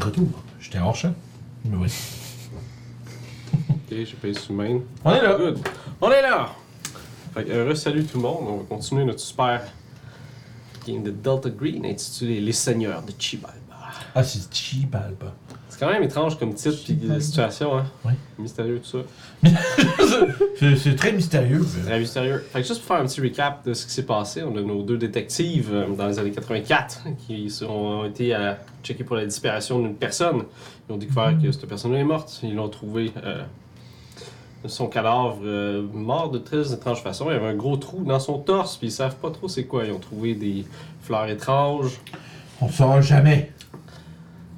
Retour. hein. J'étais hors champ. Mais oui. Ok, j'ai payé sous main. On est là. Good. On est là! Fait que, euh, re-salut tout le monde. On va continuer notre super game de Delta Green intitulé Les Seigneurs de Chibalba. Ah, c'est Chibalba. C'est quand même étrange comme titre puis la situation, hein? Oui. Mystérieux tout ça. c'est c'est très mystérieux. mais- Très mystérieux. Fait que juste pour faire un petit recap de ce qui s'est passé, on a nos deux détectives euh, dans les années 84 qui sont- ont été à checker pour la disparition d'une personne. Ils ont découvert que cette personne est morte. Ils l'ont trouvé euh, son cadavre euh, mort de très étrange façon. Il y avait un gros trou dans son torse, puis ils savent pas trop c'est quoi. Ils ont trouvé des fleurs étranges. On ne saura jamais.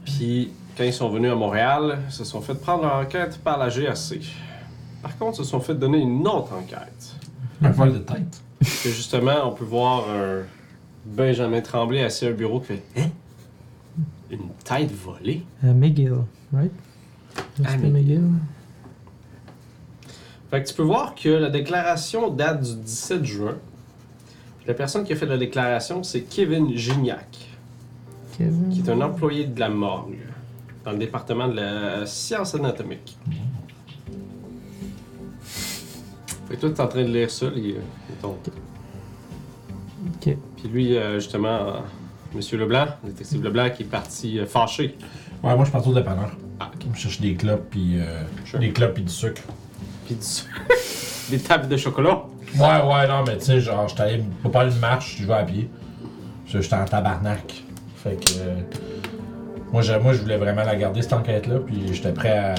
Puis quand ils sont venus à Montréal, ils se sont fait prendre leur enquête par la GAC. Par contre, ils se sont fait donner une autre enquête. Un vol de tête. que justement, on peut voir un Benjamin Tremblay assis à un bureau qui fait Hein Une tête volée Euh, McGill, right? Ah, C'était McGill. McGill. Fait que tu peux voir que la déclaration date du 17 juin. Puis la personne qui a fait la déclaration, c'est Kevin Gignac, Kevin. qui est un employé de la morgue dans le département de la science anatomique. Fait que toi, t'es en train de lire ça, les, ton- Ok. Puis lui, euh, justement, euh, Monsieur Leblanc, détective Leblanc, qui est parti euh, fâché. Ouais, moi, je pars au dépanneur. Ah, ok. Je me cherche des clopes puis euh, Sure. des clopes puis du sucre. Puis du... des tables de chocolat. Ouais, ouais, non, mais tu sais, genre, j'étais allé pas parler de marche, je vais à pied. Parce que J'étais en tabarnak. Fait que. euh, moi, je, moi, je voulais vraiment la garder, cette enquête-là, puis j'étais prêt à.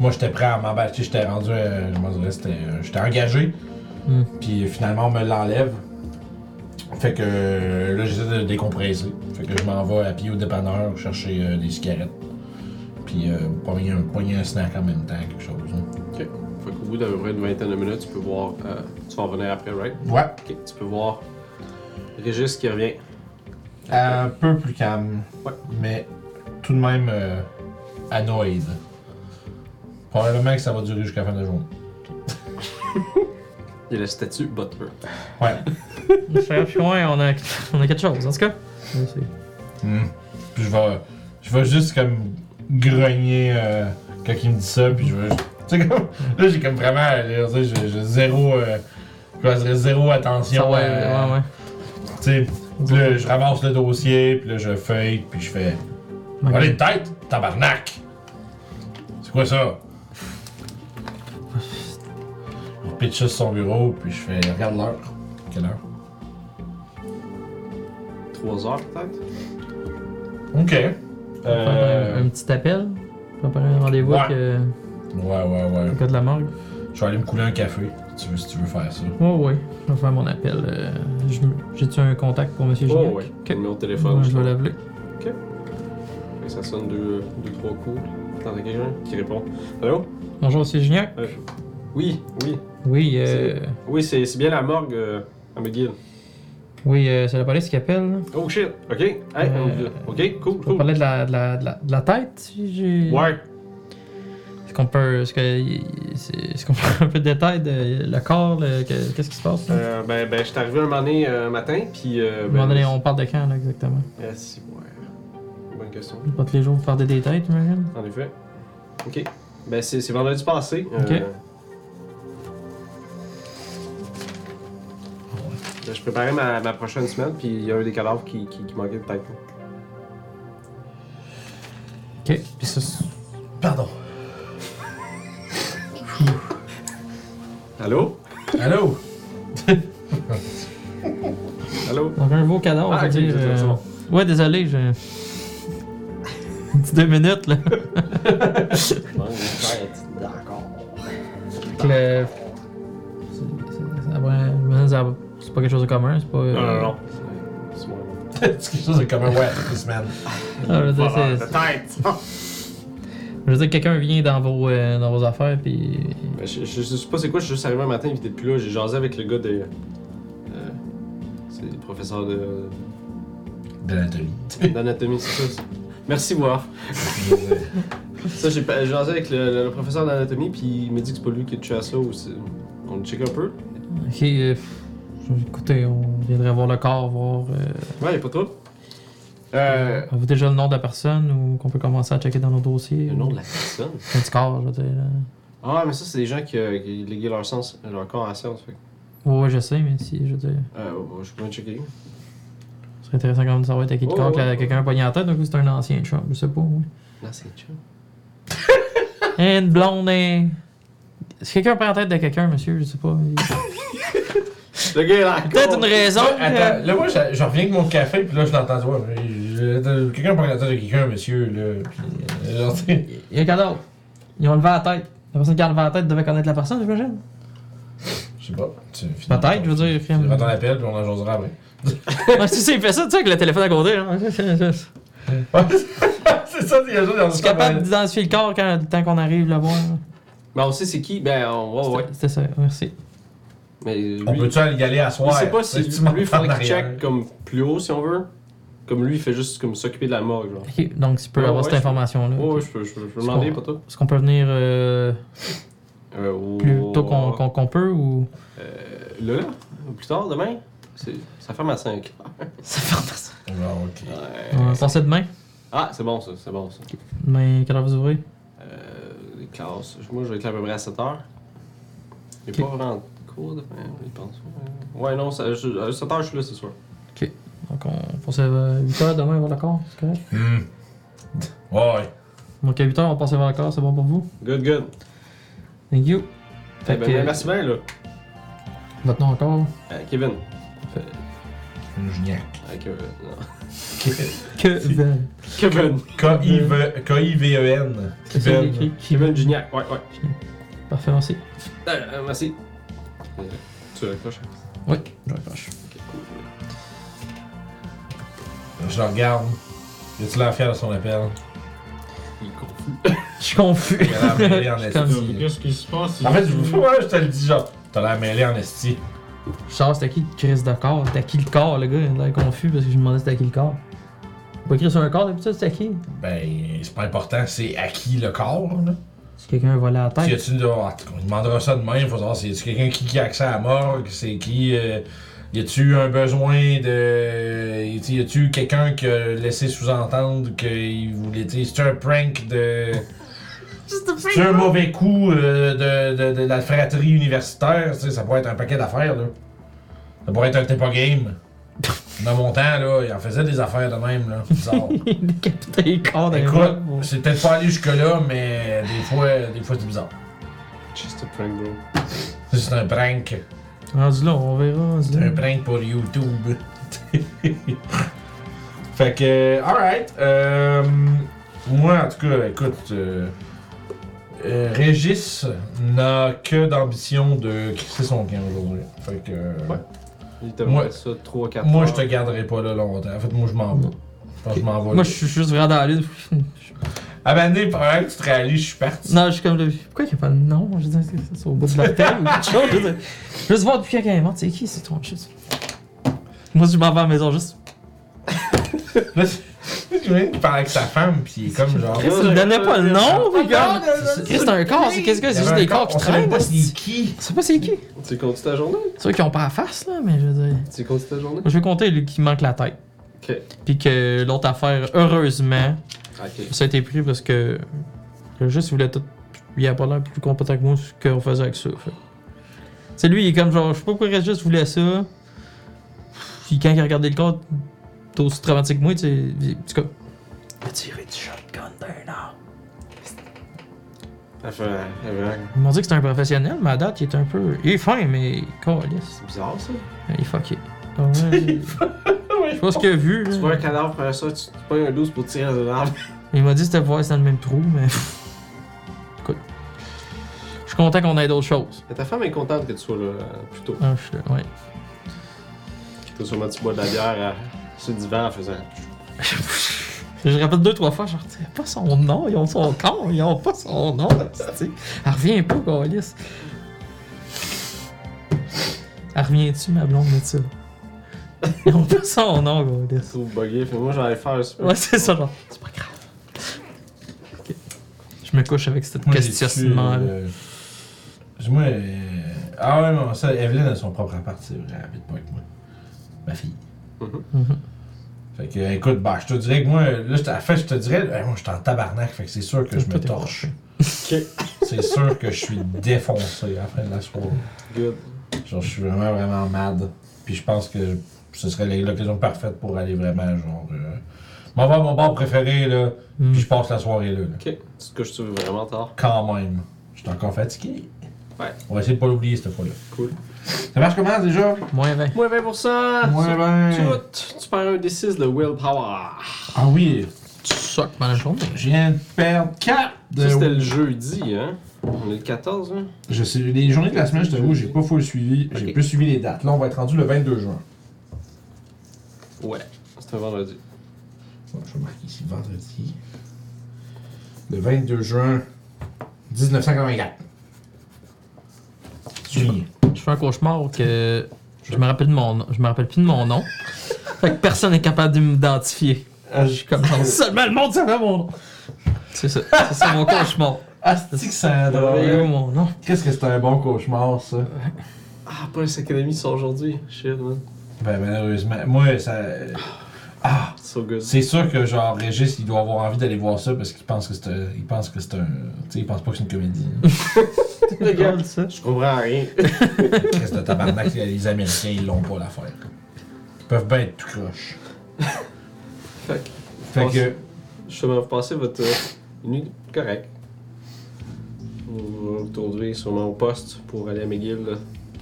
Moi, j'étais prêt à m'emballer. Tu sais, J'étais rendu. euh, comment dire, c'était, euh, J'étais engagé. Hmm. Puis finalement, on me l'enlève. Fait que euh, là, j'essaie de décompresser. Fait que je m'en vais à pied au dépanneur chercher euh, des cigarettes. Puis euh, pogner un, pogner un snack en même temps, quelque chose. hein. Ok. Fait qu'au bout d'à peu près une vingtaine de minutes, tu peux voir. euh, tu vas en venir après, right? Ouais, Ok. Tu peux voir Régis qui revient. Euh, Un peu plus calme. Ouais. Mais tout de même euh, annoyed. Probablement que ça va durer jusqu'à la fin de la journée. Il y a la statue Butler. Ouais. Frère, puis ouais, on a, on a quelque chose, en tout cas. Oui, c'est- Hmm. Puis je vais, je vais juste comme grogner euh, quand il me dit ça, puis je vais. Tu sais, comme. Là, j'ai comme vraiment. euh, tu sais, J'ai j'ai zéro. euh, je passerai zéro attention. Ça va, euh, ouais, ouais. Tu sais, puis là, je ramasse le dossier, puis là, je feuille, puis je fais. McGill. Allez, tête, tabarnak! C'est quoi ça? Je pitche ça sur son bureau, puis je fais. Regarde l'heure. Quelle heure? Trois heures peut-être? Ok. On va faire un, Euh, un petit appel. On va faire un rendez-vous Ouais. avec euh, ouais, ouais, ouais. le gars de la morgue. Je vais aller me couler un café, si tu veux, si tu veux faire ça. Ouais, ouais. Je vais faire mon appel. euh, je me- J'ai-tu un contact pour Monsieur Gignac? Oh, ouais. Ok. J'ai mis au téléphone. Ouais, je je vais crois. l'appeler. Fait que ça sonne deux, deux trois coups. T'entends quelqu'un qui répond. Allô? Bonjour, Monsieur Gignac. Euh, oui, oui. Oui, euh, C'est- Oui, c'est c'est bien la morgue euh, à McGill. oui euh, c'est la police qui appelle. Oh shit! Ok. Hey, Euh, on- ok, cool, On cool. parlait de la, de la, de la, de la tête. si j'ai- Ouais. Est-ce qu'on peut. Est-ce que- c'est- est-ce qu'on peut un peu de détail de le corps, le- que- qu'est-ce qui se passe? là? Euh, ben, ben, je suis arrivé un moment donné euh, matin, puis. À Euh, un ben, moment donné, on parle de quand là, exactement? Ah, si, ouais. Bonne question. Pas tous les jours faire des détails, tu imagines? En effet. Ok. Ben, c'est c'est vendredi passé. Euh, Ok. ben, je préparais ma, ma prochaine semaine, puis il y a eu des cadavres qui, qui, qui manquaient peut-être. Ok. Puis ça, c'est- Pardon. Allô? Allô? Allô? donc un beau cadavre, Ah, on va ok, dire. euh, c'est- c'est bon. Ouais, désolé, j'ai. Une petite deux minutes, là. D'accord. Fait que le- c'est- c'est- ça va- je me demande, ça va- C'est pas quelque chose de commun, c'est pas. Non, non, non. C'est moi. C'est quelque chose de comme un ouais, Chris, man. Ah, je veux dire, c'est- Voilà, Peut-être! je veux dire, quelqu'un vient dans vos, euh, dans vos affaires, puis. Ben, je, je- je sais pas c'est quoi, je suis juste arrivé un matin, puis depuis là, j'ai jasé avec le gars de. euh, c'est le professeur de- De l'anatomie. d'anatomie, c'est ça. Merci, voir. Ça, j'ai pas- j'ai jasé avec le, le- le professeur d'anatomie, puis il m'a dit que c'est pas lui qui est tué à ça, ou c'est- On le check un peu. Ok, euh, écoutez, on viendrait voir le corps, voir. euh, Ouais, y'a pas trop. Euh, Avez-vous déjà le nom de la personne ou qu'on peut commencer à checker dans nos dossiers? le nom de la personne. Enfin, du corps, je veux dire. là. Ah, mais ça, c'est des gens qui, euh, qui léguaient leur, sens, leur corps à la science. Fait. que, Ouais, ouais, je sais, mais si, je veux dire. Euh, je peux même checker. Ce serait intéressant quand même de savoir à qui le Oh, corps, que ouais. la- quelqu'un a poigné en tête, donc c'est un ancien Trump, je sais pas. oui. Là, c'est chill. Et une blonde et... Est-ce que quelqu'un prend la tête de quelqu'un, monsieur? Je sais pas. Il- Le gars, il a la Peut-être con. une raison. euh, Attends, là, moi, je, je reviens avec mon café, puis là, je l'entends dire, Ouais, je- je- Quelqu'un prend la tête de quelqu'un, monsieur, là. Puis, euh, genre, tu sais, Il y a qu'un d'autre. Ils ont levé la tête. La personne qui a levé la tête devait connaître la personne, j'imagine. je sais pas. tu- Peut-être, je veux dire. Tu crime. ton appel, puis on en jasera après. Ouais, si c'est fait ça, tu sais, avec le téléphone à côté. là. Ouais, c'est ça, c'est quelque chose dans Je suis capable d'identifier le corps quand, le temps qu'on arrive le voir. Ben, on sait c'est qui. Ben, on ouais, ouais. C'était- C'était ça, merci. Mais lui, On peut-tu aller y aller à lui, soir? c'est pas si. Tu sais, tu m'en Lui, il parles faudrait qu'il derrière. check comme plus haut si on veut. Comme lui, il fait juste comme s'occuper de la mort, genre. Ok, donc tu peux Ouais, avoir ouais, cette je- information-là. Oh, ok. ouais, je peux, je peux, je peux demander, qu'on- pas toi. Est-ce qu'on peut venir euh, Euh, au- plus tôt qu'on qu'on- qu'on peut ou. Euh, là, là, ou plus tard, demain. C'est- Ça ferme à 5. Ça fait pas ça. Ah, ok. Eh, On va penser demain. Ah, c'est bon ça, c'est bon ça. Demain, quelle heure vous ouvrez Euh, les classes. Moi, je vais être là à peu près à 7 heures. Il n'y a Ok. pas vraiment de cours demain, je pense. Ouais, non, ça- je- à 7 heures, je suis là, c'est sûr. Donc on pensait à 8h demain vers le corps, c'est correct Hmm. Ouais, ouais. Donc à 8h, on pensait vers le corps, c'est bon pour vous Good, good. Thank you. Eh Fait ben, que, Merci bien, là. Votre nom encore Euh, Kevin. Une gignac. Euh, Kevin. non. Que. Kevin. K-I-V-E-N. C'est Kevin. écrit Kevin Kevin. Gignac. Ouais, ouais. Parfait, merci. Euh, euh, merci. Euh, Tu raccroches. hein. Oui, je raccroche. Ok, cool. Je le regarde. Y a-tu l'air fier de son appel? Il est confus. Je suis confus. Il a l'air mêlé en Comme, esti. Qu'est-ce qui se passe? En fait, je, ouais, je te le dis, genre, t'as l'air mêlé en esti. Charles, c'était qui le Chris de corps C'était qui le corps, le gars Il a l'air confus parce que je me demandais c'était qui le corps. Pas écrit sur un corps d'habitude, c'était qui Ben, c'est pas important, c'est à qui le corps, là. Si quelqu'un volait la Si tête. tu on demandera ça demain, il faut savoir si y a quelqu'un qui, qui a accès à la morgue, c'est qui. euh, y a-tu un besoin de. y a-tu- Y a-tu quelqu'un qui a laissé sous-entendre qu'il voulait. tu sais, C'est un prank de. C'est un mauvais coup euh, de, de, de la fratrie universitaire, tu sais, ça pourrait être un paquet d'affaires, là. Ça pourrait être un Tepa Game. Dans mon temps, là, il en faisait des affaires de même, là. Bizarre. Décapiter les corps d'un Écoute, gars. c'est peut-être pas allé jusque-là, mais des fois, des fois c'est bizarre. Just a prank, bro. C'est un prank. Rendu là, on verra. rendu C'est là. un prank pour YouTube. fait que, alright. euh, moi, en tout cas, écoute, euh, euh, Régis n'a que d'ambition de crisser son camp aujourd'hui. Fait que, euh, Ouais. Il t'a Moi- fait ça 3-4 heures. moi, je te garderai pas là longtemps. En fait, moi, je m'en vais. Je pense que je m'en vais. Moi, je suis juste vraiment dans la lutte. Ah ben, né, pendant que tu te réalises, je suis parti. Non, je suis comme là. Pourquoi il n'y a pas de nom Je veux dire, c'est- c'est au bout de la tête ou quelque chose. Je veux dire, Juste voir depuis quand il est mort, c'est qui, c'est ton chose. Moi, je m'en vais à la maison juste. Là, je viens de parler avec sa femme, pis il est comme genre. Chris, il me donnait pas le nom, puis Regarde, comme. Chris, c'est un corps, c'est qu'est-ce que c'est juste des corps qui On sait même traînent. pas c'est Je qui. sais pas c'est qui. Tu comptes ta journée? C'est eux qui ont pas la face, là, mais je veux dire. Tu comptes ta journée? Moi, je vais compter lui qui manque la tête. Ok. Puis que l'autre affaire, heureusement, Ok. ça a été pris parce que. Le juste voulait tout. Il a pas l'air plus compétent que moi sur ce qu'on faisait avec ça. fait. C'est lui, il est comme genre, je sais pas pourquoi Regis voulait ça. Puis quand il a regardé le corps, t'es aussi traumatique que moi, tu sais. il- En tout cas. Il a tiré du shotgun d'un arbre. Elle fait, elle fait- Ils m'ont dit que c'était un professionnel, mais à date, il est un peu. Il est fin, mais. Calice. C'est bizarre ça. Il est fucké. Ah ouais, Je pense qu'il a vu. là. Tu vois un cadavre faire ça, tu, tu pognes un 12 pour tirer dans une arme. Il m'a dit que c'était pour voir si c'était dans le même trou, mais. Écoute. Je suis content qu'on ait d'autres choses. Mais ta femme est contente que tu sois là euh, plus tôt. Ah, je suis là, ouais. Toi, sûrement, tu bois de la bière euh, sur le divan en faisant. Je rappelle deux, trois fois, genre, tu sais, y a pas son nom, ils ont son corps, ils ont pas son nom, tu sais. Elle revient pas, Gaulis. Elle revient-tu, ma blonde, de ça? Ils ont pas son nom, Gaulis. Trop bugué. Fait que moi, j'allais faire un super. Ouais, c'est ça, genre, c'est pas grave. Ok. Je me couche avec cette Moi, j'ai questionnement tué, là. euh, Moi, euh, ah ouais, non, ça, Evelyn a son propre appart, c'est vrai, elle habite pas avec moi. Ma fille. Mhm. Mhm. Fait que, écoute, bah, je te dirais que moi, là, j'étais- à la fin, je te dirais, ben, moi, je suis en tabarnak, fait que c'est sûr que je me Tout est torche. Ok. C'est sûr que je suis défoncé à la fin de la soirée. Good. Genre, je suis vraiment, vraiment mad. Puis je pense que ce serait l'occasion parfaite pour aller vraiment, genre, euh, m'en vais à mon bar préféré, là, Hmm. puis je passe la soirée là. là. Ok. Tu te couches-tu vraiment tard? Quand même. Je suis encore fatigué. Ouais. On va essayer de pas l'oublier cette fois-là. Cool. Ça marche comment déjà? Moins 20. Moins 20%! Moins Tu, 20. tu- tu perds un D6 de willpower. ben, Ah oui, Tu soques pendant la journée. je viens de perdre 4 Ça, c'était de. le jeudi, hein? On est le 14, hein? Je sais, les journées de la semaine, je t'avoue, j'ai pas full suivi. J'ai Ok. plus suivi les dates. Là, on va être rendu le 22 juin. Ouais. C'est un vendredi. Ouais, je vais marquer ici vendredi. Le 22 juin 1984. Souligné. Je fais un cauchemar que je me rappelle de mon nom. Je me rappelle plus de mon nom. fait que personne n'est capable de m'identifier. Ah, Je suis comme genre, seulement le monde savait mon nom. C'est ça. C'est ça mon cauchemar. Asti Ah, que c'est un Il est où drôle. hein? mon nom? Qu'est-ce que c'est un bon cauchemar, ça? Ah, Police Academy sort aujourd'hui. Shit, man. Ben, malheureusement. Moi, ça. Ah! So good. C'est sûr que genre Régis, il doit avoir envie d'aller voir ça parce qu'il pense que c'est un. Il pense que c'est un. Tu sais, il pense pas que c'est une comédie. hein. Le gars. Drôle, ça. Je comprends rien. Qu'est-ce que le tabarnak, les Américains, ils l'ont pas l'affaire. Ils peuvent bien être tout croche. Fait que- Fait que. Justement, vous passez votre euh, nuit correcte. Vous vous tournez sûrement au poste pour aller à McGill. là.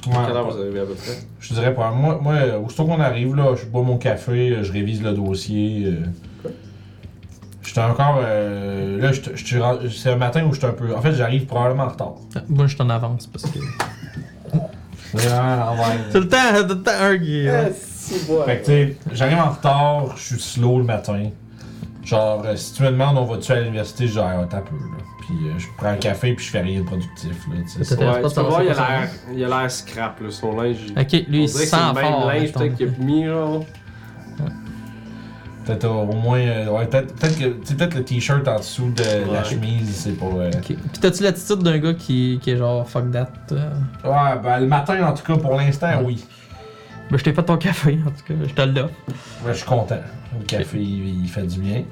À Quelle heure vous Ouais, arrivez à peu près? je dirais pas. Moi, moi aussitôt qu'on arrive là, je bois mon café, je révise le dossier. euh, J'étais encore. euh, là, j'étais- j'étais ren- c'est un matin où j'étais un peu. En fait, j'arrive probablement en retard. Moi, je t'en avance parce que. euh, C'est vraiment à l'envers. C'est le temps, c'est le temps un qui est là. si bon! Fait que tu sais, j'arrive en retard, je suis slow le matin. Genre, euh, si tu me demandes, on va-tu à l'université, je dis, ah, t'as peu, là. Puis euh, je prends un café, puis je fais rien de productif, là, tu sais. Peut-être. Ouais, Pas tu ça, peux voir, ça, il a ça, l'air- il a l'air scrap, là, son linge. il- Ok, lui, on dirait il que sent c'est le fort. même linge mettons. peut-être qu'il a mis, genre. Peut-être euh, au moins, euh, ouais, peut-être peut-être que, tu sais, peut-être le t-shirt en dessous de la Ouais. chemise, c'est pas. euh, Ok. Puis t'as-tu l'attitude d'un gars qui, qui est genre fuck that? euh? Ouais, ben le matin, en tout cas, pour l'instant, Ouais. oui. Ben, je t'ai pas ton café, en tout cas, je te le donne. Ouais, je suis content. Le café, il, il fait du bien.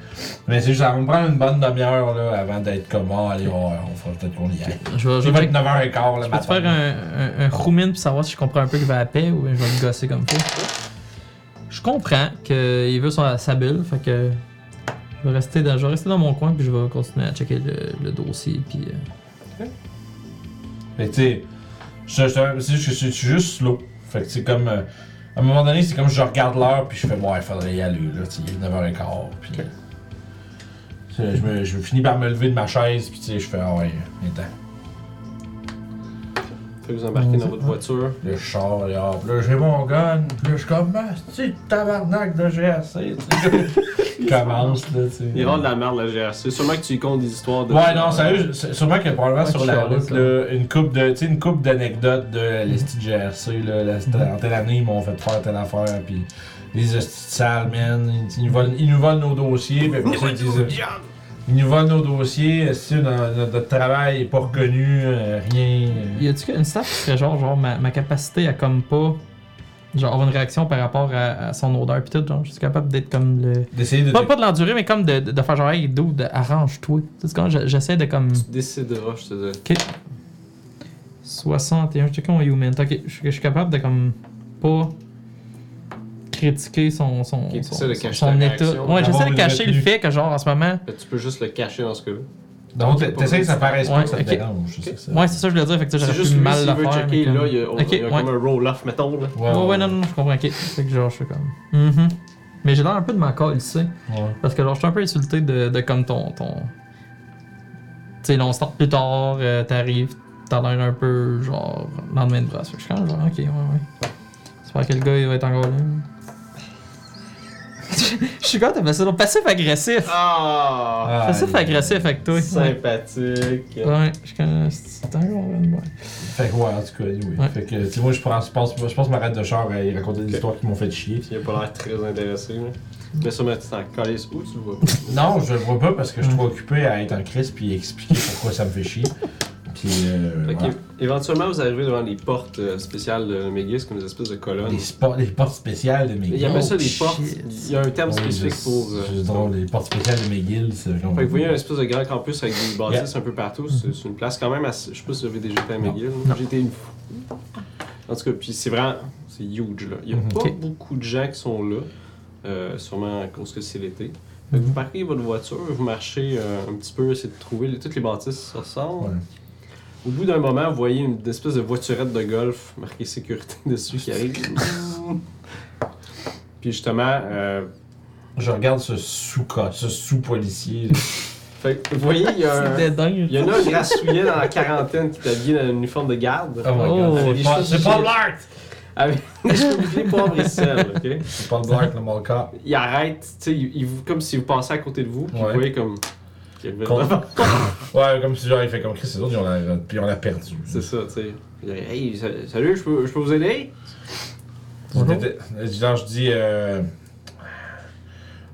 Mais c'est juste, ça va me prendre une bonne demi-heure, là, avant d'être comme, ah, allez, ouais, on fera peut-être qu'on y aille. Je vais, je Je vais vais check- être 9h15 le je peux te matin. faire un, un, un roumine pour savoir si je comprends un peu qu'il va à la paix ou je vais le gosser comme ça. Je comprends qu'il veut son, sa bulle, fait que je vais, rester dans, je vais rester dans mon coin puis je vais continuer à checker le, le dossier. Puis, euh, Fait que tu sais, je- je- c'est juste que je je suis juste slow. Fait que c'est comme. euh, à un moment donné, c'est comme je regarde l'heure, puis je fais, ouais, il faudrait y aller, là, tu sais, il est 9h15. Puis. Tu sais, Je, me, je finis par me lever de ma chaise, puis tu sais, je fais, ah ouais, il est temps. Fait que vous embarquez dans Ouais. votre voiture. Là, je sors, là, hop, là, j'ai mon gun, puis là, je suis comme, ah, c'est tabarnak de GRC, tu sais. commence, là, tu sais. Il rentre de la merde, la GRC. Sûrement que tu y comptes des histoires de. Ouais, non, sérieux, je- c'est- sûrement que probablement Ouais, sur tu la chialais, route, ça. là, une coupe de, tu sais, une coupe d'anecdotes Mm-hmm. de l'esti de GRC, là, la- c'était en telle année, ils m'ont fait faire telle affaire, puis les esti de sales, man, ils, ils nous volent, ils nous volent nos dossiers, puis après ça, ils disent, euh, ils nous volent nos dossiers, esti, notre, notre travail est pas reconnu, euh, rien, euh. Y a-tu une stat qui serait genre, genre ma, ma capacité à comme pas genre avoir une réaction par rapport à, à son odeur pis tout, genre je suis capable d'être comme le. d'essayer de... Pas, pas de l'endurer, mais comme de, de, de faire genre hey dude, arrange-toi. Tu sais, quand je- j'essaie de comme. Tu décideras, je te dis. Ok. 61, je check mon human. Ok, je, suis- je suis capable de comme pas critiquer son, son, Ok, son, t'essaies de son- cacher son ta état. réaction. Ouais, D'avoir j'essaie de une cacher le retenue. fait que genre en ce moment. Fait que Tu peux juste le cacher dans ce cas-là. Donc, t'es- t'essayes que ça paraisse pas, Ouais, que ça te ok. dérange, c'est ça. Ouais, c'est ça que je voulais dire, fait que tu sais, C'est j'aurais juste pu lui, mal s'il le veut faire. mais checker, là, comme- il y a, on- Ok, il y a ouais. comme un roll-off, mettons, là. Ouais, ouais, non, non, non, je comprends, ok. Fait que genre, je suis comme. Mhm. Mais j'ai l'air un peu de ma ici. Ouais. Parce que genre, je suis un peu insulté de, de comme ton. ton... Tu sais, là, on sort plus tard, euh, t'arrives, t'as l'air un peu genre. lendemain de brasse. Fait que Je suis quand même genre, ok, ouais, ouais. J'espère que le gars, il va être encore là. Je suis quand t'appelles ça donc passif agressif. Ah! Ah, passif agressif avec toi. Ouais, Sympathique. ouais je suis quand C'est encore là, ouais. Fait que, ouais, en tout cas, oui. Ouais. Fait que, tu sais, moi, je pense, je pense, je pense que ma rate de char, il racontait des histoires qui m'ont fait chier. Puis il a pas l'air très intéressé. Là. Mais ça, mais tu t'en calisses où tu le vois pas? Non, je le vois pas parce que je suis trop occupé à être en crise puis expliquer pourquoi ça me fait chier. Puis Puis, euh, Fait que, ouais. Éventuellement, vous arrivez devant les portes euh, spéciales de Megis, comme des espèces de colonnes. les, spo- les portes spéciales de McGill. Il y a ça des shit. portes. Il y a un terme spécifique pour. euh, C'est drôle, les portes spéciales de McGill, c'est comme. Fait que vous voyez un espèce de grand campus avec des bâtisses un peu partout. C'est c'est une place quand même assez. Je sais pas si vous avez déjà été à McGill. hein. J'ai été une fois. En tout cas, puis c'est vraiment. C'est huge, là. Il y a Mhm. pas Ok. beaucoup de gens qui sont là. euh, sûrement à cause que c'est l'été. Fait que Vous parquez votre voiture, vous marchez euh, un petit peu, essayez de trouver. les- toutes les bâtisses se ressemblent. Ouais. Au bout d'un moment, vous voyez une espèce de voiturette de golf marquée sécurité dessus qui arrive. puis justement, euh, Je regarde ce sous-cas, ce sous-policier. là. fait que vous voyez, il y a un. C'était dingue. Il y en a un grassouillet dans la quarantaine qui est habillé dans un uniforme de garde. Oh my Oh, god. les C'est pas- choses- C'est pas Blart! Avec des cheveux bouclés, poivre et sel, ok? C'est pas Blart, le Malka. Il arrête, tu sais, il, il vous- comme si vous passez à côté de vous, puis Ouais. vous voyez comme... qu'il y a Con- vraiment- Ouais, comme si genre il fait comme Chris, les autres, ils ont la- puis on l'a perdu. C'est ça, tu sais. Il dit, Hey, sa- salut, je peux, je peux vous aider? Je déte- Genre, je dis. euh,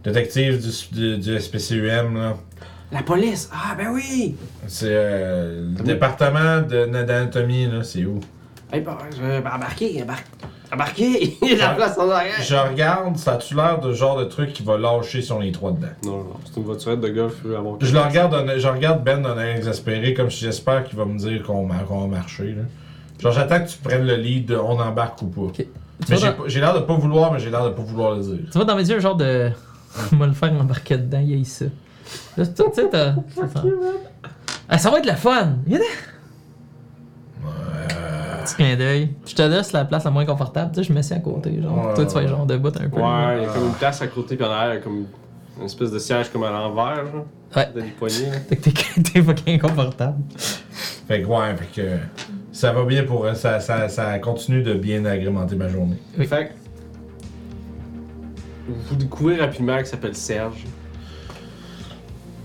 Détective du, du, du SPCUM, là. La police! Ah, ben oui! C'est euh, le Oui. département de- d'anatomie, là, c'est où? Hey, bah, je- bah, embarquez, embar- embarquez! Il y a de la Ouais. place en arrière! Je regarde, ça a-tu l'air de genre de truc qui va lâcher sur les trois dedans? Non, non, c'est une voiturette de golf euh, à mon Je le regarde, d'un- je regarde Ben d'un air exaspéré, comme si j'espère qu'il va me dire qu'on mar- qu'on va marcher, là. Genre, j'attends que tu prennes le lead de on embarque ou pas. Tu Mais vas j'ai dans- pas- j'ai l'air de pas vouloir, mais j'ai l'air de pas vouloir le dire. tu vas dans mes yeux, genre de. On va le faire embarquer dedans, il y a ça. Là, tu sais, t'as. Ah, ça va être de la fun! Il y a des- Petit clin d'œil. Je te laisse la place la moins confortable, tu sais, je me mets à côté, genre. Ouais, Toi, tu vas ouais. être genre de bout un peu. Ouais, il y a Ah. comme une place à côté, puis en arrière, il y a comme une espèce de siège comme à l'envers, genre. Ouais. Dans les poignées, là. Fait que t'es- t'es fucking inconfortable. Fait que ouais, fait que ça va bien pour ça, ça, ça continue de bien agrémenter ma journée. Oui. Fait que, vous découvrez rapidement qu'il s'appelle Serge.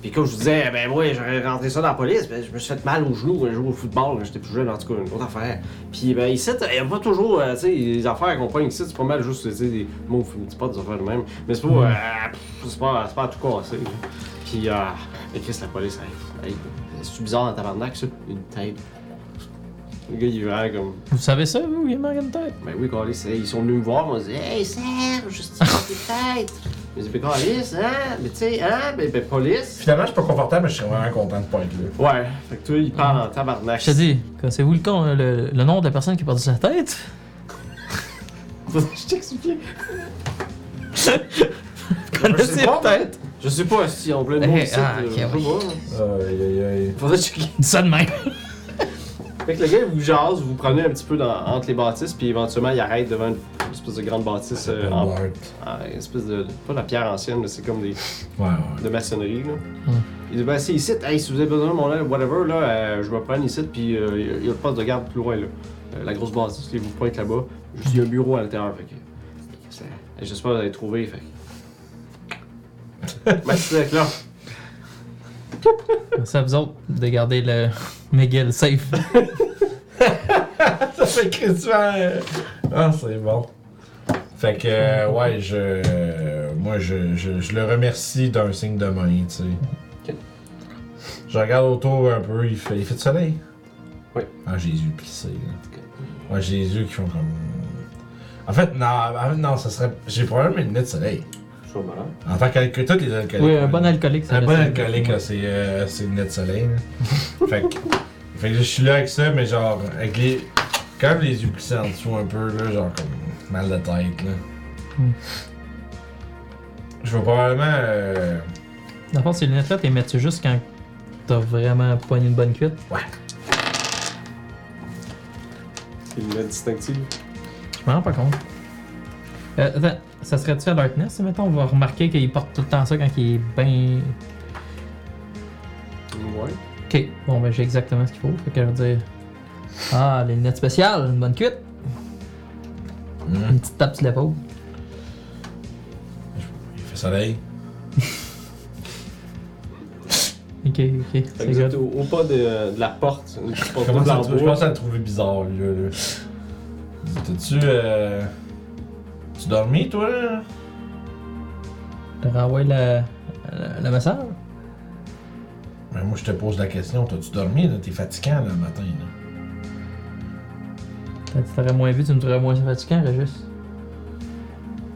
Puis comme je vous disais, ben moi j'aurais rentré ça dans la police, ben, je me suis fait mal au genou un jour au football, là, j'étais plus jeune, en tout cas une autre affaire. Puis ben ici, t'as- y a pas toujours, euh, tu sais, les affaires accompagnent ici, c'est pas mal juste, tu sais, des mots, c'est pas des affaires de même, mais c'est pas, euh, pff, c'est pas, c'est pas à tout casser. là. Puis, euh, mais Chris, la police, hey, hey, c'est bizarre dans tabarnak ça, une tête. Le gars il est vraiment comme... Vous savez ça, vous, il manque une tête? Ben oui, Carlis, ils sont venus me voir, moi, ils disaient Hey Serge, je tes têtes. Mais c'est Carlis, hein, mais tu sais, hein, ben, ben police. Finalement, je suis pas confortable, mais je suis vraiment content de pas être là. Ouais, fait que toi, il parle en tabarnak. Je te dis, c'est vous le con, hein, le, le nom de la personne qui a perdu sa tête? je t'expliquais. Connaissez pas, peut-être? Je sais pas si on peut le Eh, mot ici, ah, euh, ok, je oui. sais pas. hein. Aïe aïe aïe. Faudrait checker. Dis ça de même. Fait que le gars, il vous jase, vous vous prenez un petit peu dans- entre les bâtisses, puis éventuellement, il arrête devant une espèce de grande bâtisse Ah, euh, en, Blart. en- une espèce de. Pas la pierre ancienne, mais c'est comme des. Ouais, ouais. de maçonnerie. Là. Hmm. Il dit ben c'est ici, hey, si vous avez besoin de mon aide, whatever, là, euh, je me prends ici, puis euh, il y a- il y a le poste de garde plus loin. Là. Euh, la grosse bâtisse, là, vous pouvez être là-bas. Juste, il y a un bureau à l'intérieur. Fait que, c'est- hey, J'espère que vous allez trouver. Fait. que- Merci d'être là. C'est à vous autres de garder le Miguel safe. Ça fait Christian. Ah, c'est bon. Fait que euh, ouais, je euh, moi je, je, je le remercie d'un signe de main, tu sais. Ok. Je regarde autour un peu, il fait il fait du soleil. Oui. Ah, Jésus pissé. Là. Ouais, j'ai les yeux qui font comme. En fait, non, en fait, non, ça serait. J'ai probablement une lunette de soleil. Sûrement. En tant qu'alcoolique, tous les alcooliques. Oui, un bon alcoolique, ça Un le bon sait. alcoolique, là, c'est euh, c'est une lunette de soleil. là. fait que. Fait que je suis là avec ça, mais genre, avec les. Quand même les yeux plissés en dessous un peu, là, genre comme. Mal de tête, là. Hmm. Je vais probablement. euh, Dans le fond, ces lunettes-là, t'es mets-tu juste quand t'as vraiment poigné une bonne cuite? Il met distinctive. Je m'en rends pas compte. Euh, attends, ça serait-tu à l'alertness, mettons? On va remarquer qu'il porte tout le temps ça quand il est bien... Ouais. Ok, bon ben j'ai exactement ce qu'il faut. Fait que je veux dire... Ah, les lunettes spéciales, une bonne cuite, hmm, une petite tape sur l'épaule. Il fait soleil. Ok, ok, Fait c'est que vous êtes good. au, au pas de, de la porte. Une petite Je porte commence, à, en le trou- je bois. commence à le trouver bizarre, lui, là. T'as-tu. euh, Tu dormi, toi, là? Te renvoyer la, la, la massage? Mais Ben, moi, je te pose la question, t'as-tu dormi, là? T'es fatiguant, là, le matin, là. Peut-être que tu t'aurais moins vu, tu me trouverais moins fatigant, Régis.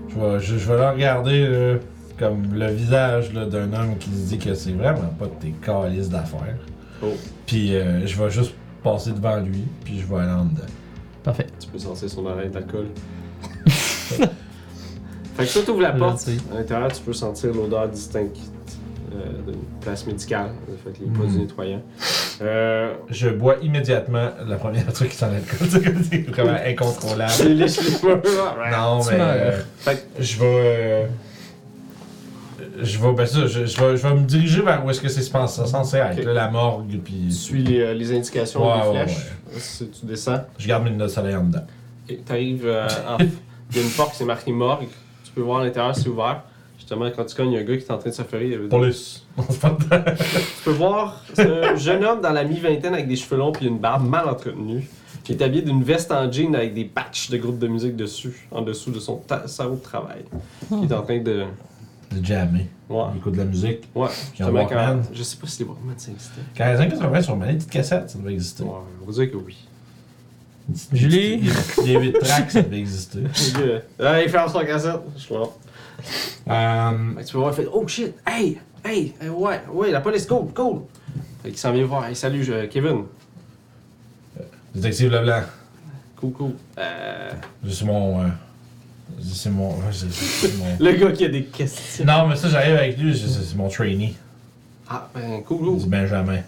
Je vais, je, je vais leur regarder, là, comme le visage, là, d'un homme qui se dit que c'est vraiment pas de tes calices d'affaires. Oh. Puis, euh, je vais juste passer devant lui, puis je vais aller en dedans. Parfait. Tu peux sentir son arrêt d'alcool. fait que toi, t'ouvres la porte. Gentil. À l'intérieur, tu peux sentir l'odeur distincte euh, d'une place médicale. Euh, Fait que les Mm. produits nettoyants. Euh, Je bois immédiatement la première truc qui sent l'alcool. C'est comme- C'est vraiment tu incontrôlable. les lèches les murs. non, Tu mais. meurs. euh, Fait que je vais. euh, je vais. Ben ça, je, je vais, je vais me diriger vers où est-ce que c'est spen- c'est censé être, Ok. là, la morgue, tu puis. suis les, les indications Ouais, des ouais, flèches. Si Tu descends. Je garde mes lunettes de soleil en dedans. Et t'arrives euh, en- Il y a une porte qui est marquée morgue. Tu peux voir à l'intérieur, c'est ouvert. Justement, quand tu cognes, il y a un gars qui est en train de se faire. euh, Police. On se parle dedans. Tu peux voir c'est un jeune homme dans la mi-vingtaine avec des cheveux longs puis une barbe mal entretenue, qui est habillé d'une veste en jean avec des patchs de groupe de musique dessus, en dessous de son ta- sarrau de travail. Qui est en train de. De jammer. Ouais. Il écoute de la musique. Ouais, Puis un justement, quand... Walkman. Je sais pas si les Walkman ça existait. Quand les gens qui travaillent sur une petite cassette, ça devait exister. Ouais, on va dire que oui. Une petite- Julie? Des 8 tracks, ça devait exister. Le gars, Hey, ferme son cassette! Je crois. Euh, Fait que tu peux voir, il fait Oh shit, hey, hey, hey, ouais, ouais, la police, cool, cool! Fait qu'il s'en vient voir, hey, salut, je- Kevin, détective Leblanc. cool, cool. Euh, C'est mon. euh, c'est mon. C'est c'est mon. le gars qui a des questions. Non, mais ça, j'arrive avec lui, c'est- c'est c'est mon trainee. Ah, ben, cool, cool. C'est Benjamin.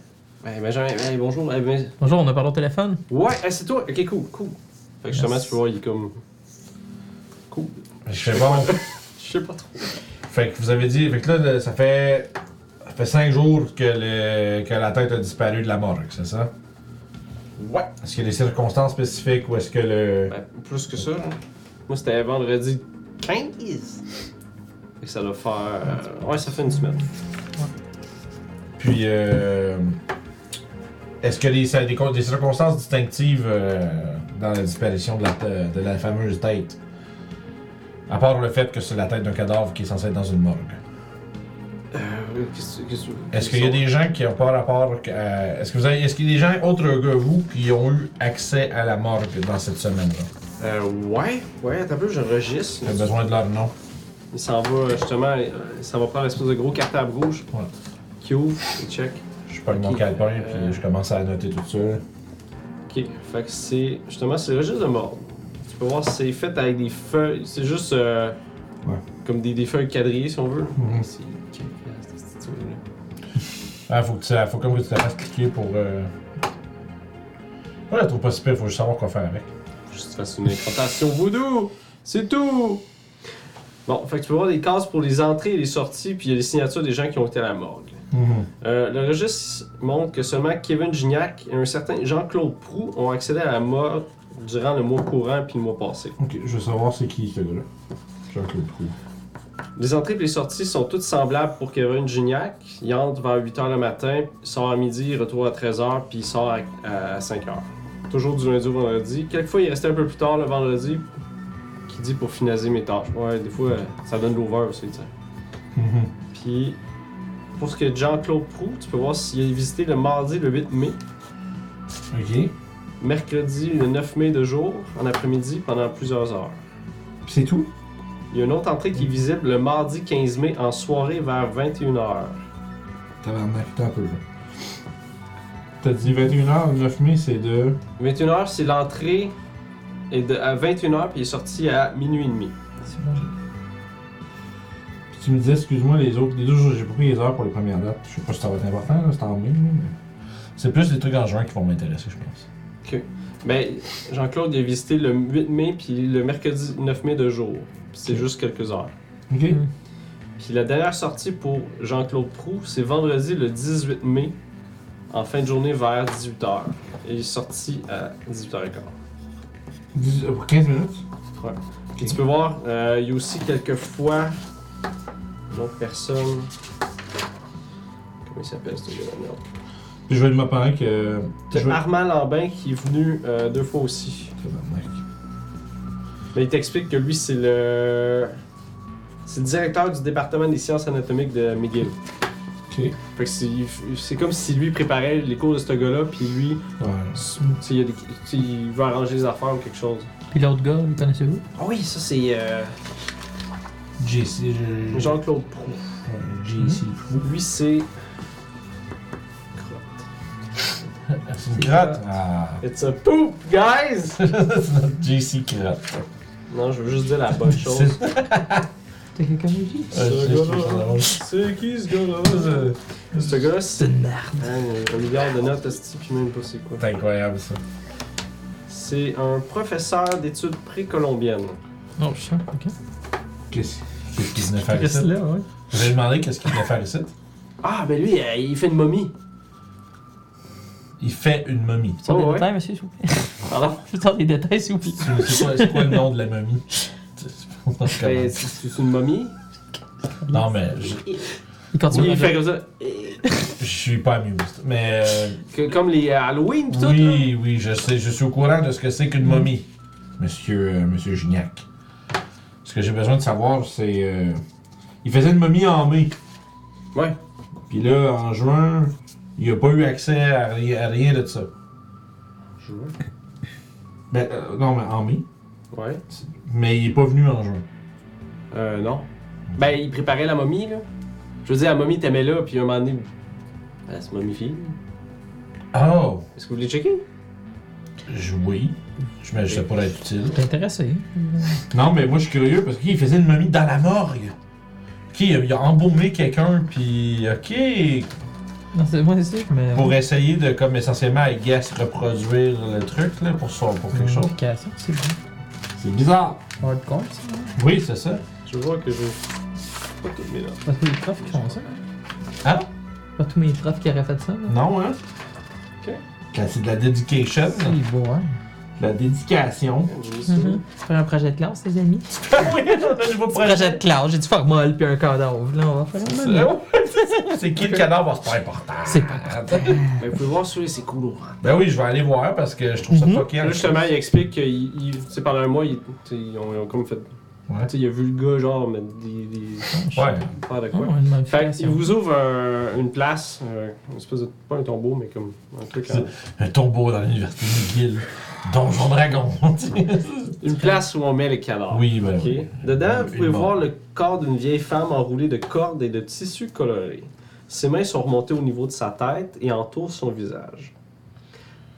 Ben, Benjamin, ben, bonjour, eh ben, Bonjour, on a parlé au téléphone. Ouais, eh, c'est toi. Ok, cool, cool. Fait que justement, Yes. tu peux voir, il est comme. Cool. Je fais bon. Je sais pas trop. fait que vous avez dit. Fait que là, le- ça fait. Ça fait 5 jours que, le, que la tête a disparu de la morgue, c'est ça? Ouais. Est-ce qu'il y a des circonstances spécifiques ou est-ce que le. Ben, plus que ça, là. Moi, c'était vendredi 15. Fait que ça doit faire. euh, Ouais, ça fait une semaine. Puis. euh, est-ce que les, ça- des, con- des circonstances distinctives euh, dans la disparition de la, te- de la fameuse tête? À part le fait que c'est la tête d'un cadavre qui est censé être dans une morgue. Euh, qu'est-ce que- qu'est-ce que. Est-ce qu'il y a des gens qui ont pas rapport à... Est-ce que vous avez... Est-ce qu'il y a des gens autres que vous qui ont eu accès à la morgue dans cette semaine-là? Euh, ouais, ouais, attends un peu, j'enregistre. J'ai besoin de leur nom. Il s'en va, justement, euh, il s'en va prendre l'espèce de gros cartable rouge Ouais. qui ouvre, il check. Je pogne mon Ok. calepin Euh, puis je commence à noter tout ça. Ok, fait que c'est. Justement, c'est le registre de mort. Tu peux voir, c'est fait avec des feuilles. C'est juste. euh, Ouais. Comme des, des feuilles quadrillées, si on veut. Mhm. C'est. qu'est-ce que tu veux, là? Ah, faut que tu... Faut comme que tu te fasses cliquer pour... Euh... Ouais, je trouve pas si pire, faut juste savoir quoi faire avec. Juste tu fasses une incantation voodoo! C'est tout! Bon, fait que tu peux voir des cases pour les entrées et les sorties, puis il y a les signatures des gens qui ont été à la morgue. Mhm. Euh, le registre montre que seulement Kevin Gignac et un certain Jean-Claude Prou ont accédé à la mort durant le mois courant puis le mois passé. Ok, je veux savoir c'est qui ce gars-là. Jean-Claude Proulx. Les entrées et les sorties sont toutes semblables pour Kevin Gignac. Il entre vers 8h le matin, sort à midi, retourne à 13h, puis il sort à, 5h. Toujours du lundi au vendredi. Quelquefois, il restait un peu plus tard le vendredi, qui dit pour finaliser mes tâches. Ouais, des fois, euh, ça donne l'over aussi, tu sais. Mhm. Puis, pour ce qui est de Jean-Claude Prou, tu peux voir s'il a visité le mardi le 8 mai, Ok. mercredi le 9 mai de jour, en après-midi, pendant plusieurs heures. c'est tout? Il y a une autre entrée qui est visible le mardi 15 mai, en soirée vers 21h. Tabarnak, t'as un peu. T'as dit 21h, le 9 mai, c'est de... 21h, c'est l'entrée est de, à 21h, puis il est sorti à minuit et demi. Puis tu me disais, excuse-moi, les autres, les deux jours, j'ai pas pris les heures pour les premières dates. Je sais pas si ça va être important, là, c'est en mai, là, mais. C'est plus les trucs en juin qui vont m'intéresser, je pense. Ben, Jean-Claude il a visité le 8 mai, puis le mercredi 9 mai de jour. Puis C'est juste quelques heures. Ok. Mm. Puis la dernière sortie pour Jean-Claude Prou, c'est vendredi le 18 mai, en fin de journée vers 18h. Et il est sorti à 18h15. Dix- euh, Pour 15 minutes? Ouais. Ok. Puis tu peux voir, euh, il y a aussi quelques fois une autre personne. Comment il s'appelle ce gars-là? Merde. Puis je vais me parler que. T'as je vais- Armand Lambin qui est venu euh, deux fois aussi. Tabarnak. Mais Ben, il t'explique que lui, c'est le. C'est le directeur du département des sciences anatomiques de McGill. Ok. Ok. Fait que c'est c'est comme si lui préparait les cours de ce gars-là, puis lui, Ouais. tu sais, il, y a des- tu sais, il veut arranger les affaires ou quelque chose. Puis l'autre gars, le connaissez-vous Ah oui, ça c'est euh, JC. je- Jean-Claude Proux. Ouais, JC. Lui c'est. C'est une crotte. Ah. It's a poop, guys! JC crotte. Non, je veux juste dire la bonne chose. C'est- T'as quelqu'un dit Ce Ouais, je sais, Euh, je sais, gars-là. C'est qui ce gars-là? Ce gars-là, c'est. une merde. Ah, il y a un milliard de notes, esti, puis même pas c'est quoi. C'est incroyable ça. C'est un professeur d'études précolombiennes. Non, je suis sûr, ok. Qu'est-ce qu'est-ce qu'il venait faire Reste ici? là, ouais. J'ai demandé qu'est-ce qu'il venait faire ici. Ah, ben lui, euh, il fait une momie. Il fait une momie. Sur les ouais. détails, monsieur, s'il vous plaît. Pardon? Je sors les détails, s'il vous plaît. C'est c'est quoi, c'est quoi le nom de la momie? Ben, C'est c'est une momie. non, mais je, Il continue. Oui, à il fait faire comme ça. Et- je suis pas amusé. Mais euh, que- comme les Halloween, pis tout. oui, oui, je sais, je suis au courant de ce que c'est qu'une momie, monsieur, euh, monsieur Gignac. Ce que j'ai besoin de savoir, c'est. euh, il faisait une momie en mai, là. Ouais. puis là, en juin, il a pas eu accès à, ri- à rien de ça. Ben, euh, non, mais en mai. Ouais. Mais il est pas venu en juin. Euh, non. Ben, il préparait la momie, là. Je veux dire, la momie t'aimait là, puis un moment donné, elle se momifie. Oh! Est-ce que vous voulez checker? Je, oui. Je, mais je sais pas être utile. T'es intéressé. Non, mais moi je suis curieux parce qu'il faisait une momie dans la morgue. Ok, il a, il a embaumé quelqu'un, puis ok, Non, c'est moi, c'est sûr, mais. euh, pour essayer de, comme essentiellement, I guess, reproduire le truc, là, pour, son, pour quelque chose. Communication, c'est bon. Mhm. C'est bizarre. On va être con, ça. hein? Oui, c'est ça. Je vois que je. Pas tout, mais là. Pas tous les profs qui font ça. Hein? Pas tous mes profs qui auraient fait ça. là. Non, hein? Ok. Quand c'est de la dedication, C'est beau, hein. de la dédication. J'ai ça. Mhm. Faire un projet de classe, les amis. Ah oui, on a du beau Projet de classe, j'ai du formol puis un cadavre. Là, on va faire C'est un ça. modèle. C'est qui le cadavre, c'est pas important. C'est pas Ben, vous pouvez voir sur les c'est cool, hein. Ben oui, je vais aller voir parce que je trouve ça Mhm. fucking. Là, justement, il explique que il- il- tu sais, pendant un mois, il- tu sais, ils ont, ils ont comme fait. Ouais. Tu sais, il a vu le gars, genre, mettre des. des... Ouais. faire de Oh, quoi. une Fait qu'il modification. vous ouvre un- une place, euh, une espèce de. pas un tombeau, mais comme un truc. C'est- en- Un tombeau dans l'université McGill. Donjon Dragon. tu sais. Une place où on met les cadavres. oui, ben Ok. oui. Dedans, vous Une pouvez mort. voir le corps d'une vieille femme enroulée de cordes et de tissus colorés. Ses mains sont remontées au niveau de sa tête et entourent son visage.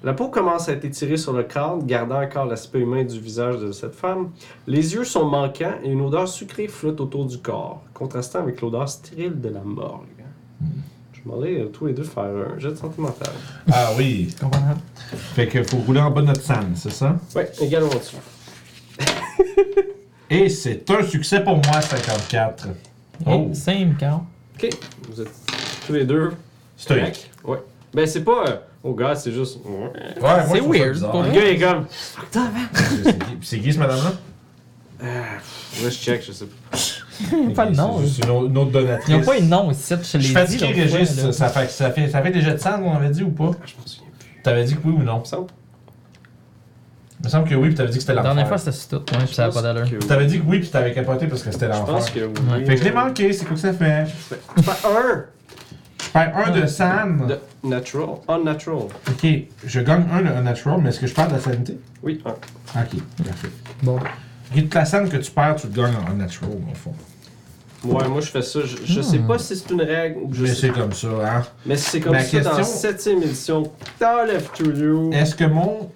La peau commence à être étirée sur le crâne, gardant encore l'aspect humain du visage de cette femme. Les yeux sont manquants et une odeur sucrée flotte autour du corps, contrastant avec l'odeur stérile de la morgue. Je vous demanderais euh, tous les deux de faire un jet de santé mentale. Ah oui. Comprenable. Fait que faut rouler en bas de notre sand, c'est ça? Oui, également dessus. Et c'est un succès pour moi, 54. Oh! Et Same, Carl. Ok, vous êtes tous les deux Stoïque. Ouais. Ben, c'est pas. euh, oh, gars, c'est juste. Ouais, moi, C'est je trouve ça weird, bizarre. hein. pour Le Ouais. gars est comme. C'est qui- C'est qui, ce madame-là? Là, je check, je sais pas. Pas le C'est nom, hein. juste une, au- une autre donatrice. Ils n'ont pas une nom ici, je te l'ai Je dit. suis fatigué, l'autre fois, Régis. là. ça, fait, ça, fait, ça fait des jets de sang, on avait dit ou pas? Je m'en souviens plus. T'avais dit que oui ou non? Il me semble. Il me semble que oui, puis t'avais dit que c'était La l'enfer. dernière fois, c'était sur tout. Ouais, puis ça n'a pas d'allure. Je pense que- T'avais dit que oui, puis t'avais capoté parce que c'était Je l'enfer. pense que oui. Ouais. Fait que je l'ai manqué, c'est quoi que ça fait? Pas un Je perds un de Sam. de natural, unnatural. Ok, je gagne un de Unnatural, mais est-ce que je perds de la sanité? Oui, un. Ok, parfait. Bon. Ok, toute la scène que tu perds, tu te gagnes en Unnatural, au fond. Ouais, moi, je fais ça. Je, je sais pas si c'est une règle ou je Mais sais c'est comme ça, hein? Mais c'est comme Ma ça dans la question- Eh. 7ème édition. T'enlèves to you. Est-ce que mon.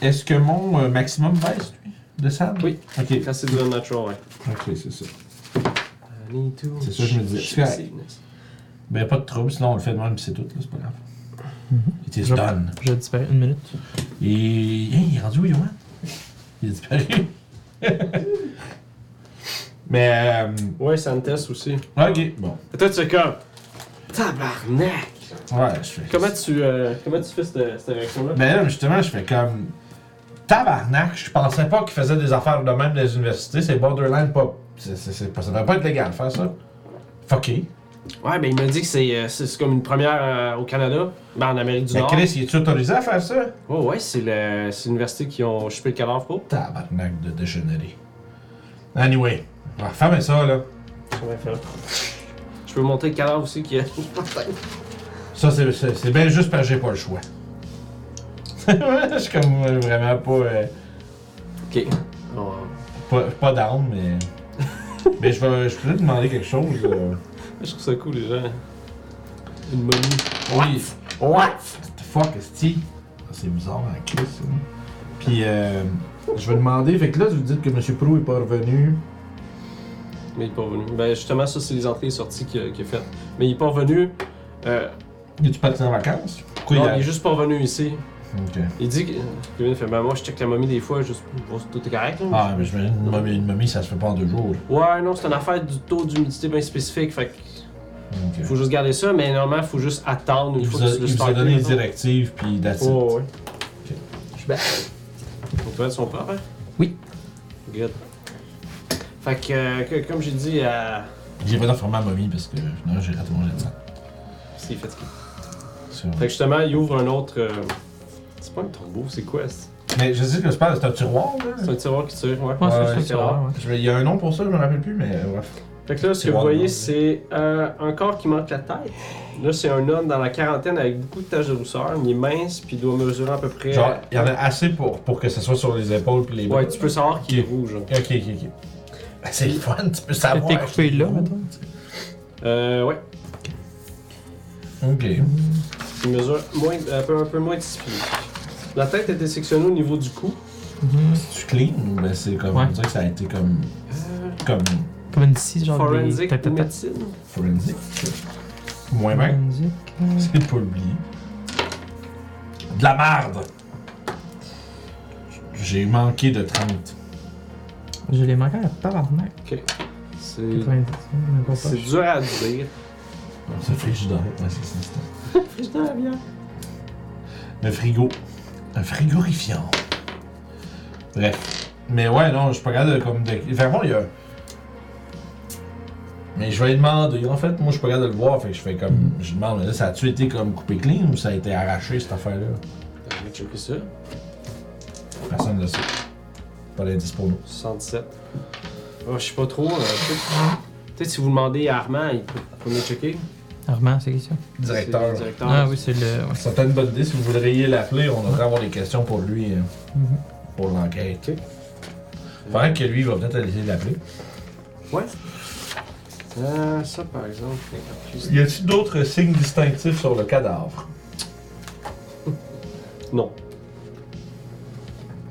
Est-ce que mon euh, maximum baisse, lui, de sable? Oui. Ok. Quand c'est du unnatural, ouais. Ok, c'est ça. I need to- C'est ça que je me disais. Shit, c'est- Ben, pas de trouble, sinon on le fait de même, puis c'est tout, là, c'est pas grave. It is Je- done. Je disparais une minute. Et. hein, il est rendu où, Yohan? Il a disparu. Mais. Euh... Ouais, ça me teste aussi. Ok, bon. Et toi, tu es comme. Tabarnak! Ouais, je fais. Comment tu, euh, comment tu fais cette, cette réaction-là? Ben là, justement, je fais comme. Tabarnak, je pensais pas qu'ils faisaient des affaires de même dans les universités. C'est borderline pas. c'est- c'est- c'est pas- ça devrait pas être légal de faire ça. Fucké. Ouais, ben il m'a dit que c'est euh, c'est- c'est comme une première euh, au Canada, ben en Amérique du Mais Nord. Chris, il est autorisé à faire ça? Oh ouais, c'est le- c'est l'université qui ont chupé le cadavre oh. pour. Tabarnak de dégénéré. Anyway, on va refermer ça, là. Comment faire? Je peux monter le cadavre aussi qui a. Ça, c'est- c'est c'est bien juste parce que j'ai pas le choix. Je suis comme euh, vraiment pas, euh, ok. Oh, On- pas, pas down, mais. mais je vais je voulais te demander quelque chose. euh. Je trouve ça cool, les gens. Une momie. Oui. What? the fuck, esti? Ça, C'est bizarre, en Chris. ça. Puis, euh, je vais demander. Fait que là, vous dites que M. Prou est pas revenu. Mais il est pas revenu. Ben, justement, ça, c'est les entrées et sorties qu'il a, qu'il a faites. Mais il est pas revenu. Euh, Es-tu parti en vacances? Pourquoi non, a- il est juste pas revenu ici. Ok. Il dit que. Kevin fait, ben, moi, je check la momie des fois, juste pour voir si tout est correct. là. Ah, mais je me une momie, une momie, ça se fait pas en deux jours. là. Ouais, non, c'est une affaire du taux d'humidité bien spécifique. Fait que Ok. faut juste garder ça, mais normalement, faut juste attendre. Il une fois vous a, que tu il le vous a startes, donné les mettons. directives, puis that's it. Ouais, ouais. Ok. Je suis Les toilettes sont propres, hein? Oui. Good. Fait que, euh, que- comme j'ai dit euh, à. J'ai pas d'enfermé à momie parce que non, j'ai raté mon jet de sang. C'est fatigué. C'est Fait vrai. que justement, il ouvre un autre. euh, C'est pas un tombeau, c'est quoi? C'est Mais je sais que c'est pas, c'est un tiroir, là. c'est un tiroir qui tire, ouais. Ouais, Ouais, c'est ça, c'est c'est rare, ouais. Je vais- Il y a un nom pour ça, je me rappelle plus, mais bref. Fait que là, ce que vous Tiroir voyez, noir. c'est euh, un corps qui manque la tête. Là, c'est un homme dans la quarantaine avec beaucoup de taches de rousseur. Il est mince, puis il doit mesurer à peu près. Genre, il y en a assez pour, pour que ça soit sur les épaules puis les bras. Ouais, tu peux savoir qu'il est rouge. hein. Ok, ok, ok. Ben, C'est le fun, tu peux T'es savoir. coupé là, mettons. Euh, ouais. Ok. Il mesure moins, euh, un, peu, un peu moins de six pieds. La tête est désectionnée au niveau du cou. Mhm. Si tu clean, ben c'est comme. Ouais. On dirait que ça a été comme. Comme. Comme une scie, genre. des- Forensic tac, tac, tac. médecine. Forensic. Moins bien. Forensic, euh, C'est pas oublié. De la merde! J'ai manqué de 30. Je l'ai manqué à tabarnak. C'est 90, même pas Mhm. c'est proche. dur à dire. Ça fait juste d'arrêt, ouais, c'est ça. c'est- Frigidaire à bière. Le frigo. Un frigorifiant. Bref. Mais ouais, non, je suis pas capable de comme. De... Fait que bon, il y a. Mais je vais lui demander. En fait, moi, je suis pas capable de le voir. Fait que je fais comme. Je demande, mais là, ça a-tu été comme coupé clean ou ça a été arraché, cette affaire-là On va checker Euh, ça. Personne ne le sait. Pas l'indice pour nous. 67. Oh, je sais pas trop. euh, Peut-être peut-être si vous demandez à Armand, il peut peut venir checker. Armand, c'est qui ça Directeur. C'est le directeur. Ah oui, c'est le. ouais. Ça t'a une bonne idée si vous voudriez l'appeler. On devrait avoir des questions pour lui, euh, Mhm. pour l'enquête. Ok. Faudrait que lui, il va peut-être essayer de l'appeler. Ouais. Euh, ça, par exemple, les cartouches. Y a-t-il d'autres signes distinctifs sur le cadavre Non.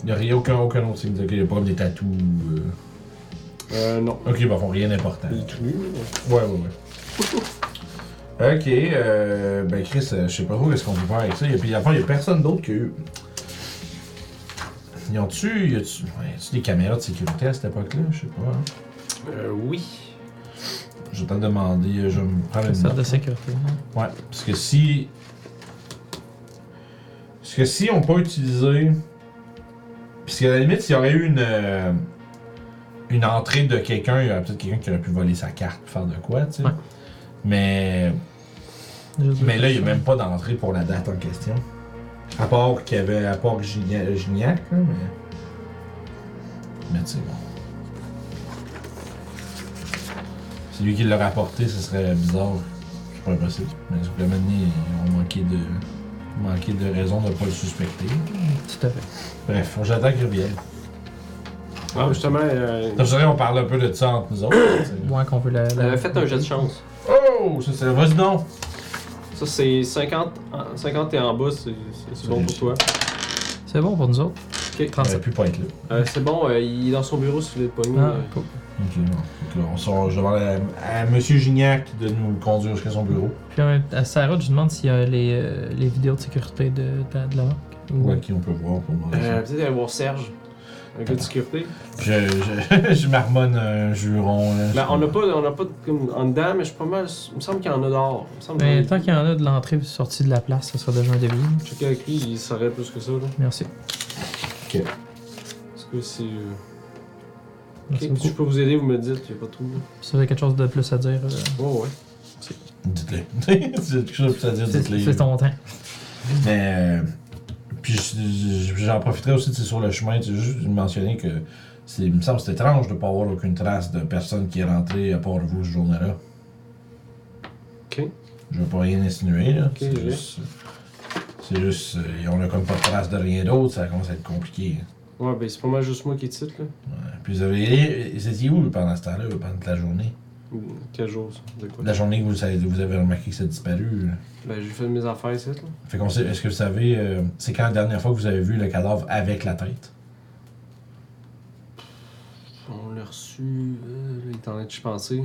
Il n'y a aucun, aucun autre signe. Il n'y a pas comme des tatous. euh. Euh, non. Ok, bah, font rien d'important. Il est tout nu. là. Ouais, ouais, ouais. ok, euh, ben Chris, euh, je sais pas trop qu'est-ce qu'on peut faire avec ça. Et puis, à la fin, il n'y a personne d'autre qui a eu. Ils ont-tu. Y a-tu ouais, y a-tu des caméras de sécurité à cette époque-là Je sais pas. hein. Euh, oui. Je vais t'en demander. euh, Je vais me prendre Une une sorte note. de sécurité. hein. Ouais, parce que si. Parce que si on peut utiliser. Parce qu'à la limite, s'il y aurait eu une. euh, Une entrée de quelqu'un, il y aurait peut-être quelqu'un qui aurait pu voler sa carte, faire de quoi, tu sais. Ouais. Mais. Juste Mais deux là, il n'y a personnes. même pas d'entrée pour la date en question. À part qu'il y avait. À part Gigna- Gignac, là, mais. Mais tu sais, bon. C'est lui qui l'a rapporté, ce serait bizarre. C'est pas impossible. Mais simplement, ils ont manqué de. manqué de raison de ne pas le suspecter. Tout à fait. Bref, faut que j'attends qu'il revienne. Ah, justement, euh, Comme ça, on parle un peu de ça entre nous autres. tu sais. Moins qu'on veut la. elle la- avait fait un jeu de chance. oh! Ça, c'est. Vas-y donc! Ça, c'est 50, en- 50 et en bas, c'est c'est- c'est bon pour toi. C'est bon pour nous autres. Ok. Il aurait 37. pu pas être là. Euh, c'est bon, euh, il est dans son bureau sous les poignets. Ah, euh. cool. Ok, bon. Fait que on sort, je demande à, à Monsieur Gignac de nous conduire jusqu'à son bureau. Puis euh, à Sarah, je demande s'il y a les, euh, les vidéos de sécurité de, de, de la marque. Ou- Ouais, qui on peut voir pour demander Euh, ça. Peut-être aller voir Serge. Un gars de sécurité. Je, je, je marmonne un juron. Là, Ben, on n'a pas, on n'a pas de- comme, en dedans, mais je suis pas mal. Il me semble qu'il y en a dehors. Il me semble Ben, qu'il Mais y en Ben, tant qu'il y en a de l'entrée et de sortie de la place, ça sera déjà un début. a- Checker avec lui, il saurait plus que ça. Là. Merci. Parce que si, euh, ok, Merci si beaucoup. je peux vous aider, vous me dites, il n'y a pas de trouble. Si vous avez quelque chose de plus à dire, euh, Oh, ouais. Dites-le. C'est quelque chose pour ça dire, c'est dites-le. c'est ton temps. Mais. euh, puis je- je- j'en profiterai aussi, c'est sur le chemin, tu sais, juste de mentionner que. c'est- Il me semble que c'est étrange de ne pas avoir aucune trace de personne qui est rentrée à part vous ce jour-là. Je veux pas rien insinuer, là. Ok, c'est j'ai. juste. C'est juste. euh, on a comme pas de trace de rien d'autre, ça commence à être compliqué. hein. Ouais, ben c'est pas mal juste moi qui titre, là. Ouais. Puis vous avez. Vous étiez où pendant ce temps-là, pendant toute la journée Quel jour, ça? De quoi? La journée que vous avez, vous avez remarqué que ça a disparu. là. Ben, j'ai fait mes affaires ici, là. Fait qu'on sait. Est-ce que vous savez. euh, c'est quand la dernière fois que vous avez vu le cadavre avec la tête On l'a reçu, euh, là, il est en train de penser.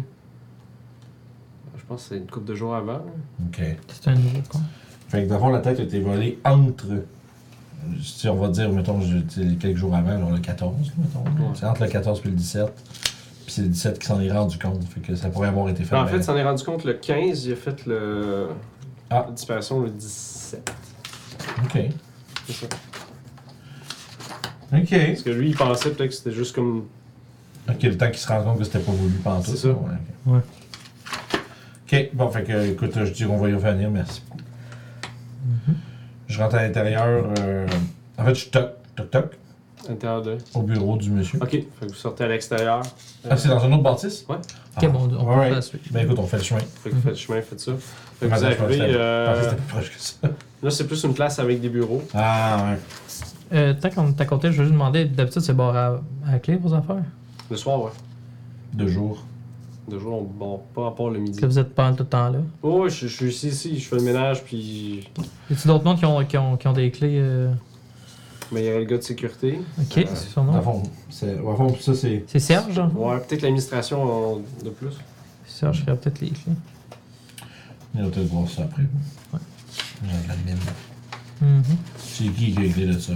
Je pense que c'est une couple de jours avant. là. Ok. C'est un nouveau con. Fait que d'abord, la tête a été volée entre. Si on va dire, mettons, je- tu sais, quelques jours avant, genre le 14, mettons. Ouais. C'est entre le 14 puis le 17. Puis c'est le 17 qui s'en est rendu compte. Fait que ça pourrait avoir été fait. Ben, en mais- fait, s'en est rendu compte le 15, il a fait le... Ah. la disparition le 17. Ok. C'est ça. Ok. Parce que lui, il pensait peut-être que c'était juste comme. Ok, le temps qu'il se rende compte que c'était pas voulu pendant tout. C'est ça. Ouais. ok. Ok, bon, fait que, écoute, je dis qu'on va y revenir, merci beaucoup. Mm-hmm. Je rentre à l'intérieur. euh, En fait, je toc, toc, toc, à l'intérieur de. au bureau du monsieur. Ok, fait que vous sortez à l'extérieur. Ah, c'est dans un autre bâtisse? Ouais. Ah, Ok, bon, alright. on passe à la suite. Ben écoute, on fait le chemin. Je Fait que vous faites chemin, faites ça. Fait que vous Madame, je pense que arrivez. c'était- euh, pensais que c'était plus proche que ça. Là, c'est plus une place avec des bureaux. Ah, ouais. Euh, tant qu'on est à côté, je veux juste demander, d'habitude, c'est barré à, à la clé vos affaires? Le soir, ouais. Deux jours. De jour, on bon, pas à part le midi. Que vous êtes pas tout le temps là? Oh, je, je suis ici, ici, je fais le ménage, puis. Y a-t-il d'autres mondes qui ont, qui ont, qui ont des clés? euh, Mais il y a le gars de sécurité. Ok, Euh, c'est son Dans le nom. fond, c'est- dans le fond, ça, c'est. C'est Serge? Mhm. hein? Ouais, peut-être l'administration en- de plus. Serge qui a peut-être les clés. On va peut-être voir ça après. Ouais. Mhm. C'est qui qui a écrit de ça?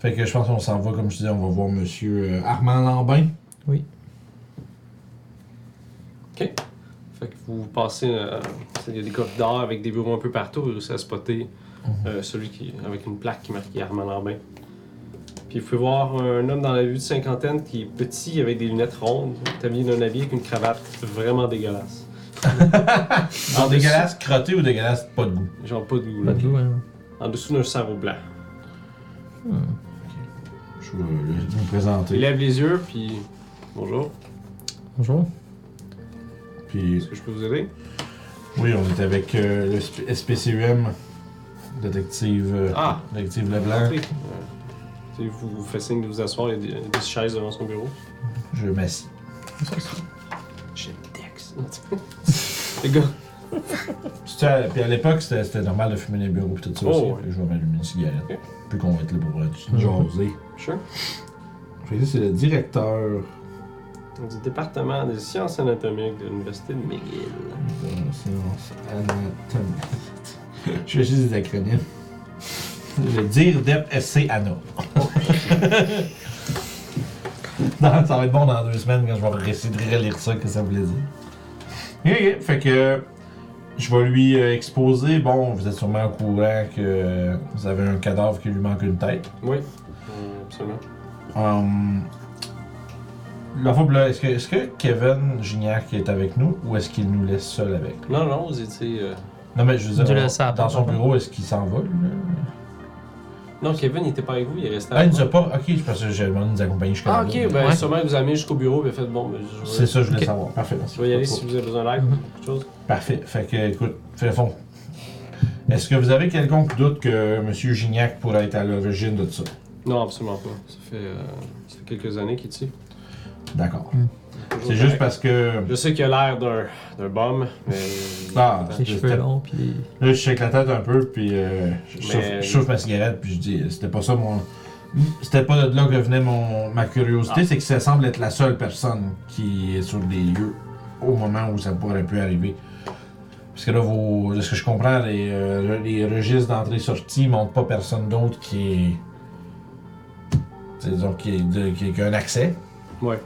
Fait que je pense qu'on s'en va, comme je disais, on va voir Monsieur euh, Armand Lambin. Ok. Fait que vous passez. euh, Il y a des corridors avec des bureaux un peu partout. Vous réussissez à spotter euh, celui qui, avec une plaque qui marque Armand Lambin. Puis vous pouvez voir un homme dans la vue de cinquantaine qui est petit avec des lunettes rondes, habillé d'un habit avec une cravate vraiment dégueulasse. Alors, dégueulasse crotté ou dégueulasse pas de goût? Genre pas de goût, Pas là. de goût, hein. En dessous d'un sarrau blanc. Je vais le- vous Il présenter. lève les yeux, puis. Bonjour, Bonjour. Puis, est-ce que je peux vous aider? oui, on est avec euh, le sp- SPCUM, détective, euh, Ah! détective Leblanc. Entrez. Euh, tu sais, vous, vous faites signe de vous asseoir, il y a des, des chaises devant son bureau. Je m'assieds. J'ai le texte. les gars. C'était à- Puis à l'époque, c'était c'était normal de fumer les bureaux et tout ça Oh, aussi. ouais. Fait que Je vais m'allumer une cigarette. Ok. Puis qu'on va être là pour euh, Mhm. jaser. Sure. Fait que ça, c'est le directeur. du département des sciences anatomiques de l'Université de McGill. Euh, Science anatomique. Je fais juste des acronymes. Le dire DEP SC ANA. non, ça va être bon dans deux semaines quand je vais essayer de relire ça, que ça voulait dire. Ok, ok. Fait que je vais lui euh, exposer. Bon, vous êtes sûrement au courant que vous avez un cadavre qui lui manque une tête. Oui, euh, absolument. Hum, la fois, là, est-ce que, est-ce que Kevin Gignac est avec nous ou est-ce qu'il nous laisse seul avec lui? Non, non, vous étiez. euh, Non, mais je veux Tu dire, le on- sais, dans papa. son bureau, est-ce qu'il s'en va? lui, là? Euh, Non, Kevin n'était pas avec vous, il est resté Ah, il avec nous a moi. pas. Ok, je pense que j'ai demandé de nous accompagner jusqu'à Ah, la ok, route. ben Ouais. sûrement il vous a amené jusqu'au bureau, ben faites bon, ben, je, C'est vais, ça, Mhm. je voulais Ok. savoir. Parfait. je vais y aller si vous avez besoin d'aide ou quelque chose. Parfait. Fait que, écoute, fais fond. Est-ce que vous avez quelconque doute que M. Gignac pourrait être à l'origine de tout ça? Non, absolument pas. Ça fait, euh, ça fait quelques années qu'il est ici. D'accord. Toujours C'est juste correct. parce que. Je sais qu'il a l'air d'un, d'un bum, mais. Ah, Les cheveux c'était- longs, puis les... Là, je shake la tête un peu, puis euh, je, Mais- chauffe, je chauffe ma cigarette, puis je dis, euh, c'était pas ça mon. C'était pas de là que venait mon, ma curiosité, Ah. c'est que ça semble être la seule personne qui est sur des lieux au moment où ça pourrait plus arriver. Parce que là, vos, de ce que je comprends, les, euh, les registres d'entrée-sortie montrent pas personne d'autre qui est. tu sais, Disons, qui, est de- qui- qui a un accès. Ouais.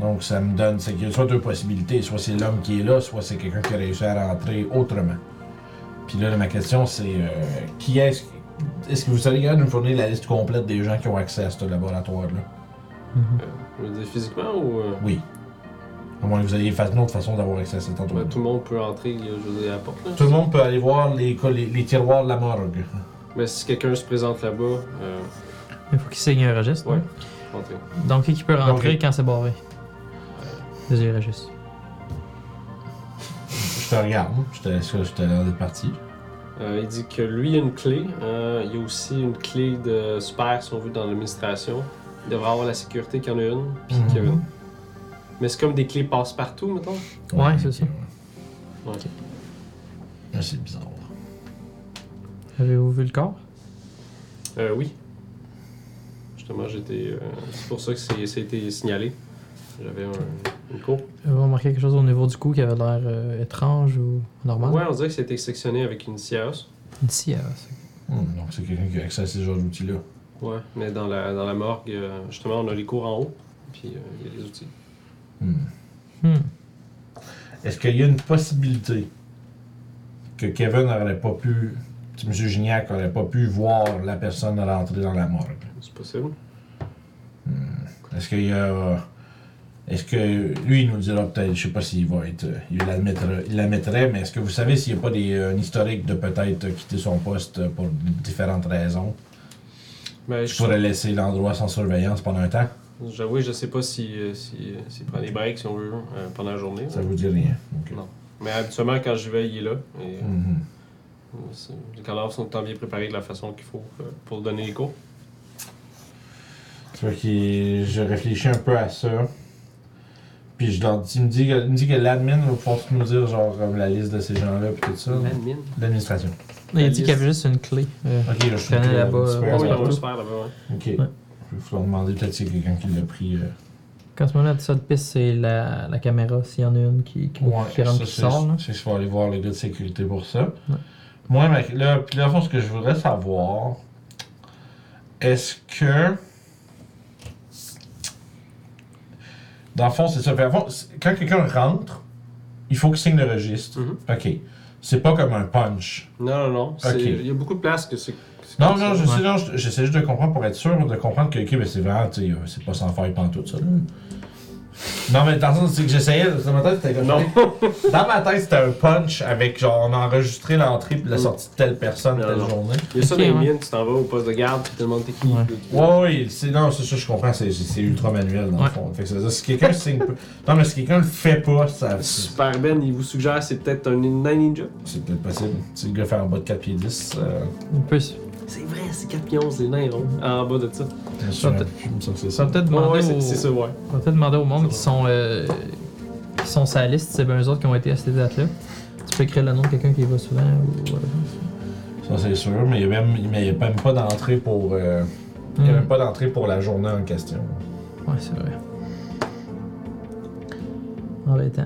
Donc, ça me donne. C'est qu'il y a soit deux possibilités. Soit c'est l'homme qui est là, soit c'est quelqu'un qui a réussi à rentrer autrement. Puis là, ma question, c'est euh, qui est-ce Est-ce que vous seriez capable de nous fournir la liste complète des gens qui ont accès à ce laboratoire-là Mhm. Je veux dire physiquement ou. euh, Oui. À moins que vous ayez fa- une autre façon d'avoir accès à cet endroit ben, tout le monde peut entrer, euh, je veux dire, à la porte. là. Tout le monde peut aller voir les, co- les, les tiroirs de la morgue. Mais si quelqu'un se présente là-bas, euh, Il faut qu'il signe un registre. Ouais. non? entrez. Donc, qui peut rentrer Donc, quand c'est barré? Deuxième registre. Je te regarde. Je te laisse je te laisse partie. Euh, il dit que lui, il y a une clé. Euh, il y a aussi une clé de super, si on veut, dans l'administration. Il devrait avoir la sécurité qu'il y en a une. Puis Mhm. qu'il y a une. Mais c'est comme des clés passe-partout, mettons. Ouais, c'est ok, ça. ouais. Ok. Ah, C'est bizarre. Avez-vous vu le corps Euh, oui. Justement, j'étais. euh, c'est pour ça que c'est, ça a été signalé. J'avais un- une cour. Avez-vous remarqué quelque chose au niveau du cou qui avait l'air euh, étrange ou normal Ouais, on dirait que c'était sectionné avec une science. Ici, euh, c'est- Hum, donc c'est quelqu'un qui a accès à ce genre d'outils-là. Ouais, mais dans la, dans la morgue, euh, justement, on a les cours en haut. Puis euh, il y a les outils. Hum. Hmm. Est-ce qu'il y a une possibilité que Kevin n'aurait pas pu, petit monsieur Gignac n'aurait pas pu voir la personne rentrer dans la morgue? C'est possible. Est-ce qu'il y a. euh, Est-ce que. Lui, il nous dira peut-être, je sais pas s'il va être. euh, Il l'admettra- il l'admettrait, mais est-ce que vous savez s'il n'y a pas des, euh, un historique de peut-être quitter son poste euh, pour différentes raisons? Mais Je je- pourrais laisser l'endroit sans surveillance pendant un temps? Ben, j'avoue, je sais pas si, euh, si, euh, s'il prend des breaks, si on veut, euh, pendant la journée. Ça vous dit rien. Ok. Non. Mais habituellement, quand j'y vais, il est là. Et, Mhm. euh, c'est- les cadavres sont tout le temps bien préparés de la façon qu'il faut euh, pour donner les cours. Tu vois qu'il- je réfléchis un peu à ça. Puis je leur dis, il me dit, que- il me dit que l'admin va pouvoir tout nous dire, genre, comme la liste de ces gens-là, puis tout ça. L'admin. L'administration. Il a La dit qu'il y avait juste une clé. euh, Ok, là, je suis Prenez tout, euh, là-bas, un petit peu euh, Ah à oui, la on va porte. se faire là-bas, ouais. Ok. Je vais vous demander peut-être si quelqu'un qui l'a pris. euh, Qu'en ce moment, la seule piste, c'est la, la caméra, s'il y en a une qui, qui, Ouais, qui rentre, ça, qui c'est- sort. Là. C'est je vais aller voir les gars de sécurité pour ça. Ouais. Moi, ma- là, puis là, au fond, ce que je voudrais savoir, est-ce que. Dans le fond, c'est ça. Fait, au fond, c'est- quand quelqu'un rentre, il faut qu'il signe le registre. Mhm. OK. C'est pas comme un punch. Non, non, non. c'est- Ok. Il y a beaucoup de place que c'est. c'est Non, comme non, ça. je ouais. sais, non, je- j'essaie juste de comprendre pour être sûr, de comprendre que, ok, ben c'est vraiment, tu sais, euh, c'est pas sans faille pantoute, ça. là. Non, mais dans le sens, c'est que j'essayais, dans ma tête, c'était comme. Non. Dans ma tête, c'était un punch avec genre on a enregistré l'entrée puis la Mm. sortie de telle personne Non, telle non. journée. Il y a ça Ok, dans les ouais. mines, tu t'en vas au poste de garde, tu te demandes t'es qui. Ouais. puis tu- Ouais, ouais, c'est non, c'est ça, je comprends, c'est, c'est ultra manuel dans le Ouais. fond. Fait que ça veut dire, si quelqu'un signe pas- non mais si quelqu'un le fait pas, ça, c'est, Super Ben, il vous suggère c'est peut-être un nin- ninja. c'est peut-être possible. Si le gars fait en bas de 4 pieds 10, euh, On peut s- C'est vrai, c'est 4 pions, les nains ronds. En bas de ça. je me souviens peut-être- plus, il me semble que c'est on va ça. peut-être Ouais, demander, ouais, c'est au- c'est ça, ouais. on va peut-être demander au monde C'est qui bon. sont, euh, qui sont sur la liste, c'est bien eux autres qui ont été à cette date-là. Tu peux écrire le nom de quelqu'un qui y va souvent. Ou, Ça c'est sûr, mais il n'y a, même- mais il y a même pas d'entrée pour euh, il y a whatever. même pas d'entrée pour la journée en question. Ouais, c'est vrai. Ah, ben, Embêtant.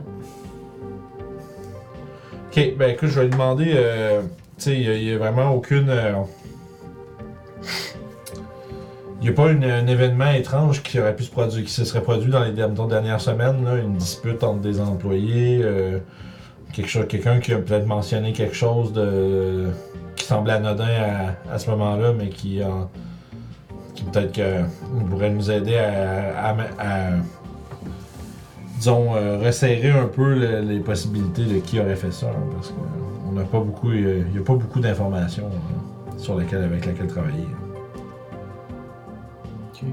Ok, ben écoute, je vais lui demander. euh, tu sais, il y a- il y a, vraiment aucune. euh, Il n'y a pas une- un événement étrange qui aurait pu se produire, qui se serait produit dans les dernières, dernières semaines, là, une dispute entre des employés, euh, quelque chose, quelqu'un qui a peut-être mentionné quelque chose de qui semblait anodin à, à ce moment-là, mais qui en- qui peut-être que pourrait nous aider à, à- à- disons, euh, resserrer un peu le- les possibilités de qui aurait fait ça, hein, parce qu'on n'a pas beaucoup, euh, il n'y a pas beaucoup d'informations hein, sur lesquelles, avec laquelle travailler. Ok. Mais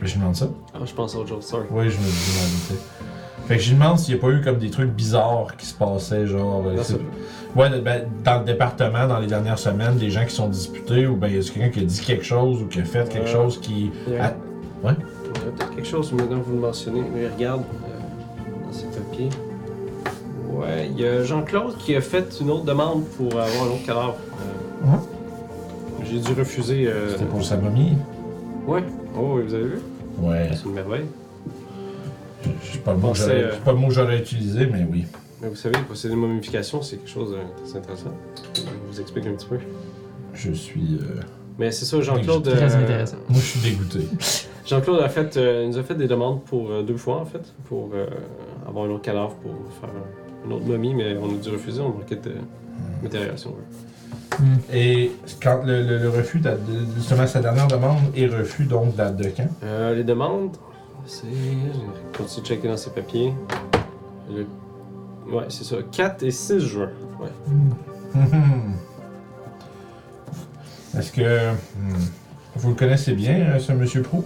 Ben, je lui demande ça. Ah, je pense à autre chose, sorry. Oui, je me suis demandé. Fait que je lui demande s'il n'y a pas eu comme des trucs bizarres qui se passaient, genre. euh, Non, c'est- ça- Ouais, de- ben, dans le département, dans les dernières semaines, des gens qui sont disputés, ou ben, y a quelqu'un qui a dit quelque chose, ou qui a fait quelque Euh, chose qui. il y a- Ah, ouais. Il y a peut-être quelque chose, maintenant que vous le mentionnez. Mais regarde, euh, dans ces papiers. Ouais, il y a Jean-Claude qui a fait une autre demande pour avoir un autre cadavre. Euh, Ouais. J'ai dû refuser. euh, Mhm. C'était pour sa momie. Ouais. Oh, oui, vous avez vu? Ouais. C'est une merveille. Je- je- C'est pas le mot que Pensez, j'aurais- euh, c'est pas le mot que j'aurais utilisé, mais oui. Mais vous savez, le procédé de momification, c'est quelque chose de très intéressant. Je vous explique un petit peu. Je suis. euh, Mais c'est ça, Jean-Claude. Très euh, intéressant. Moi, je suis dégoûté. Jean-Claude a fait, euh, nous a fait des demandes pour euh, deux fois, en fait, pour euh, avoir un autre cadavre, pour faire une autre momie, mais on a dû refuser, on manquait de matérialisation. Et quand le, le- le refus, date de- justement, sa dernière demande et refus, donc, date de quand Euh, les demandes, c'est. Je continue de checker dans ses papiers. Le- Ouais, c'est ça. 4 et 6 juin. Ouais. Mhm. Est-ce que. hmm, Vous le connaissez bien, euh, ce monsieur Pro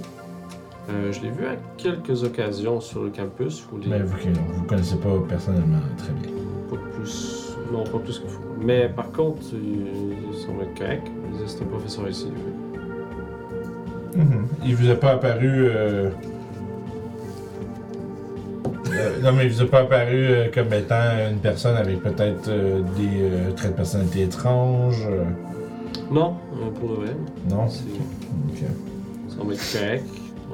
Euh, je l'ai vu à quelques occasions sur le campus. Ou les... Mais vous, vous le connaissez pas personnellement très bien. pas plus. Non, pas plus qu'il faut. Mais par contre, euh, ils sont corrects. C'est un professeur ici. fait Mhm. Il vous a pas apparu. euh, euh, non, mais il vous a pas apparu euh, comme étant une personne avec peut-être euh, des euh, traits de personnalité étranges. euh, que- Non, euh, pour le vrai. non? C'est- Ok. Ça semble être correct.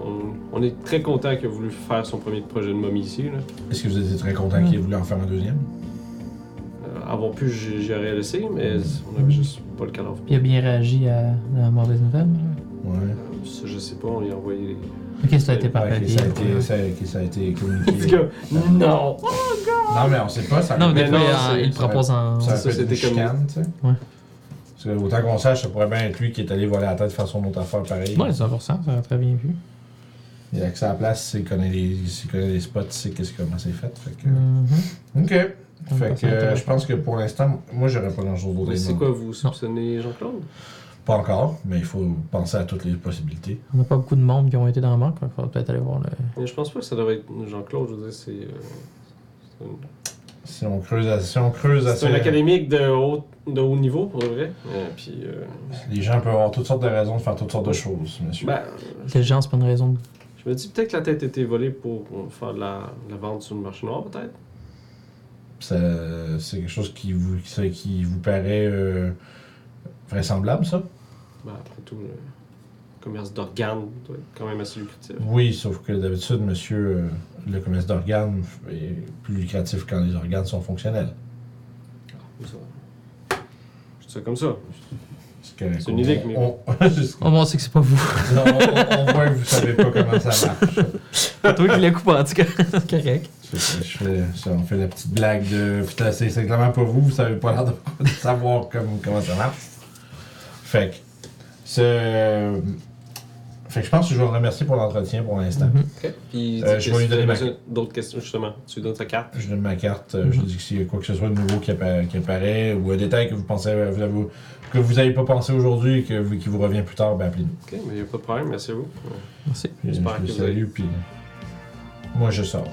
On, on est très content qu'il a voulu faire son premier projet de momie ici. Là. Est-ce que vous étiez très content qu'il ait voulu en faire un deuxième? Euh, avoir pu, j'ai- j'aurais laissé, mais on avait juste pas le cadavre. Il a bien réagi à la mauvaise nouvelle. Ouais. Ça, je sais pas, on lui a envoyé les. Ok, ça a été par Ouais, que papier. ça a été, ça, que ça a été communiqué. non, non! mais on sait pas. Ça Non, mais Mais des fois, non, il- c'est- il le ça- propose en. ça, ça, peut être une c'était comme- chicane, tu sais. Ouais. Parce que autant qu'on sache, ça pourrait bien être lui qui est allé voler la tête faire son autre affaire pareil. Ouais, 100%, ça a très bien vu. Il a accès à la place, c'est connaît les, il connaît les spots, il sait qu'est-ce comment c'est fait. Fait que... Mhm. Ok. Fait que Ça euh, m'intéresse. je pense que pour l'instant, moi j'aurais pas grand chose d'autre. à Mais c'est demander. quoi, vous soupçonnez Jean-Claude? Pas encore, mais il faut penser à toutes les possibilités. On n'a pas beaucoup de monde qui ont été dans le manque, il faudrait peut-être aller voir le. Mais Je pense pas que ça devrait être Jean-Claude, je veux dire, c'est. euh, c'est une- Si on creuse, à- si on creuse assez, C'est un académique de haut, de haut niveau, pour le vrai. Euh, puis, euh, les gens peuvent avoir toutes sortes de raisons de faire toutes sortes de choses, monsieur. ben, Les gens, c'est pas une raison. de- je me dis peut-être que la tête a été volée pour euh, faire de la, la vente sur le marché noir, peut-être. Ça- C'est quelque chose qui vous, ça- qui vous paraît euh, vraisemblable, ça? Ben, après tout, le commerce d'organes doit être quand même assez lucratif. Oui, sauf que d'habitude, monsieur, euh, le commerce d'organes est plus lucratif quand les organes sont fonctionnels. Comme ça. Je dis ça comme ça. C'est une idée que mes- on, Oh, bon, on sait que c'est pas vous. Non, on, on voit que vous savez pas comment ça marche. C'est toi qui l'as coupé, en tout cas. C'est correct. Je fais- je fais- ça, on fait la petite blague de putain, c'est c'est clairement pas vous, vous savez pas l'air de, de savoir comme, comment ça marche. Fait que, ce- euh, fait que je pense que je vais le remercier pour l'entretien pour l'instant. Mhm. Ok. Euh, Puis, dis- je vais lui si vous avez donner ma- besoin d'autres questions, justement. Tu lui donnes ta carte. Je donne ma carte, euh, Mm-hmm. je dis que s'il y a quoi que ce soit de nouveau qui, appa- qui apparaît ou un détail que vous pensez euh, vous avez- que vous n'avez pas pensé aujourd'hui et que vous- qui vous revient plus tard, ben appelez-nous. Ok, mais il a pas de problème, merci à vous. Ouais. Merci. Puis, euh, J'espère Je que le vous allez- salue, puis moi je sors.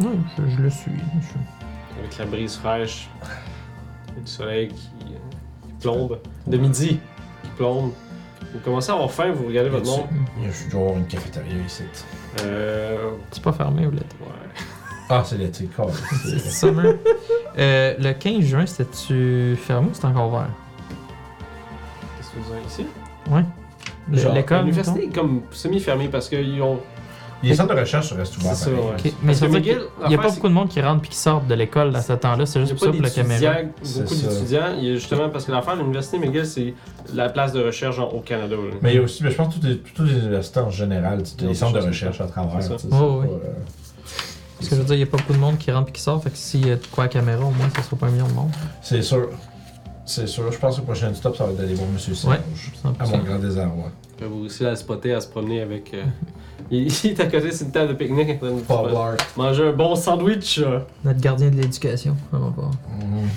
Oui, je, je le suis. je- Avec la brise fraîche, et le soleil qui, euh, qui plombe. De midi, qui plombe. Vous commencez à avoir faim, vous regardez votre Là-dessus. montre. Je suis toujours avoir une cafétéria ici. Euh. C'est pas fermé, vous l'êtes. Ouais. Ah, c'est l'été, cool. C'est summer. Euh, le 15 juin, c'était-tu fermé ou c'était encore ouvert? Qu'est-ce que vous avez ici? Ouais. Le- Genre, L'école. L'université mettons? est comme semi-fermée parce qu'ils ont. Les centres de recherche restent C'est ouverts. ça, pareil. ouais. Ok, Mais Parce que ça veut McGill, dire qu'il n'y a l'affaire, pas c'est beaucoup de monde qui rentre puis qui sort de l'école à ce temps-là. C'est Il n'y juste a pour ça pas pour la caméra. d'étudiants, C'est beaucoup ça. d'étudiants. Il y a justement parce que l'affaire de l'université McGill, c'est la place de recherche genre, au Canada. là. Mais il y a aussi, mais je pense que toutes les, toutes les universités en général, tu t'as Ils des ont centres de des choses recherche à travers. ça. tu sais, Ouais, c'est ouais. pas, euh, Parce que je veux dire, il n'y a pas beaucoup de monde qui rentre puis qui sort. Fait que s'il y a de quoi à la caméra, au moins, ça sera pas un million de monde. C'est sûr. C'est sûr. Je pense que le prochain stop, ça va être d'aller voir Monsieur Singe. Ouais. À 100%. Ah mon grand désarroi. Vous avez réussi à le spotter, à se promener avec. euh, Il il est à côté sur une table de pique-nique en train de Paul Blart. manger un bon sandwich. euh. Notre gardien de l'éducation. Vraiment pas. Mhm.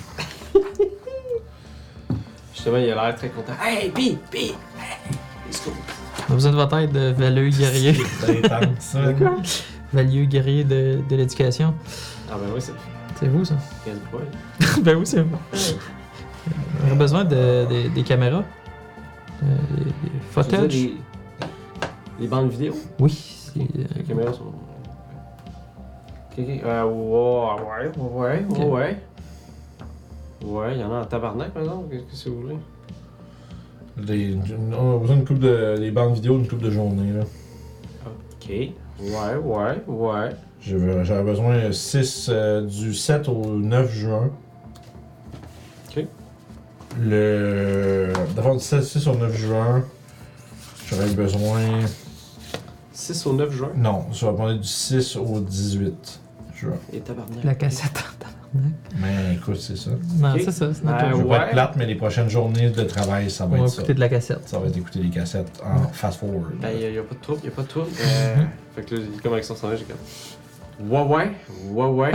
Justement, il a l'air très content. Hey, pi, pi! Hey, let's go! On a besoin de votre aide, euh, valeureux guerrier. C'est intense, ça. Valieux guerrier de, de l'éducation. Ah, ben oui, c'est C'est vous, ça? 15 points. ben oui, c'est moi. On aurait besoin de, des- des caméras. Euh, des, des footage. Les, les bandes vidéo. Oui. c'est, euh, Les caméras sont. Ok, ok. Euh, ouais, ouais, ouais, ouais, ouais. Ouais, il y en a en tabarnak, par exemple. Qu'est-ce que si vous voulez? Des- on a besoin d'une coupe de. des bandes vidéo d'une coupe de journée, là. Ok. Ouais, ouais, ouais. Je veux- J'aurais besoin 6 du 7 au 9 juin. Ok. Le. D'abord du 7 6 au 9 juin. J'aurais besoin. 6 au 9 juin. Non, ça va parler du 6 au 18 juin. Et tabarnak. La cassette en tabarnak. Mais écoute, c'est ça. Non, Ok. c'est ça. C'est Ah, Je notre vais ouais. pas être plate, mais les prochaines journées de travail, ça va On être va ça. écouter de la cassette. Ça va être écouter les cassettes en fast-forward. Ben, y'a y a pas de trouble, y'a pas de trouble. Euh... fait que là, comme accent sonore, j'ai comme. Ouais, ouais, ouais, ouais.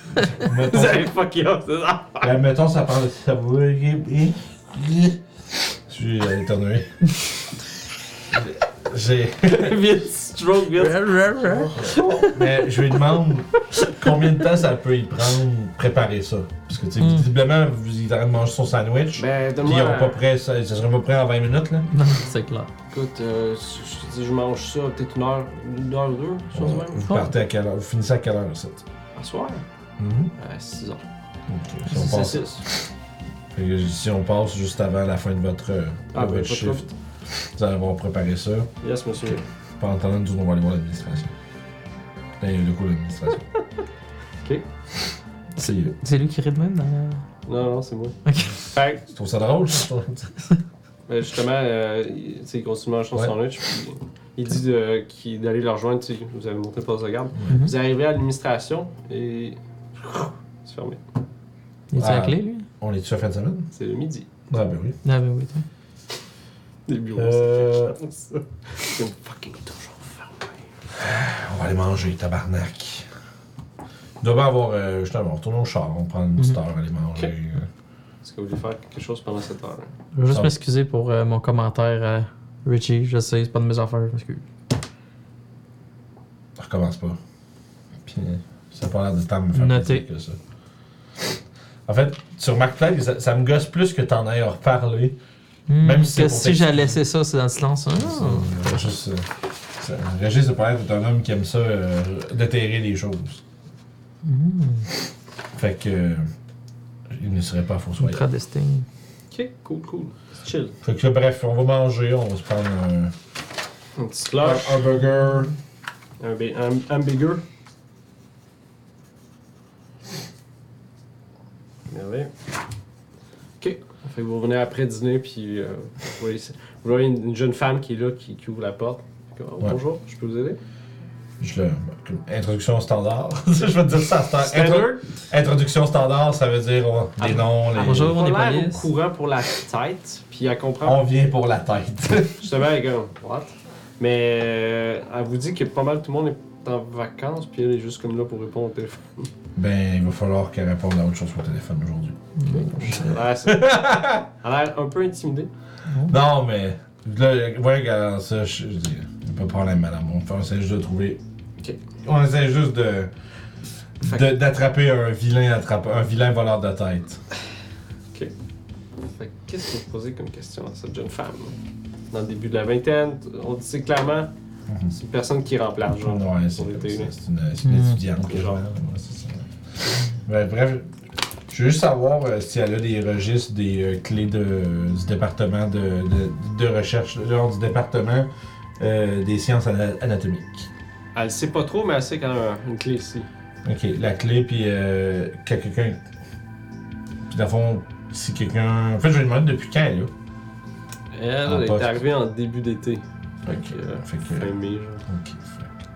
mettons, Vous avez fucké up, c'est ça? ben, mettons, ça parle... Ça va... Je suis étonné. J'ai. vite, stroke, vite. Mais je lui demande combien de temps ça peut y prendre préparer ça. Parce que, tu sais, Mm. visiblement, vous il est en train de manger son sandwich. Ben, Puis donne-moi. ils auront pas prêt, ça, ça sera pas prêt en 20 minutes, là. Non, c'est clair. Écoute, euh, si je te dis, je mange ça peut-être une heure, une heure ou deux, sur le même. Vous partez à quelle heure Vous finissez à quelle heure, ça? À soir, Mhm. à 6 heures. Ok, si on C'est passe. 6. Fait que si on passe juste avant la fin de votre, euh, de Ah, ben, pas votre de shift, trouble. vous allez avoir préparé ça. Yes, monsieur. Pas en attendant, nous, on va aller voir l'administration. Là, il y a le coup de l'administration. Ok. C'est. euh, C'est lui qui rit de même dans la- Non, non, c'est moi. Ok. Fait que, Tu trouves ça drôle, ça? ben, justement, euh, il- tu sais, il continue à manger son Ouais. sandwich, puis il dit de- qu'il- d'aller le rejoindre, tu sais, vous avez monté pas de garde. Mhm. Vous arrivez à l'administration et. C'est fermé. Il est-tu à la Ah. clé, lui On est-tu à fin de semaine? C'est le midi. Ah, ben oui. Ah, ben oui, toi. Les bureaux, Euh. c'est ça. C'est fucking toujours fermé. On va aller manger, tabarnak. Il doit bien avoir. euh, justement, on retourne au char, on prend une Mhm. petite heure à aller manger. euh. Est-ce que vous voulez faire quelque chose pendant cette heure? Je veux Ça juste va. m'excuser pour euh, mon commentaire à Richie. Je sais, c'est pas de mes affaires, je m'excuse. Ça recommence pas. Puis, euh, ça a pas l'air de temps de me faire Noté. plaisir que ça. En fait, tu remarques peut-être que ça, ça me gosse plus que t'en aies reparlé. Même Même si c'est pour si, Hmm, si j'ai t'expliquer. laissé ça, c'est dans le silence. hein? Ça, euh, juste, euh, ça- Régis, ça paraît être un homme qui aime ça, euh, déterrer les choses. Mmh, Fait que. euh, il ne serait pas faux soyeur. ultra destin. Ok, cool, cool. Chill. Fait que là, bref, on va manger, on va se prendre un, Une petite cloche, un burger. un, ba- un, un bigger. Merveilleux. Ok. Fait que vous revenez après dîner, puis euh, vous voyez, vous voyez une, une jeune femme qui est là, qui, qui ouvre la porte. Fait que, oh, Ouais. Bonjour, je peux vous aider? Je le- Introduction standard. je vais te dire ça. standard. Intro- Introduction standard, ça veut dire oh, les Ah, noms, les. ah, bonjour. on on est est au police. courant pour la tête, puis elle comprend On vient pour la tête. Justement, elle est comme, what? Mais euh, elle vous dit que pas mal tout le monde est en vacances, puis elle est juste comme là pour répondre au téléphone. ben, il va falloir qu'elle réponde à autre chose au téléphone aujourd'hui. Elle a l'air- elle a l'air un peu intimidée. Non, mais. Là, ouais, regarde, ça, je, je dis. Pas de problème, madame. On fait- on essaie juste de trouver. Ok. On essaie juste de. Fait de- D'attraper un vilain attrape, un vilain voleur de tête. Fait que qu'est-ce que vous posez comme question à cette jeune femme? Dans le début de la vingtaine, on dit c'est clairement, c'est une personne qui remplace, genre. Mhm. Ouais, c'est on comme était, ça, là. c'est une, c'est une Mm. étudiante. que je Genre. vois, ouais, c'est ça. Ben, bref, je veux juste savoir euh, si elle a des registres des euh, clés de, du département de, de- de recherche, genre du département euh, des sciences ana- anatomiques. Elle le sait pas trop, mais elle sait qu'elle a un- une clé ici. Ok, la clé, puis euh, que quelqu'un. Puis dans le fond, si quelqu'un. En fait, je lui demande depuis quand elle est là. Elle, En elle est poste. arrivée en début d'été. Fait Ok, que, euh, fait que- fin mai, genre. Ok, fuck.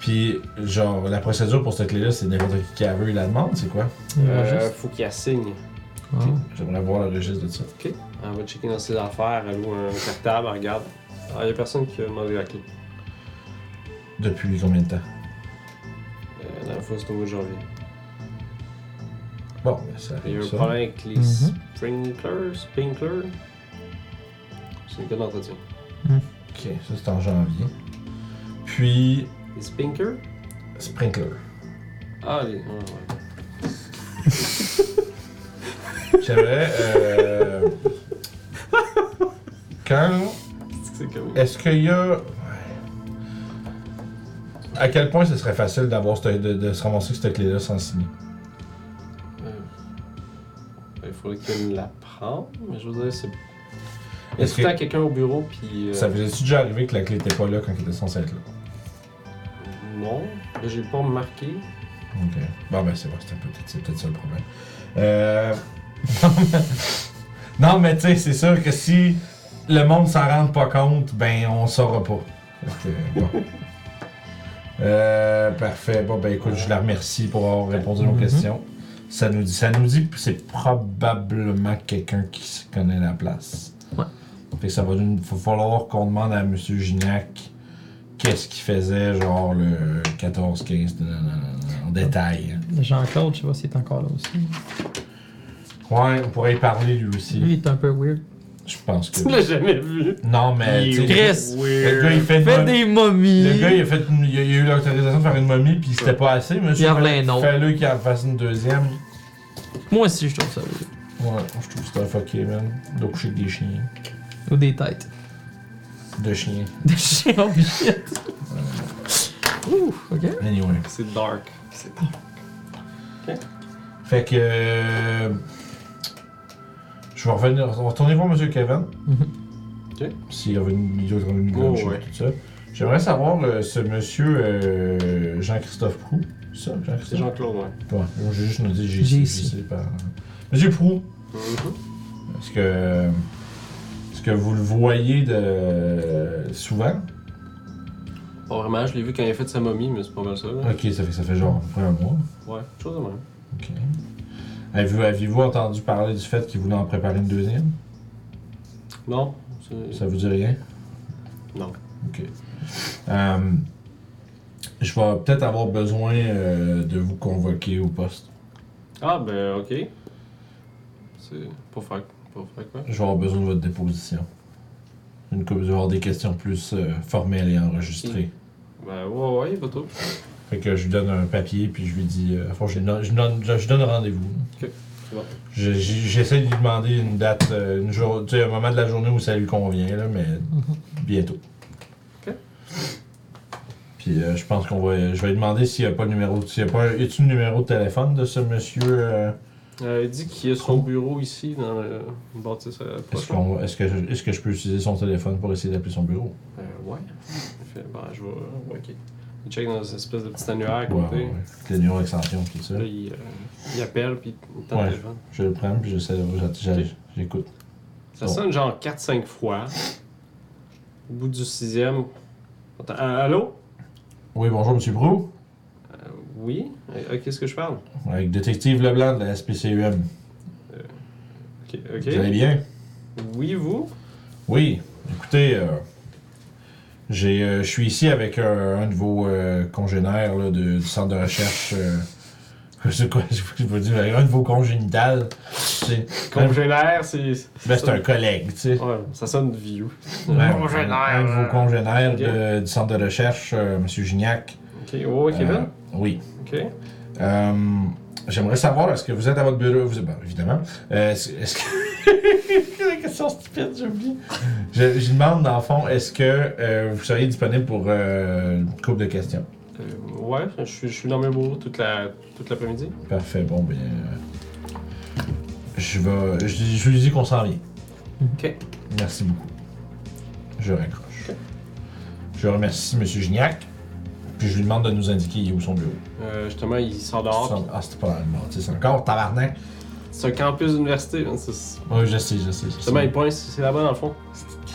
Puis, genre, la procédure pour cette clé-là, c'est n'importe qui qui a vu la demande, c'est quoi? Euh, faut qu'il assigne. J'aimerais voir le registre de ça. Elle va checker dans ses affaires, elle ouvre un cartable, elle regarde. Ah, il y a personne qui a demandé la clé. Depuis combien de temps? Euh, la dernière fois, c'était au mois de janvier. Bon, mais ça Il y a eu arrive un ça. problème avec les Mhm. sprinklers, sprinklers. C'est le cas d'entretien. Ok, ça c'est en janvier. Puis, Les sprinklers? Sprinkler. Ah, les... ah, ouais. J'aimerais. Euh... Quand. C'est comme... Est-ce qu'il y a. À quel point ce serait facile d'avoir cette- de, de se ramasser avec cette clé-là sans signer? Euh, Il faudrait qu'il la prenne, mais je veux dire, c'est... Il y a Est-ce tout le temps que- quelqu'un au bureau, puis... euh, Ça vous est-tu déjà arrivé que la clé était pas là quand elle était censée être là? Non, mais j'ai pas remarqué. Euh, Ok. Bon, ben, c'est vrai, c'était peut-être, c'est peut-être ça le problème. Euh... non, mais- non, mais tu sais, c'est sûr que si le monde s'en rend pas compte, ben, on saura pas. Fait que, bon. Euh, parfait. Bon, ben, écoute, je la remercie pour avoir répondu à nos Mhm. questions. Ça nous dit, ça nous dit que c'est probablement quelqu'un qui s- connaît la place. Ouais. Fait que ça va nous faut falloir qu'on demande à M. Gignac qu'est-ce qu'il faisait, genre le 14-15, nan, nan, nan, nan, en détail. hein. Jean-Claude, je sais pas s'il est encore là aussi. Ouais, on pourrait y parler lui aussi. Lui, il est un peu weird. Je pense que. Tu l'as jamais vu. Non, mais. Il tu sais, est Chris, Le gars, il weird. fait une Fais momie. des momies! Le gars, il a, fait une- il a- il a eu l'autorisation de faire une momie, puis c'était pas assez. mais Il en voulait un autre. Fais-le qu'il en fasse une deuxième. Moi aussi, je trouve ça weird. Ouais, je trouve que c'est un fucké, man. De coucher avec des chiens. Ou des têtes. De chiens. Des chiens, oh shit! Ouh, ok. Anyway. C'est dark. C'est Fait que. euh, Je vais revenir, on va retourner voir M. Kevin. Mhm. Mm-hmm. Ok. S'il a une vidéo de une Oh, grande chose, ouais. tout ça. J'aimerais savoir euh, ce monsieur euh, Jean-Christophe Proux. C'est ça, c'est Jean-Christophe Jean-Claude, ouais. Ouais, moi, j'ai juste noté j'ai J'ai j'ai- ici. j'ai- par- Monsieur Proux, Mhm. est-ce que. Est-ce que vous le voyez de. souvent? Pas vraiment, je l'ai vu quand il a fait sa momie, mais c'est pas mal ça. là. Ok, ça fait, ça fait genre à peu près un mois. Ouais, quelque chose de même. Ok. Avez-vous aviez-vous entendu parler du fait qu'il voulait en préparer une deuxième? Non, c'est. Ça vous dit rien? Non. Ok. Euh, je vais peut-être avoir besoin euh, de vous convoquer au poste. Ah, ben, ok. C'est. Pas faire. Pas faire quoi Je vais avoir besoin de votre déposition. Une coupe, je vais avoir des questions plus euh, formelles et enregistrées. Ben, ouais, ouais, pas trop. Fait que je lui donne un papier puis je lui dis. euh, enfin, je, lui donne- je lui donne, je- je donne rendez-vous. Ok, c'est bon. Je- j'ai- J'essaie de lui demander une date, euh, une jour, tu sais, un moment de la journée où ça lui convient, là, mais bientôt. Mhm. Ok. Puis euh, je pense qu'on va. Je vais lui demander s'il n'y a pas de numéro. S'il y a pas. Y a-tu le numéro de téléphone de ce monsieur euh, Euh, il dit qu'il y a son bureau ici, dans le une bâtisse euh, Est-ce proche. qu'on- est-ce que, est que je peux utiliser son téléphone pour essayer d'appeler son bureau? Euh, ouais. Il fait, ben, je vais. ouais, ok. Il check dans une espèce de petit annuaire à Ouais, côté. ouais, ouais. Le numéro euh, d'extension, tout ça. Là, il, euh, il appelle, puis il tente Ouais. le téléphone. Je le prends, puis j'essaie de- j'a- j'a- Ok. J'écoute. Ça Bon. sonne genre 4-5 fois. Au bout du sixième. Attends, euh, allô? Oui, bonjour, Monsieur Brou. Euh, oui? Euh, euh, Qu'est-ce que je parle? Avec Détective Leblanc de la SPCUM. Ok. Vous allez ok. bien? Oui, vous? Oui, écoutez, euh, j'ai, euh, je suis ici avec euh, un de vos euh, congénères là, de- du centre de recherche. euh, je sais quoi, je je veux dire, un de vos congénitales. tu sais. Congénère, c'est. Ben, c'est un collègue, tu sais. Ouais, ça sonne vieux. Ben, Congénère. Un euh, de vos congénères Ok. de- du centre de recherche, euh, M. Gignac. Ok, ouais, Euh, Kevin? oui. Ok. Euh, J'aimerais savoir, est-ce que vous êtes à votre bureau? Vous, ben, évidemment. Euh, est-ce est-ce que. La question stupide, j'ai oublié. Je, je demande, dans le fond, est-ce que euh, vous seriez disponible pour euh, une couple de questions? Euh, ouais, je suis, je suis dans mes bureaux toute la toute l'après-midi. Parfait, bon, ben. euh, je vais. Je, je lui dis qu'on s'en vient. Ok. Merci beaucoup. Je raccroche. Je remercie M. Gignac, puis je lui demande de nous indiquer où est son bureau. Euh, justement, il Ça- sort dehors. Ah, c'est pas dans le bâtisse encore, tabarnak. C'est un campus d'université. hein, c'est- Oui, je sais, je sais. je sais. Justement, il pointe, c'est là-bas dans le fond.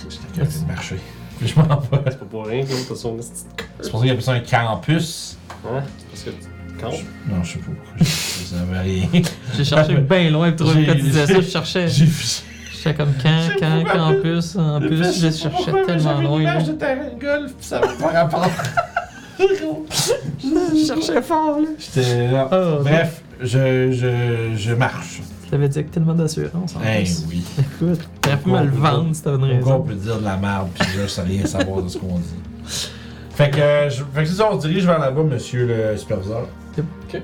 J'étais capable de marcher. Puis je m'en vais. C'est pas pour rien que l'autre a son esti de C'est pour ça qu'il appelle ça un campus. Hein? C'est Parce que tu comptes. Non, je sais pas pourquoi. j'ai- Ça savais rien. J'ai cherché bien loin pour trouver J'ai- quand tu disais ça. Je cherchais. J'ai vu ça. J'étais comme quand, J'ai quand, pas quand, en mal- plus, en plus, je cherchais tellement loin. là. J'ai une image de terrain de golf, puis ça va pas rapport. Je cherchais fort, là. J'étais là. Ah, ouais. Bref, je, je, je marche. T'avais dit avec tellement d'assurance, en Eh plus. oui. Écoute, t'aurais pu me le vendre si t'avais une Pourquoi on raison. peut dire de la merde puis je sais rien savoir de ce qu'on dit? Fait que, euh, je- fait que c'est ça, on se dirige vers là-bas, monsieur le superviseur. Yep. Ok.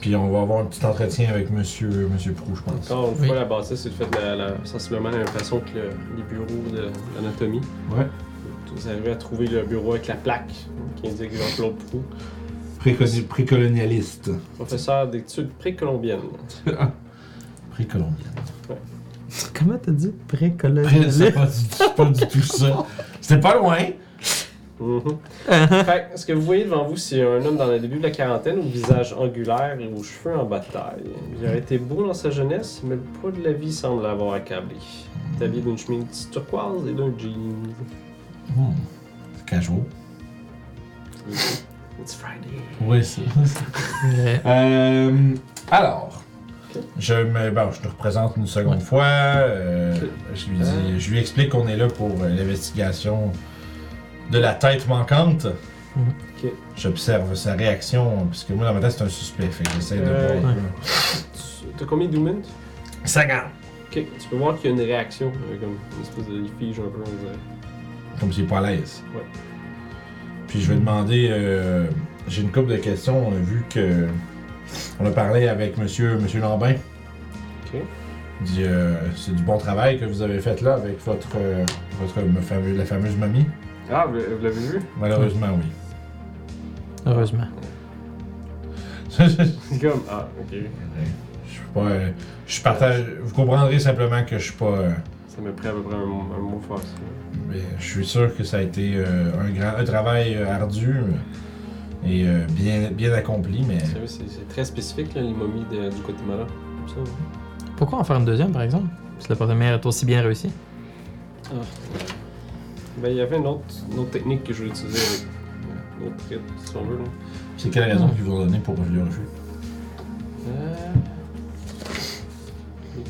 Puis on va avoir un petit entretien avec monsieur, monsieur Prou, je pense. Encore une Oui. fois, la bâtisse c'est fait de la, la- sensiblement de la même façon que le- les bureaux de l'anatomie. Ouais. Vous arrivez à trouver le bureau avec la plaque hein, qui indique Jean-Claude Proux, Préconi- Précolonialiste. professeur d'études précolombiennes. Précolombienne. Comment t'as dit Pré- C'est précolonialiste? pas, du- c'est pas du tout ça. C'était pas loin. Mhm. fait, que ce que vous voyez devant vous, c'est un homme dans le début de la quarantaine, au visage angulaire et aux cheveux en bataille. Il aurait été beau dans sa jeunesse, mais le poids de la vie semble l'avoir accablé. Il est habillé d'une chemise turquoise et d'un jean. Hmm. Casual. It's Friday. Oui, c'est. Ouais. Euh, alors, je me, bon, je te représente une seconde fois. euh, je, lui dis, je lui explique qu'on est là pour euh, l'investigation de la tête manquante. Mhm. Ok. J'observe sa réaction, puisque moi dans ma tête c'est un suspect, fait que j'essaie de Euh, voir. ouais. Tu- T'as combien de minutes? 50! Ok, tu peux voir qu'il y a une réaction, euh, comme une espèce de. Il fige un peu, on dirait. Comme s'il est pas à l'aise. Ouais. Puis je vais demander. euh, J'ai une couple de questions. On a vu que. On a parlé avec monsieur, monsieur Lambin. Ok. Il dit euh, c'est du bon travail que vous avez fait là avec votre. euh, votre me- fameux- la fameuse mamie. Ah, vous, vous l'avez vu? Malheureusement, oui. Heureusement. je C'est comme. Ah, ok. suis pas. euh, je partage. Vous comprendrez simplement que je suis pas. euh, Ça me prend à peu près un, un mot fort. ça. Mais je suis sûr que ça a été euh, un, grand, un travail euh, ardu euh, et euh, bien, bien accompli, mais Vous savez, C'est c'est très spécifique, là, les momies de- du Guatemala. Comme ça, ouais. Pourquoi en faire une deuxième, par exemple Si la première est aussi bien réussie. Ah. Ben, il y avait une autre, une autre technique que je vais utiliser avec. Une autre traite, si on veut, là. c'est quelle raison qu'ils vous ont donné pour revenir au jeu? Euh.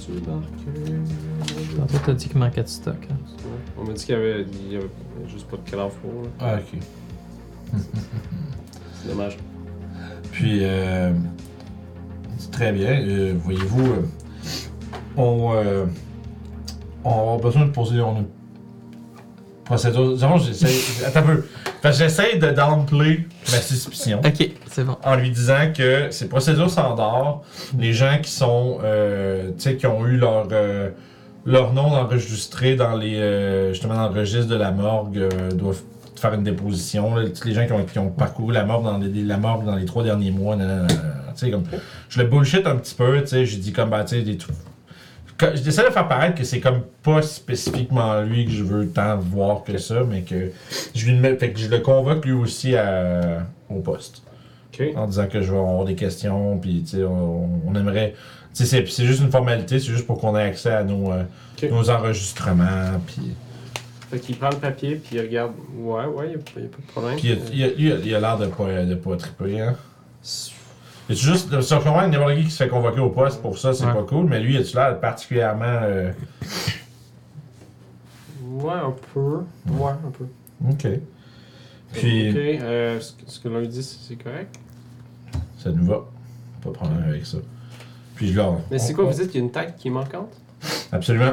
tu marques. Tantôt, t'as dit qu'il manquait de stock. hein. On m'a dit qu'il y avait, il y avait juste pas de cadavre pour, là. Ah, ok. C'est dommage. Puis, euh, c'est très bien. Euh, Voyez-vous, euh, on, euh, on va avoir besoin de poser une procédure. Dans le fond, j'essaie- Attends un peu. Fait que J'essaie de downplay ma suspicion. Ok, c'est bon. en lui disant que ces procédures s'endorment. Les gens qui sont, euh, tu sais, qui ont eu leur euh, leur nom enregistré dans les euh, justement dans le registre de la morgue euh, doivent faire une déposition. là. Tous les gens qui ont, qui ont parcouru la morgue dans les, la morgue dans les trois derniers mois, nan, nan, nan, nan. tu sais comme je le bullshit un petit peu, tu sais, j'ai dit comme bah tu sais des tout. Quand- J'essaie de faire paraître que c'est comme pas spécifiquement lui que je veux tant voir que ça, mais que je lui mets, fait que je le convoque lui aussi à- au poste Ok. en disant que je vais avoir des questions, puis tu sais, on, on aimerait. Tu sais, c'est- puis c'est juste une formalité, c'est juste pour qu'on ait accès à nos, euh, Ok. nos enregistrements, puis. Fait qu'il prend le papier, puis il regarde. Ouais, ouais, il n'y a, pas de problème. Puis il a- il a- lui, il a l'air de pas, de pas triper, hein. Il est juste. de- Sur comment n'importe qui qui se fait convoquer au poste pour ça, c'est Ouais. pas cool, mais lui, il a l'air particulièrement. euh, Ouais, un peu. Ouais, un peu. Ok. Puis, Ok, euh, ce que- ce que l'on lui dit, c'est c'est correct. ça nous va. Pas de problème avec ça. Puis là. on- Mais c'est on- quoi, on- vous dites qu'il y a une tête qui est manquante Absolument.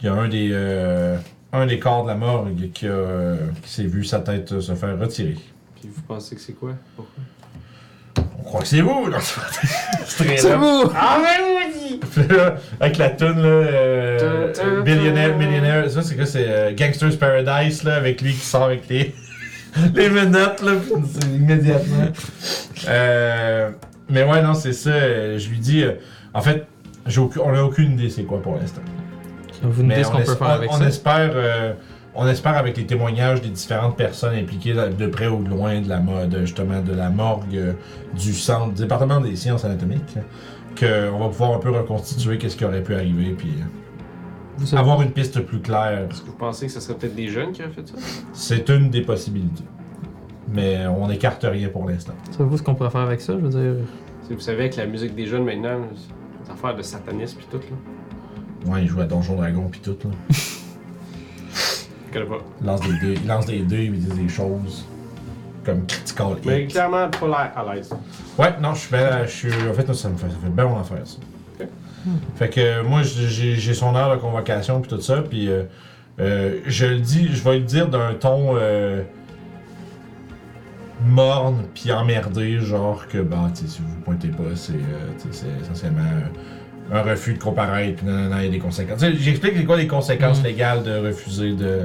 Il y a un des, euh, un des corps de la morgue qui, a, euh, qui s'est vu sa tête euh, se faire retirer. Puis vous pensez que c'est quoi Pourquoi On croit que c'est vous! Non, c'est pas- c'est très long. vous Ah ouais, oui! Puis là, avec la toune, là, euh, Tum, tum, Billionaire, tum. Millionaire, ça c'est quoi? C'est euh, Gangster's Paradise, là, avec lui qui sort avec les, les menottes, là, puis c'est immédiatement. Euh, mais ouais, non, c'est ça. euh, Je lui dis, euh, en fait, j'ai aucune- on n'a aucune idée c'est quoi pour l'instant. Vous nous Mais dites ce on qu'on es- peut faire on- avec on ça. Espère, euh, on espère avec les témoignages des différentes personnes impliquées de de près ou de loin de la mode, justement, de la morgue, euh, du centre, du département des sciences anatomiques, qu'on va pouvoir un peu reconstituer qu'est-ce qui aurait pu arriver, puis euh, Vous savez- avoir une piste plus claire. Est-ce que vous pensez que ce serait peut-être des jeunes qui auraient fait ça C'est une des possibilités. Mais on n'écarte rien pour l'instant. Savez-vous ce qu'on pourrait faire avec ça Je veux dire, Si vous savez, avec la musique des jeunes maintenant, là, c'est des affaires de satanisme puis tout, là. Ouais, il joue à Donjon Dragon puis tout, là. Je connais pas. Il lance des dés, il lance des dés, il dit des choses comme critical. Mais hit. clairement, pas l'air à l'aise. Ouais, non, je suis bien. Je suis, en fait, ça me fait, ça fait bien mon affaire, ça. Ok. Fait que euh, moi, j'ai- j'ai j'ai son heure de convocation, puis tout ça, puis euh, euh, je le dis, je vais le dire d'un ton euh, morne, puis emmerdé, genre que, bah, tu sais, si vous pointez pas, c'est euh, tu sais, c'est essentiellement euh, un refus de comparaître, puis nanana, il y a des conséquences. Tu sais, J'explique c'est quoi les conséquences Mm. légales de refuser de.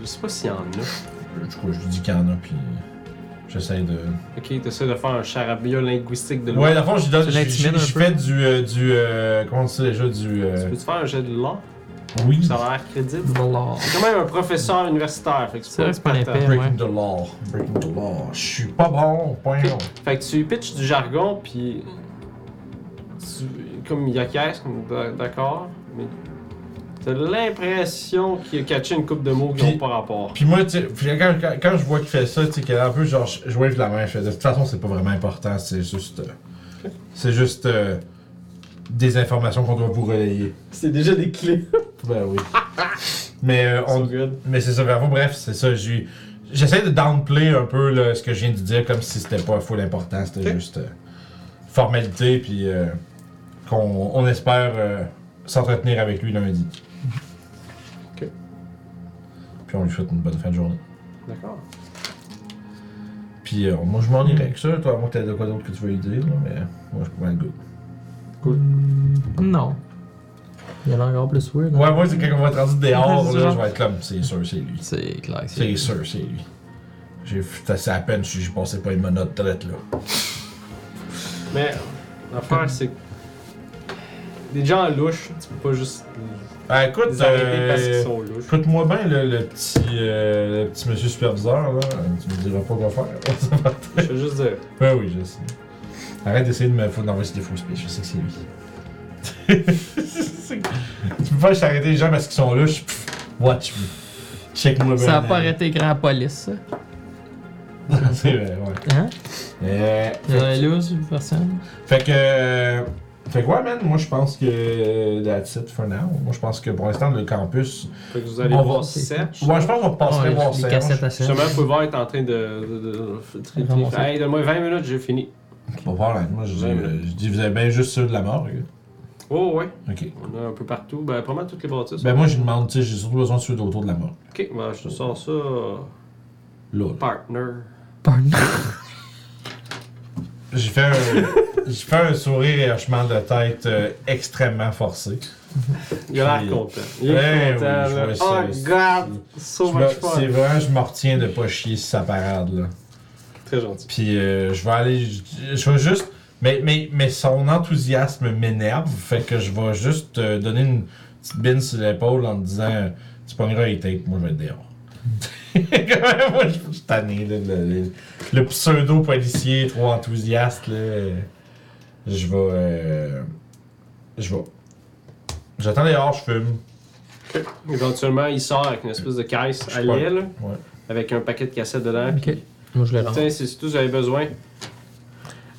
Je sais pas s'il y en a. Je crois, je lui dis qu'il y en a, puis j'essaie de. Ok, t'essaies de faire un charabia linguistique de Ouais, dans le fond, je, donne, Tu je, je- l'intimides je un peu? fais du. euh, du euh, comment on dit ça déjà Du. euh, Tu peux-tu faire un jet de lore oui. Ça a l'air crédible. voilà. C'est quand même un professeur universitaire, fait que C'est vrai que c'est pas épatant. l'épée. Breaking ouais. the law. Breaking the law. Je suis pas bon, point. Fait que tu pitches du jargon, puis. tu- Comme il acquiesce, comme d'a- d'accord, mais. T'as l'impression qu'il a catché une coupe de mots qui Puis- n'ont pas rapport. Puis moi, tu sais, puis quand, quand, quand je vois qu'il fait ça, tu sais, qu'il est un peu genre. Je je wave la main, je fais. De toute façon, c'est pas vraiment important, c'est juste. euh, c'est juste. euh, des informations qu'on doit vous relayer. C'est déjà des clés. Ben oui. Mais euh, on, Mais c'est ça, bravo. Bref, c'est ça. j'ai- J'essaie de downplay un peu là, ce que je viens de dire, comme si c'était pas full important, c'était Ok. juste euh, formalité, puis euh, qu'on on espère euh, s'entretenir avec lui lundi. Ok. Puis on lui souhaite une bonne fin de journée. D'accord. Puis euh, moi, je m'en irai avec ça. Toi, à moins que t'aies de quoi d'autre que tu veux lui dire, là, mais moi, je suis pas mal good. Hmm, Non. Il a l'air encore plus weird. hein? Ouais, moi, c'est quand on va être rendu Ouais, dehors, c'est là, genre- je vais être comme, c'est sûr, c'est lui. C'est clair. que C'est sûr, c'est lui. J'ai fait à peine si j'ai passé pas une monote traite, là. Mais Hum. l'affaire, c'est que. Des gens louches, tu peux pas juste Ah, écoute, les arrêter parce qu'ils euh, sont louches. écoute-moi bien, là, le petit, euh, le petit monsieur superviseur, là. Tu me diras pas quoi faire. Je veux juste dire. Ouais, Ben oui, je sais. Arrête d'essayer de me foutre d'envoyer des faux speeches, je sais que c'est lui. C'est- tu peux pas juste arrêter les gens parce qu'ils sont là, je pff, watch me. Check-moi bien. Ça a pas arrêté grand police, ça. c'est vrai, ouais. Hein? Euh, Il y en a là, c'est une personne. fait que. euh, Fait que ouais, man, moi je pense que. euh, That's it for now. Moi je pense que pour l'instant, le campus. Fait que vous allez On voir va- Serge. Ouais, je pense qu'on passerait Ouais, voir les Serge. cassettes à Serge. Justement, vous pouvez voir, est en train de. de, de- de- tri- tri- Ramasser. Hey, donne-moi 20 minutes, j'ai fini. On va voir, là. Moi je dis, Ouais, euh, je dis, vous avez bien juste ceux de la mort, les gars. Oh, ouais. Ok. On a un peu partout. Ben, pas mal toutes les bâtisses. Ben moi je demande, tu sais, j'ai surtout besoin de ceux autour de la mort. Ok, ben, je te sors ça. Là, là. Partner. Pardon. J'ai fait, un- j'ai fait un sourire et un chemin de tête euh, extrêmement forcé. Il a Puis- l'air content. Il est Ouais, content, oui, je là. vois ça, Oh, c'est- God! So Je me- much C'est fun! vraiment, je me retiens de pas chier sur sa parade. Là. Très gentil. Puis euh, je vais aller. Je, je vais juste. Mais, mais, mais son enthousiasme m'énerve. Fait que je vais juste euh, donner une petite bine sur l'épaule en te disant euh, Tu prendras les tapes, moi je vais être dehors. moi je je suis tanné. là, le, le- le pseudo-policier trop enthousiaste. Là, je vais. euh, je vais. J'attends dehors, je fume. Éventuellement, il sort avec une espèce de caisse Je à suis pas- lait, là, Ouais. avec un paquet de cassettes dedans. Ok. Moi, je le rends. Putain, c'est c'est tout que j'avais besoin.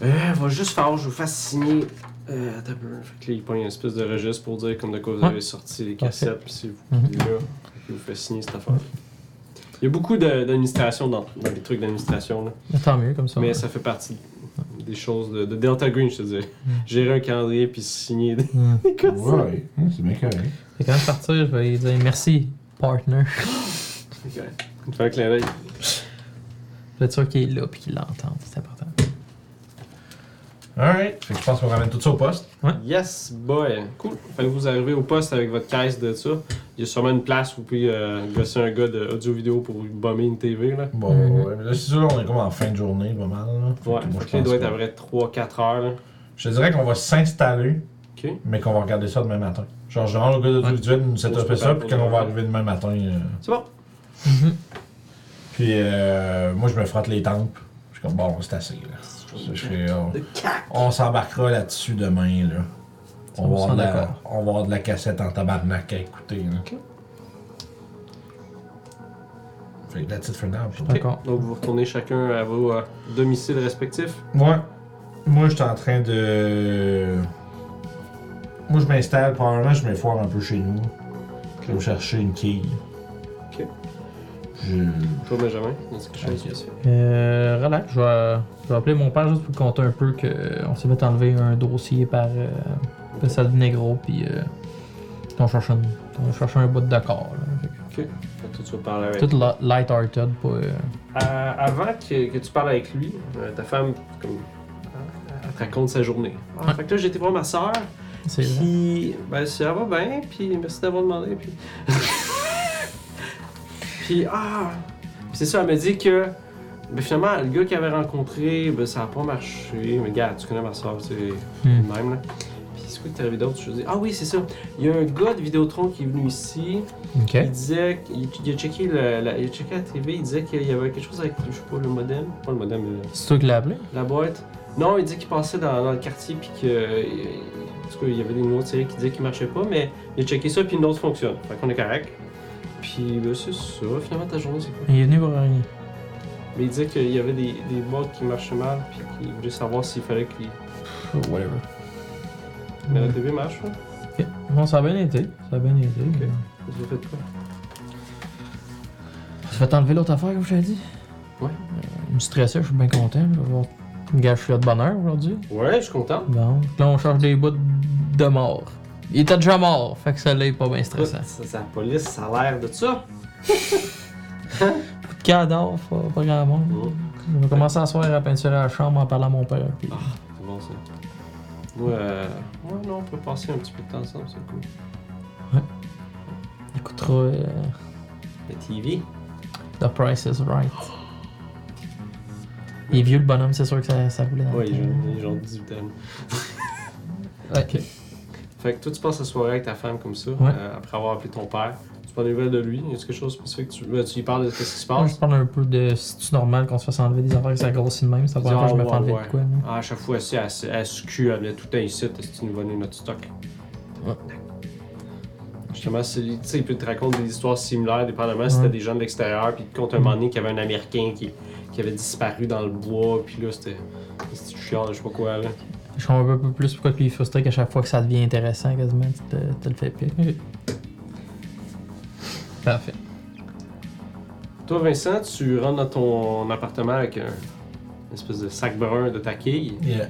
Euh, va juste falloir que je vous fasse signer. Euh, attends un peu. Fait que là, il prend une espèce de registre pour dire comme de quoi vous Ouais. avez sorti les cassettes, puis c'est vous Mhm. qui là. Puis vous faites signer cette affaire. Il y a beaucoup de- d'administration dans, dans les trucs d'administration, là. Mais Tant mieux, comme ça. Mais ça fait partie des choses de, de Delta Green, je te dirais. Mhm. Gérer un calendrier puis signer des Hmm. cassettes. Ouais, hum, c'est bien correct. Fait que quand je vais partir, je vais lui dire merci, partner. Ok. Fait un clin d'œil. Je vais être sûr qu'il est là puis qu'il l'entende. C'est important. Alright. Fait que je pense qu'on ramène tout ça au poste. Yes, boy. Cool. Fait que vous arrivez au poste avec votre caisse de ça. Il y a sûrement une place où vous pouvez euh, gosser un gars de audio-vidéo pour lui bomber une TV. Là. Bon, Mhm. ouais, mais là, c'est sûr, on est comme en fin de journée, pas mal. Là. Fait que Ouais, moi, je je, pense doit être pas. à vrai 3-4 heures. Là. je dirais qu'on va s'installer, Ok. mais qu'on va regarder ça demain matin. Genre, je demande au gars de Ouais. l'audiovisuel de nous On se setuper prépare ça, pour puis quand on va demain. arriver demain matin. euh, C'est bon. Mhm. Puis euh, moi, je me frotte les tempes. Je suis comme, bon, c'est assez. Là. Je fais, on Le cac. on s'embarquera là-dessus demain. Là. On, On va avoir s'en de la, d'accord. on va avoir de la cassette en tabarnak à écouter. Là. Fait que that's it for now. Ok. D'accord. Donc vous retournez chacun à vos euh, domiciles respectifs. Ouais. Moi, je suis en train de. Moi, je m'installe. Probablement, je m'effoire un peu chez nous. Je vais me chercher une quille. Ok. Je. Toi, Benjamin, est-ce que je Ok. Euh, relax, je vais, je vais appeler mon père juste pour compter un peu qu'on s'est fait enlever un dossier par euh, le sale Negro, puis euh, on cherche un, on cherche un bout d'accord. là. Fait que- Toi, tu vas parler avec Tout la- light-hearted, pas. euh, Euh, avant que, que tu parles avec lui, euh, ta femme, comme, euh, elle te raconte sa journée. Ah, Ouais. Fait que là, j'ai été voir ma soeur, c'est puis ben, ça va bien, puis merci d'avoir demandé. Puis, puis ah, Puis c'est ça, elle m'a dit que ben, finalement, le gars qu'elle avait rencontré, ben, ça n'a pas marché. Mais gars, tu connais ma soeur, c'est Hmm. le même. Là. Puis c'est quoi que t'es arrivé d'autre? Je dis, ah oui, c'est ça. Il y a un gars de Vidéotron qui est venu ici. Ok. Il disait, qu'il- il, a checké le- la, il a checké la TV, il disait qu'il y avait quelque chose avec, je sais pas, le modem, pas le modem, mais C'est toi qui l'as appelé la boîte. Non, il disait qu'il passait dans, dans le quartier puis que, euh, en tout cas, il y avait des numéros de série qui disaient qu'ils marchaient pas, mais il a checké ça puis une autre fonctionne. Fait qu'on est correct. Puis ben, c'est ça, finalement ta journée c'est quoi? Il est venu pour rien. Mais il disait qu'il y avait des, des boîtes qui marchaient mal puis qu'il voulait savoir s'il fallait qu'il... Whatever. Mais la TV marche, hein. là. Bon, ça a bien été. Ça a bien été. Ok. Vous avez fait quoi? Tu vas t'enlever l'autre affaire, comme je t'ai dit Ouais. Je me stressais, je suis bien content. Je vais voir. Gars, je suis là de bonheur aujourd'hui. Ouais, je suis content. Bon. Là, on cherche des bouts de mort. Il était déjà mort, fait que ça là est pas bien stressant. Ça, ça, la police, ça a l'air de ça. Coup de cadavre, pas- pas grand monde. Oh, On va commencer à soir à peinturer la chambre en parlant à mon père. puis- c'est bon ça. Ouais, euh, ouais, non, on peut passer un petit peu de temps ensemble, c'est cool. Il écoutera euh, La TV. The Price is Right. Il est vieux le bonhomme, c'est sûr que ça, ça roulait. dans le Ouais, temps. il est genre 18 ans. Ok. Fait que toi, tu passes la soirée avec ta femme comme ça, Ouais. euh, après avoir appelé ton père. Tu prends des nouvelles de lui, y a quelque chose de spécifique que tu, ben, tu lui parles de ce qui se Moi, je passe? parle un peu de si tu normal qu'on se fasse enlever des affaires que ça grossit de même, ça va Il dit, pas que je Ah, me fais ouais, enlever ouais. de quoi. là. Ah, à chaque fois, si elle, se- elle se cue, elle venait tout un site, est-ce que nous volait notre stock? Ouais. Justement, c'est- tu sais, il peut te raconter des histoires similaires, dépendamment si c'était Ouais. des gens de l'extérieur, puis il te compte un moment donné qu'il y avait un Américain qui, qui avait disparu dans le bois, puis là, c'était. C'était chiant, je sais pas quoi, là. Je comprends un peu plus pourquoi tu es frustré qu'à chaque fois que ça devient intéressant, quasiment, tu te, te le fais piquer. Parfait. Toi, Vincent, tu rentres dans ton appartement avec un une espèce de sac brun de ta quille. Yeah.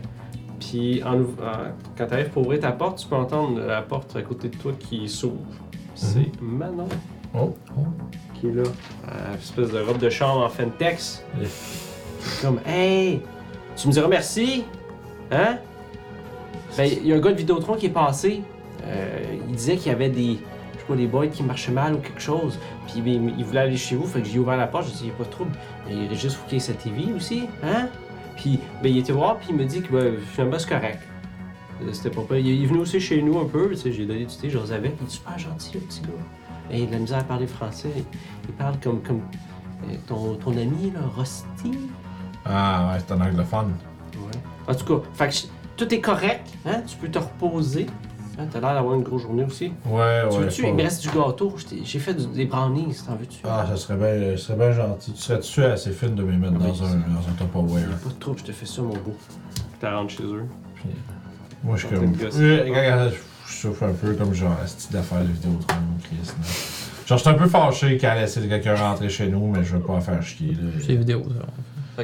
Puis en ouv- en- quand tu arrives pour ouvrir ta porte, tu peux entendre la porte à côté de toi qui s'ouvre. C'est Manon Oh, qui est là. Euh, espèce de robe de chambre en fentex. Oui. Comme Hey! Tu me diras merci? Hein? Ben, il y a un gars de Vidéotron qui est passé. Euh, il disait qu'il y avait des. Je sais pas, des boîtes qui marchaient mal ou quelque chose. Puis il, il voulait aller chez vous, fait que j'ai ouvert la porte, j'ai dit, il a pas de trouble. Et Régis Fouquet, sa TV aussi, hein? Puis ben, il était voir, puis il me dit que ben, finalement c'est correct. Euh, C'était pas pire. Il est- il est venu aussi chez nous un peu, tu sais, j'ai donné du thé, j'en avais. Il est super gentil, le petit gars. Et il a de la misère à parler français. Il parle comme, comme euh, ton, ton ami, là, Rusty. Ah, ouais, c'est un anglophone. Ouais. En tout cas, fait que je- tout est correct, hein? Tu peux te reposer. Hein, T'as l'air d'avoir une grosse journée aussi. Ouais, tu Ah ouais. veux-tu? pas- Il me reste du gâteau. Je t'ai- J'ai fait du- des brownies, si t'en veux-tu? Ah, ça serait bien, ça serait bien gentil. Tu serais-tu assez fine de me mettre Ah, dans, oui, un, dans un Tupperware? Y a Pas de trouble, je te fais ça, mon beau. T'as rentré chez eux. Moi, je suis Ah, T'es comme. une gosse. Euh, regarde, je souffre un peu comme genre, cette d'affaire de Vidéotron, Chris. non? Genre, je suis un peu fâché qu'elle a laissé quelqu'un rentrer chez nous, mais je veux pas la faire chier. C'est Là. vidéo, ça.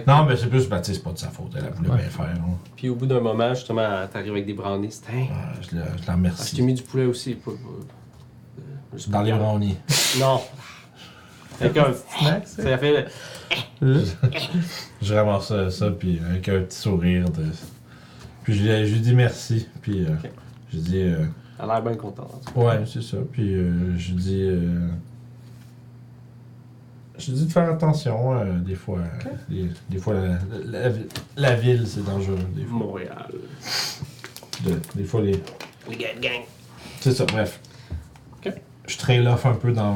Non, mais c'est plus, bah, tu sais, c'est pas de sa faute. Elle a voulu Ouais. bien faire. hein. Puis au bout d'un moment, justement, t'arrives avec des brownies. C'est, Hein? Ah, je, la, je la Ah, je t'ai remercie. mis du poulet aussi. Pas, pas- euh, juste dans les pas- brownies. Non. Avec un- je ça fait. ramasse ça, ça, puis avec un petit sourire. De... Puis je lui, je lui dis merci. Puis euh, Ok. je dis. euh, Elle a l'air bien contente. en tout cas. Ouais, c'est ça. Puis euh, je dis. euh, Je dis de faire attention, euh, des fois. euh, Des, des fois, la, la- la- la ville, c'est dangereux. Des fois, Montréal. De- des fois les. Les gars de gang. C'est ça, bref. Ok. Je trail off un peu dans.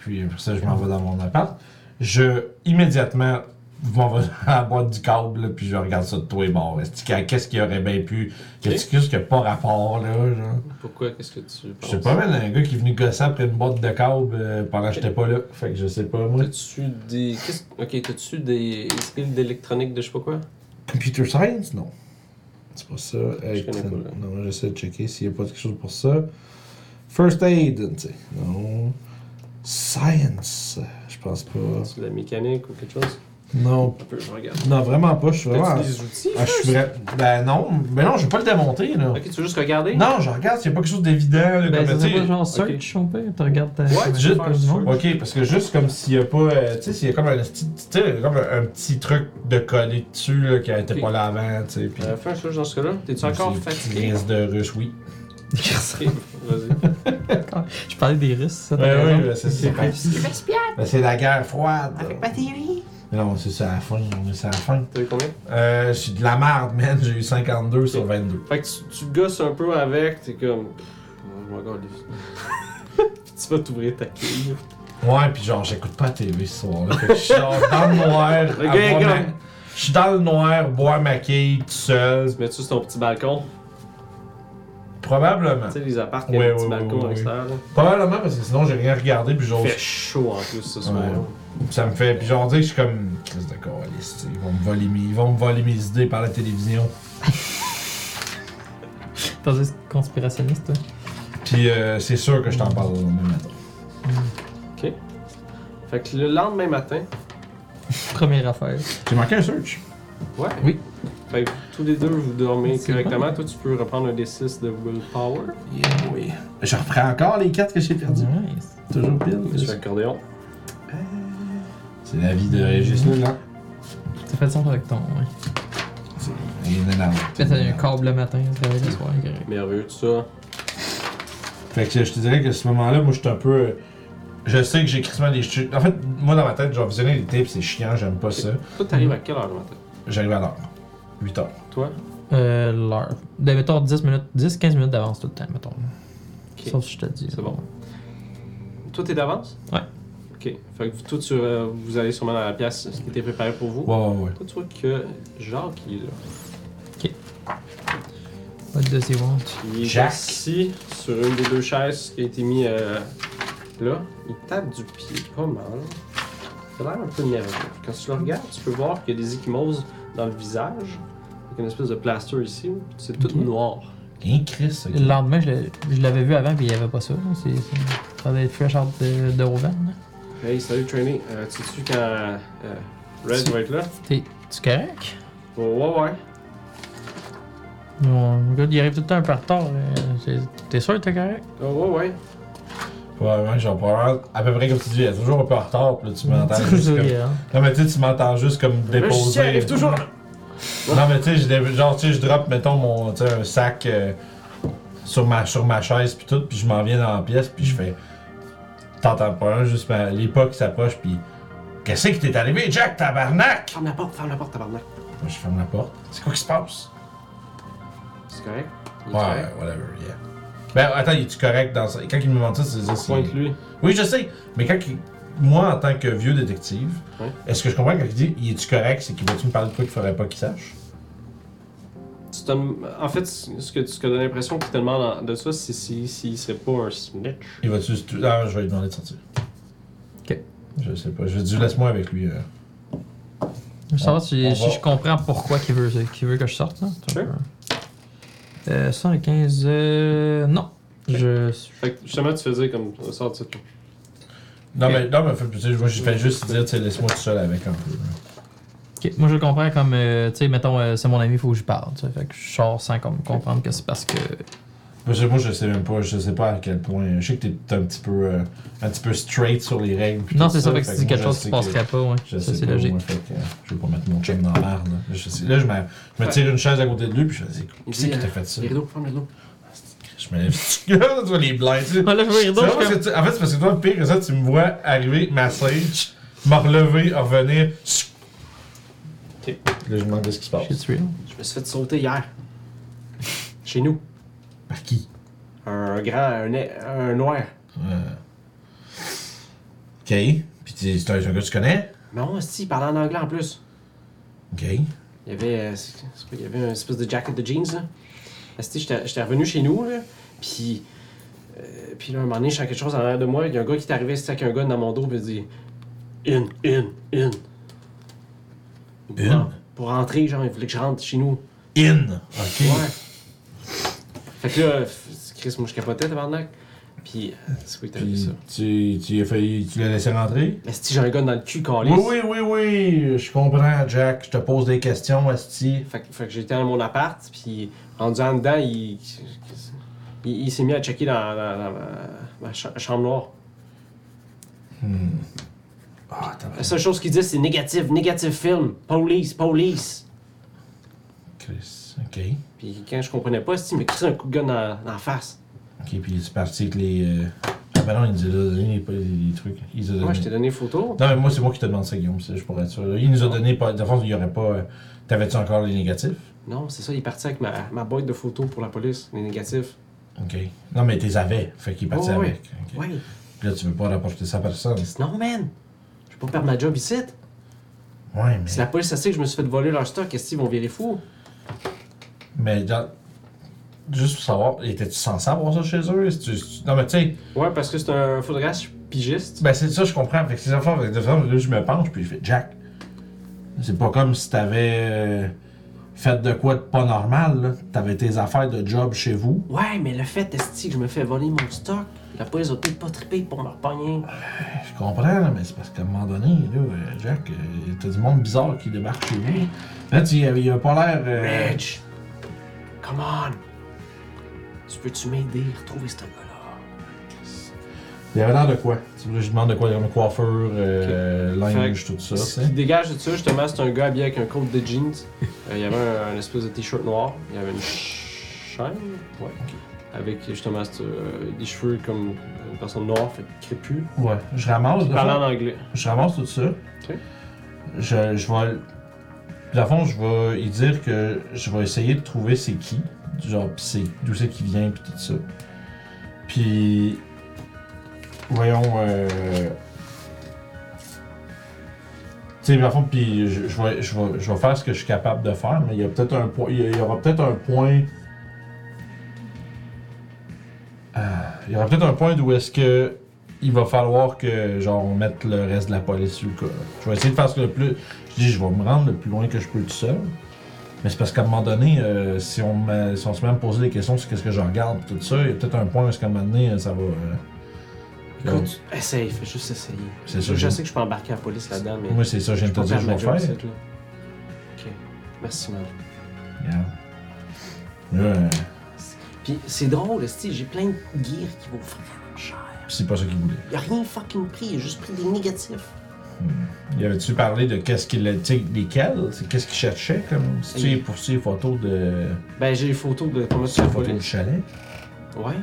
Puis après ça, je m'en vais dans mon appart. Je. Immédiatement, je m'en vais à la boîte du câble, là, puis je regarde ça de tous les bords. Est-ce qu'il y a- Qu'est-ce qu'il y aurait bien pu. Qu'est-ce qu'il y a pas rapport, là, genre. Pourquoi Qu'est-ce que tu Je penses sais pas, man, un gars qui est venu gosser après une boîte de câble euh, pendant que j'étais pas là. Fait que je sais pas, moi. T'as-tu des. qu'est-ce- Ok, t'as-tu des skills d'électronique de je sais pas quoi Computer science? Non. C'est pas ça. Je connais pas, là. Non, j'essaie de checker s'il y a pas quelque chose pour ça. First aid, tu sais. Non. Science, je pense pas. Tu de la mécanique ou quelque chose Non. Un peu, je regarde. Non, vraiment pas. Je suis vraiment. T'as-tu des outils Ah, je suis vrai. Ben non, ben non, je vais pas le démonter, là. Ok, tu veux juste regarder Non, je regarde s'il y a pas quelque chose d'évident, là, comme Ben, ça tu sais, serait pas genre ok. search, on peut? Tu regardes ta. Ouais, ta- juste- ta- du monde? Ok, parce que juste comme s'il y a pas. euh, tu sais, s'il y a comme un, esti- tu sais, comme un, un petit truc de coller dessus là, qui était Ok. pas là avant, tu sais. Puis. Euh, fais un switch dans ce cas-là. T'es-tu encore C'est fatigué crise de russe, oui. Ok, Vas-y. Je parlais des risques, ça. t'as Ouais, raison. ouais, c'est c'est pas- Ben, c'est la guerre froide. Avec ma TV. Non, c'est ça à la fin, on est sur la fin. T'as eu combien Euh, je suis de la merde, man. J'ai eu 52 sur 22. Fait que tu, tu te gosses un peu avec, t'es comme. Pff, oh Je m'en calisse. Puis tu vas t'ouvrir ta quille. Ouais, pis genre, j'écoute pas la TV ce soir-là. Fait que je suis genre dans le noir. à boire gars. ma- Je suis dans le noir, boire ma quille, tout seul. Tu mets-tu sur ton petit balcon Probablement. Tu sais, les apparts qui Ouais, ont un petit ouais, balcon ouais, à ouais. l'extérieur. là. Probablement parce que sinon j'ai rien regardé puis Il j'ose. fait chaud en plus ce soir. Ouais. Ça me fait. Puis genre dire que je suis comme. Chris de câlisse, tu sais, ils vont me voler mes. Ils vont me voler mes idées par la télévision. T'as des conspirationnistes, toi. Puis euh, c'est sûr que je t'en parle le lendemain matin. Ok. Fait que le lendemain matin, Première affaire. J'ai manqué un search. Ouais. Oui. Fait que tous les deux, vous dormez C'est correctement. Toi, tu peux reprendre un des 6 de willpower. Yeah, oui. Je reprends encore les cartes que j'ai perdues. Mhm. Nice. Toujours pile. Sur l'accordéon. C'est la vie de Régis Mhm. Leblanc. Ça fait le sens avec ton. Ouais. C'est une énorme. Fait t'as un câble le matin, ça va être le soir, correct. Merveilleux, tout ça. Fait que je te dirais que ce moment-là, moi, je suis un peu. euh, Je sais que j'ai crissement des chutes. En fait, moi, dans ma tête, j'ai visionné les tapes, c'est chiant, j'aime pas ça. Toi, t'arrives à quelle heure le matin J'arrive à l'heure. 8 heures. Toi Euh, l'heure. De, mettons 10 minutes, 10-15 minutes d'avance tout le temps, mettons. Sauf si je te dis. C'est bon. Toi, t'es d'avance Ouais. Ok. Fait que vous- toi, tu, euh, vous allez sûrement dans la pièce, ce qui était préparé pour vous. Ouais, ouais, ouais. Toi, tu vois que Jacques, il est là. Pas de c'est bon. Il est Jacques. assis sur une des deux chaises qui a été mise euh, là. Il tape du pied pas mal. Il a l'air un peu nerveux. Quand tu le regardes, tu peux voir qu'il y a des échymoses dans le visage. Avec une espèce de plaster ici. C'est tout Ok. noir. Hein, Chris, ok. Le lendemain, je l'ai- je l'avais vu avant, puis il n'y avait pas ça. là. C'est, c'est- ça devait être fresh out de, de Rovan. là. Hey, salut, Trainee. Euh, tu sais quand euh, Red Si. va être là? T'es, tu correct? Ouais, ouais, ouais. Mon gars, il arrive tout le temps un peu en retard. euh, c'est- T'es sûr que t'es correct? Ouais, Oh, ouais, ouais. Probablement que j'en parle à peu près comme tu dis, elle est toujours un peu en retard, puis là, tu m'entends juste Toujours, comme... hein. Non, mais tu sais, tu m'entends juste comme Là, je suis- déposer... arrive toujours. Non, mais tu sais, je dé- genre, tu sais, je drop, mettons, mon, tu sais, un sac euh, sur, ma, sur ma chaise, puis tout, puis je m'en viens dans la pièce, puis je fais... T'entends pas un, juste ma- les pas qui s'approchent, puis... Qu'est-ce qui t'est arrivé, Jack, tabarnak? Ferme la porte, ferme la porte, tabarnak. Moi, je ferme la porte. C'est quoi qui se passe? C'est correct? Il est Ouais, correct? whatever, yeah. Ben, attends, es-tu correct dans ça? Quand il me demande ça, c'est... c'est- Pointe-lui. Oui, je sais, mais quand il- moi, en tant que vieux détective, Ouais. est-ce que je comprends quand il dit « Il est-tu correct? » C'est qu'il va-tu me parler de quoi qu'il faudrait pas qu'il sache? Tu te- En fait, ce que tu as l'impression qu'il te demande en- de ça, c'est s'il si, s'il serait pas un snitch. Il va-tu... se- Ah, je vais lui demander de sortir. Ok. Je sais pas. Je vais dire « Laisse-moi avec lui. euh. Je veux savoir On si va- si je comprends pourquoi qu'il veut, qu'il veut que je sorte. Là. Sure. Euh, 115. Euh, non. Je. Fait que justement, tu faisais comme ça, tu sais. Non, Ok. mais, non, mais fait- tu sais, moi, je fais juste dire « Tu sais, Laisse-moi tout seul avec un peu. Ok, Moi, je le comprends comme. euh, tu sais, mettons, euh, c'est mon ami, faut que je parle. tu sais. Fait que je sors sans com- comprendre que c'est parce que. Parce que moi, je sais même pas. Je sais pas à quel point... Je sais que t'es un petit peu... euh, un petit peu straight sur les règles. puis Non, tout c'est ça, fait que fait si c'est moi, quelque je chose sais qui que- passerait pas, ouais. Je Ça, sais c'est pas, logique. moi, fait que, euh, je vais pas mettre mon chum dans la merde. Là, je, sais- là, je, me, je me tire une chaise à côté de lui, puis je me dis « Qui c'est qui t'a fait ça? » Les rideaux, ferme les rideaux. Je me lève. tu vois les blindes. tu sais. Ah, là, je vois les rideaux, Tu je vois, parce suis que tu- En fait, c'est parce que toi, pire que ça, tu me vois arriver, ma sage, me relever, revenir. Ok. Là, je me demande ce qui se passe. comme. Je suis tué. Je me suis fait sauter hier. Chez nous. Par qui Un grand, un, un noir. Euh. Ok. Puis tu- c'est un c'est un gars que tu connais Non, si, il parlait en anglais en plus. Ok. Il y avait, euh, c'est- c'est quoi, il y avait une espèce de jacket de jeans, là. Asti, j'étais j'étais revenu chez nous, là, puis... euh, puis là, un moment donné, je sens quelque chose en l'air de moi. Il y a un gars qui est arrivé, c'est avec un gun dans mon dos, puis il dit... In, in, in. In? Pour rentrer, genre, il voulait que je rentre chez nous. In Ok. Ouais. Fait que là, f- Chris, moi, je capotais, tabarnak. Puis, euh, c'est quoi qui t'est arrivé, ça? Puis tu, tu, as failli, tu l'as laissé rentrer Asti, j'ai un gun dans le cul, calé. Oui, oui, oui, oui. Je comprends, Jack. Je te pose des questions, Asti. Fait, que- fait que j'étais dans mon appart, puis rendu en dedans, il, il, il s'est mis à checker dans, dans- dans ma, ma cha- chambre noire. Ah, t'as La seule chose qu'il dit, c'est négatif, négatif film, police, police. Chris. Ok. Puis quand je comprenais pas, c'est il m'a crissé un coup de gun dans, dans la face. Ok, puis tu parti avec les. euh, Ah, ben non, il nous a donné les, les- les trucs. Il nous a donné- Moi, je t'ai donné photo. Non, mais moi, c'est moi qui te demande ça, Guillaume, c'est- je pourrais être sûr. Il nous a donné, pas, de fond, il y aurait pas. euh, T'avais-tu encore les négatifs Non, c'est ça, il est parti avec ma, ma boîte de photos pour la police, les négatifs. Ok. Non, mais t'es avais, fait qu'il est parti Ouais, ouais. avec. ok. Ouais, Puis Là, tu veux pas rapporter ça à personne. Chris, non, man. Je vais pas perdre ma job ici. Ouais, mais. Si la police elle sait que je me suis fait voler leur stock, est-ce qu'ils vont virer fou? Mais, genre, juste pour savoir, étais-tu censé avoir ça chez eux Est-ce que tu- Non, mais tu sais, Ouais, parce que c'est un photographe pigiste. ben c'est ça, je comprends. Fait que ces enfants, fait que de toute façon, là, je me penche, puis je fais Jack. C'est pas comme si t'avais. euh, fait de quoi de pas normal, là. T'avais tes affaires de job chez vous. Ouais, mais le fait, est que je me fais voler mon stock? La police a peut-être pas trippé pour me repogner. Je comprends, là, mais c'est parce qu'à un moment donné, là, euh, Jack, euh, t'as du monde bizarre qui débarque chez vous. Là, tu- il a pas l'air. euh, Rich! Come on! Tu peux-tu m'aider à retrouver ce gars-là? Il avait l'air de quoi? Tu voulais que je demande de quoi? Il y avait une coiffure, euh, linge, tout ça, hein? tu Ce sais. qui dégage de ça, justement, c'est un gars habillé avec un coat de jeans. Euh, il y avait un, un espèce de t-shirt noir. Il y avait une ch- chaîne. Ouais. Avec justement c'est, euh, des cheveux comme une personne noire, fait crépus. Ouais. Je ramasse, de Parlant en anglais. je ramasse tout ça. Ok. Je, je vais. Puis, à fond, je vais y dire que je vais essayer de trouver c'est qui. Genre, pis c'est d'où c'est qui vient, puis tout ça. Puis. Voyons. Euh... Tu sais, dans le fond, puis je, je vais, je, vais, je vais faire ce que je suis capable de faire, mais il y a peut-être un point. Il y a- il y aura peut-être un point. Euh, il y aura peut-être un point d'où est-ce que il va falloir que genre on mette le reste de la police sur le cas. là. Je vais essayer de faire ce que le plus. Je dis je vais me rendre le plus loin que je peux tout seul. Mais c'est parce qu'à un moment donné, euh, si, on me- si on se met à me poser des questions sur qu'est-ce que je regarde tout ça, il y a peut-être un point où est-ce qu'à un moment donné, euh, ça va. euh, Écoute, essaye, fais juste essayer. C'est ça, Je j'ai- sais que je peux embarquer la police là-dedans, mais. Moi c'est ça, je viens de te peux dire faire je ma vais job, faire. c'est tout. Ok. Merci, man. Regarde. Là, euh, Puis c'est drôle, esti, j'ai plein de gear qui vont vraiment cher. c'est pas ça qu'il voulait. Il a rien fucking pris, il a juste pris des négatifs. Il avait-tu parlé de qu'est-ce qu'il a. Tu sais, lesquels C'est qu'est-ce qu'il cherchait comme. Si tu Oui. es pour ces photos de. Ben, j'ai les photos de Thomas Ces photos Chapolis. du chalet. Ouais.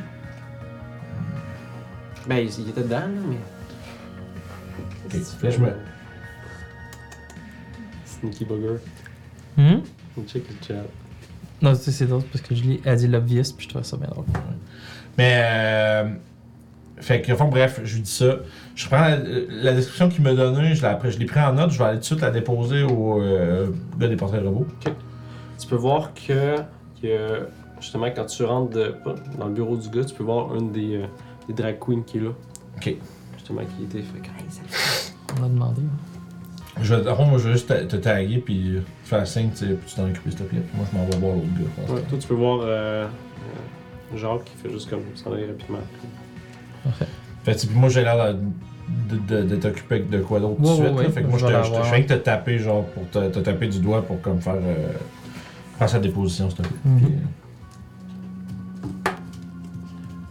Ben, il, il était dedans, là, mais. Qu'est-ce que tu fais, je me- là? Sneaky bugger. Hum? On check le chat. Non, c'est c'est drôle parce que je lis dit l'obvious puis je trouve ça bien drôle. Mais. euh, fait que, au fond, bref, je lui dis ça. Je prends la, la description qu'il m'a donnée, je, la- je l'ai pris en note, je vais aller tout de suite la déposer au euh, gars des portraits robots. Tu peux voir que, que, justement, quand tu rentres de- pas, dans le bureau du gars, tu peux voir une des, euh, des drag queens qui est là. Ok. Justement, qui était fait que, Hey, salut. On a demandé. Je vais, au fond, moi, je vais juste te, te taguer, puis euh, faire signe, tu sais, puis tu t'en occupes, s'il te plaît. Puis Moi, je m'en vais voir l'autre gars. Ouais, toi, tu peux voir euh, euh, Jacques qui fait juste comme s'en aller rapidement. Fait que, puis moi, j'ai l'air de, de, de, de t'occuper de quoi d'autre tout de Ouais, suite. ouais, là. ouais. fait que moi, Je je, te, vais je, te, l'avoir. je fais que te taper, genre, pour te, te taper du doigt pour comme faire. Euh, faire sa déposition, s'il te plaît. Mhm. Puis,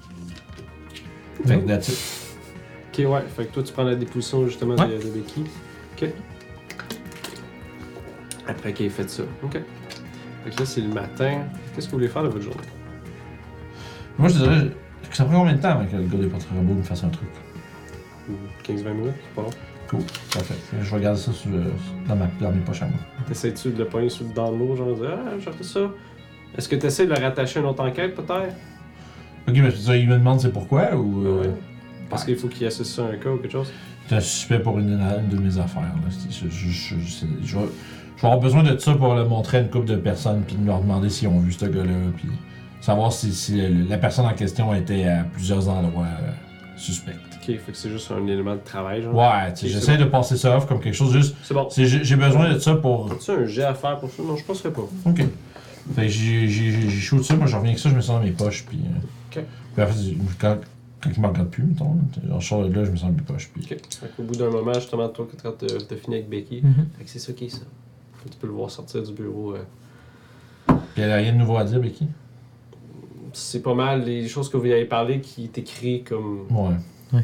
euh, Fait que that's it. Ok, ouais, fait que toi tu prends la déposition justement de- de, Becky. Ok. Après qu'il ait fait ça. Ok. Fait que là c'est le matin. Qu'est-ce que vous voulez faire de votre journée Moi, je te dirais que ça prend combien de temps avant que le gars des portraits robots me fasse un truc? Une 15-20 minutes, c'est pas long. Cool, parfait. Je vais garder ça sur- euh, dans, ma, dans mes poches à moi. T'essayes-tu de le pogner sous le dans l'eau, genre de dire, ah, j'ai fait ça Est-ce que t'essayes de le rattacher à une autre enquête peut-être Ok, mais tu dis, il me demande c'est pourquoi ou. euh, Ouais. Parce qu'il faut qu'il associe ça à un cas ou quelque chose. T'es un suspect pour une, une de mes affaires. Là. C'est- Je, je- je- je- c'est- je vais, je vais avoir besoin de ça pour le montrer à une couple de personnes puis de leur demander s'ils ont vu ce gars-là. Puis savoir si, si le- la personne en question était à plusieurs endroits euh, suspects. Ok, fait que c'est juste un élément de travail, genre. Ouais, tu sais, j'essaie de passer ça off comme quelque chose juste. C'est bon. c'est- J'ai j'ai besoin de ça pour As-tu un jet à faire pour ça Non, je penserais pas. Ok. Fait que j'ai- j'ai j'ai- j'ai chaud dessus, moi je reviens avec ça, je me sens dans mes poches, puis. euh, Ok. Puis après, c'est- quand, quand il me regarde plus, mettons, là, genre, je sors de là, je me sens dans mes poches, puis. Ok. Fait qu'au bout d'un moment, justement, toi, quand t'as t'as fini avec Becky, Mhm. Mm-hmm. Fait que c'est ça qui est ça. Tu peux le voir sortir du bureau. euh. Puis elle a rien de nouveau à dire, Becky. C'est pas mal les choses que vous avez parlé qui t'écrit comme Ouais,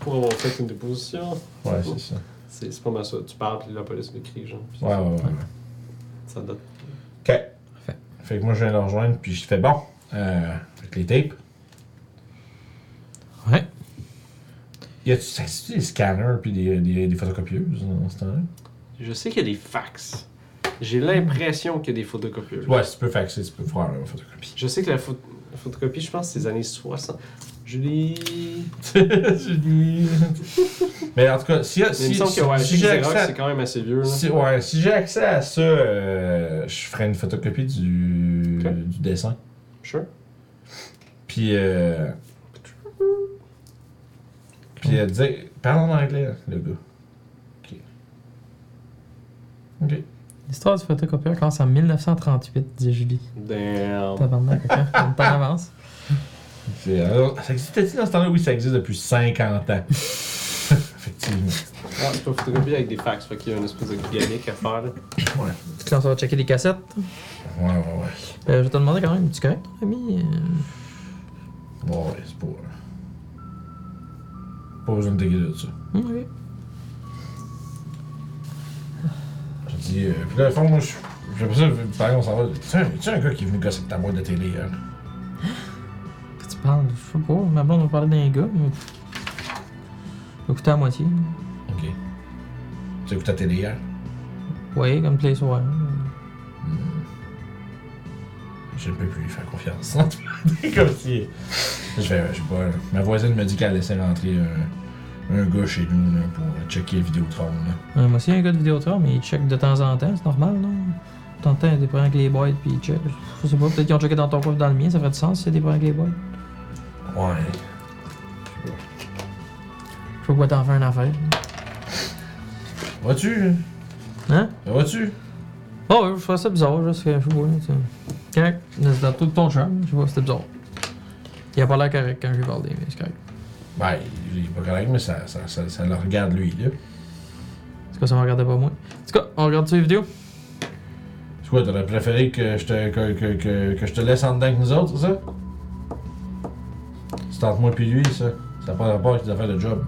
pour avoir fait une déposition. ouais, c'est ça. C'est c'est pas mal ça. Tu parles, puis la police l'écrit, genre. Puis Ouais, ouais, ouais. Ça date. Ok. Fait que moi je viens le rejoindre, puis je fais bon. Euh, fait que les tapes. Ouais. Y a-tu ça existe-tu des scanners, puis des, des, des photocopieuses dans ce temps-là? Je sais qu'il y a des fax. J'ai l'impression qu'il y a des photocopieuses. Ouais, si tu peux faxer, tu peux faire une photocopie. Je sais que la, phot- la photocopie, je pense, c'est des années 60. Julie. Julie. Mais en tout cas, si, Mais il me si, semble que ouais, si chez j'ai Xerox, accès à- c'est hein. quand même assez vieux. Là. Si, ouais, si j'ai accès à ça, euh, je ferai une photocopie du, Ok. du dessin. Sure. Puis. Euh, puis, euh, dire. Parle en anglais, le gars. Ok. Ok. C'est Histoire du photocopieur commence en 1938, dit Julie. Damn. Tabarnak, ok. On est en avance. C'est- alors, ça existait-il dans ce temps-là? Oui, ça existe depuis 50 ans. Effectivement. Ah, tu peux photocopier avec des fax, fait qu'il y a une espèce de gimmick à faire. là. Puis là, on s'en va checker les cassettes. Ouais, ouais, ouais. Euh, je vais te demander quand même, tu correct, ton ami? Euh, Bon, ouais, c'est pour. Pas besoin de t'inquiéter de ça. hum, ok. Je dis, euh, puis là, au fond, moi, je. J'ai pas ça, pareil, on s'en va. Tu un, tu un gars qui est venu gosser avec ta boîte de télé hier? Quand tu parles, je sais pas, ma blonde va parler d'un gars, mais. Écoutez à moitié. Ok. Tu as écouté la télé hier? Ouais, comme tous les soirs. Je ne peux plus lui faire confiance. comme si. Je vais, je sais pas. Ma voisine me dit qu'elle laissait rentrer un, un gars chez nous là, pour checker les Vidéotron. Là. Ouais, moi aussi, Euh, un gars de Vidéotron, mais il check de temps en temps, c'est normal, non? De temps en temps, il y a des problèmes avec les boîtes, puis il check. Je sais pas, peut-être qu'ils ont checké dans ton coffre dans le mien, ça ferait du sens si c'est des problèmes avec les boîtes. Ouais. Je sais pas pourquoi t'en fais un affaire. Vas-tu? hein? Hein? Vas-tu? Oh, ouais, je trouvais ça bizarre, juste que je sais pas, là, tu sais. Correct, mais c'est dans tout ton champ, je sais pas, c'était bizarre. Il a pas l'air correct quand j'ai parlé, mais c'est correct. Ben, il est pas correct, mais ça, ça, ça, ça le regarde lui, là. En tout cas, ça me regardait pas moi. En tout cas, on regarde les vidéos. C'est quoi, t'aurais préféré que je te, que, que, que, que je te laisse en dedans que nous autres, c'est ça? C'est entre moi puis lui, ça. Ça n'a pas rapport avec tes affaires de job.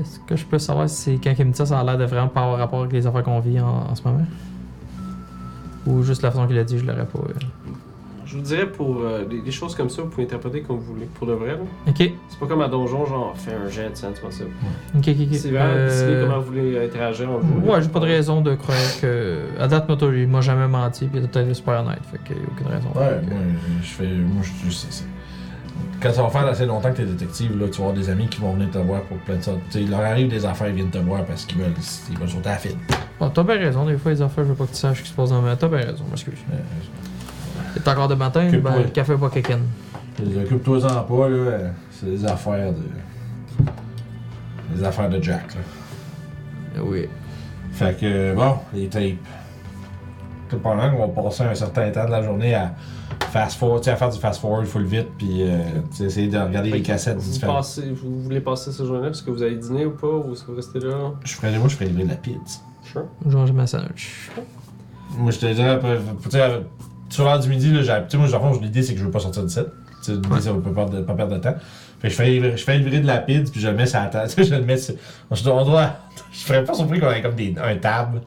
Est-ce que je peux savoir si quand il me dit ça, ça a l'air de vraiment pas avoir rapport avec les affaires qu'on vit en, en ce moment? Ou juste la façon qu'il a dit, je l'aurais pas. euh. Je vous dirais, pour euh, des, des choses comme ça, vous pouvez interpréter comme vous voulez. Pour de vrai, là. Ok, c'est pas comme un donjon, genre, fais un jet, tu sais, tu vois ça. ok, ok. ok. C'est vraiment Euh, décider comment vous voulez interagir en vous. Ouais, j'ai pas de raison de croire que. À date, moi, t'as- il m'a jamais menti, puis il a tout à fait super honnête, fait qu'il y a aucune raison. Ouais, Fait que- moi, je fais. Moi, je tu sais, c'est- Quand ça va faire assez longtemps que t'es détective, là, tu vas avoir des amis qui vont venir te voir pour plein de ça. Tu sais, il leur arrive des affaires, ils viennent te voir parce qu'ils veulent, ils veulent sauter à la file. Bon, t'as bien raison, des fois, les affaires, je veux pas que tu saches ce qui se passe dans ma. T'as bien raison, m'excuse. Euh, T'es encore de matin, Que ben, pour- le café pas quelqu'un. ils euh, Occupe-toi-en pas, là. C'est des affaires de. Des affaires de Jack, là. Oui. Fait que, bon, les tapes. Tout pendant qu'on va passer un certain temps de la journée à fast-forward, tu sais, à faire du fast-forward full vite, puis euh, tu sais, essayer de regarder les Fait que cassettes vous, différentes. passez, vous voulez passer ce journée là Est-ce que vous allez dîner ou pas Ou est-ce que vous restez là Je ferais, moi, je ferais livrer de la pizza. Sure. Je mange ma sandwich. Moi, je te dirais, après, tu sais, sur l'heure du midi, là, j'ai- tu sais, moi, dans le fond, l'idée, c'est que je veux pas sortir de 7. Tu sais, l'idée, Ouais. ça va pas perdre, de- pas perdre de temps. Fait que je fais, livrer- je fais livrer de la pizza, puis je le mets sur la table. Tu sais, je le mets sur. On se- on doit. Je serais pas surpris qu'on ait comme des, un table.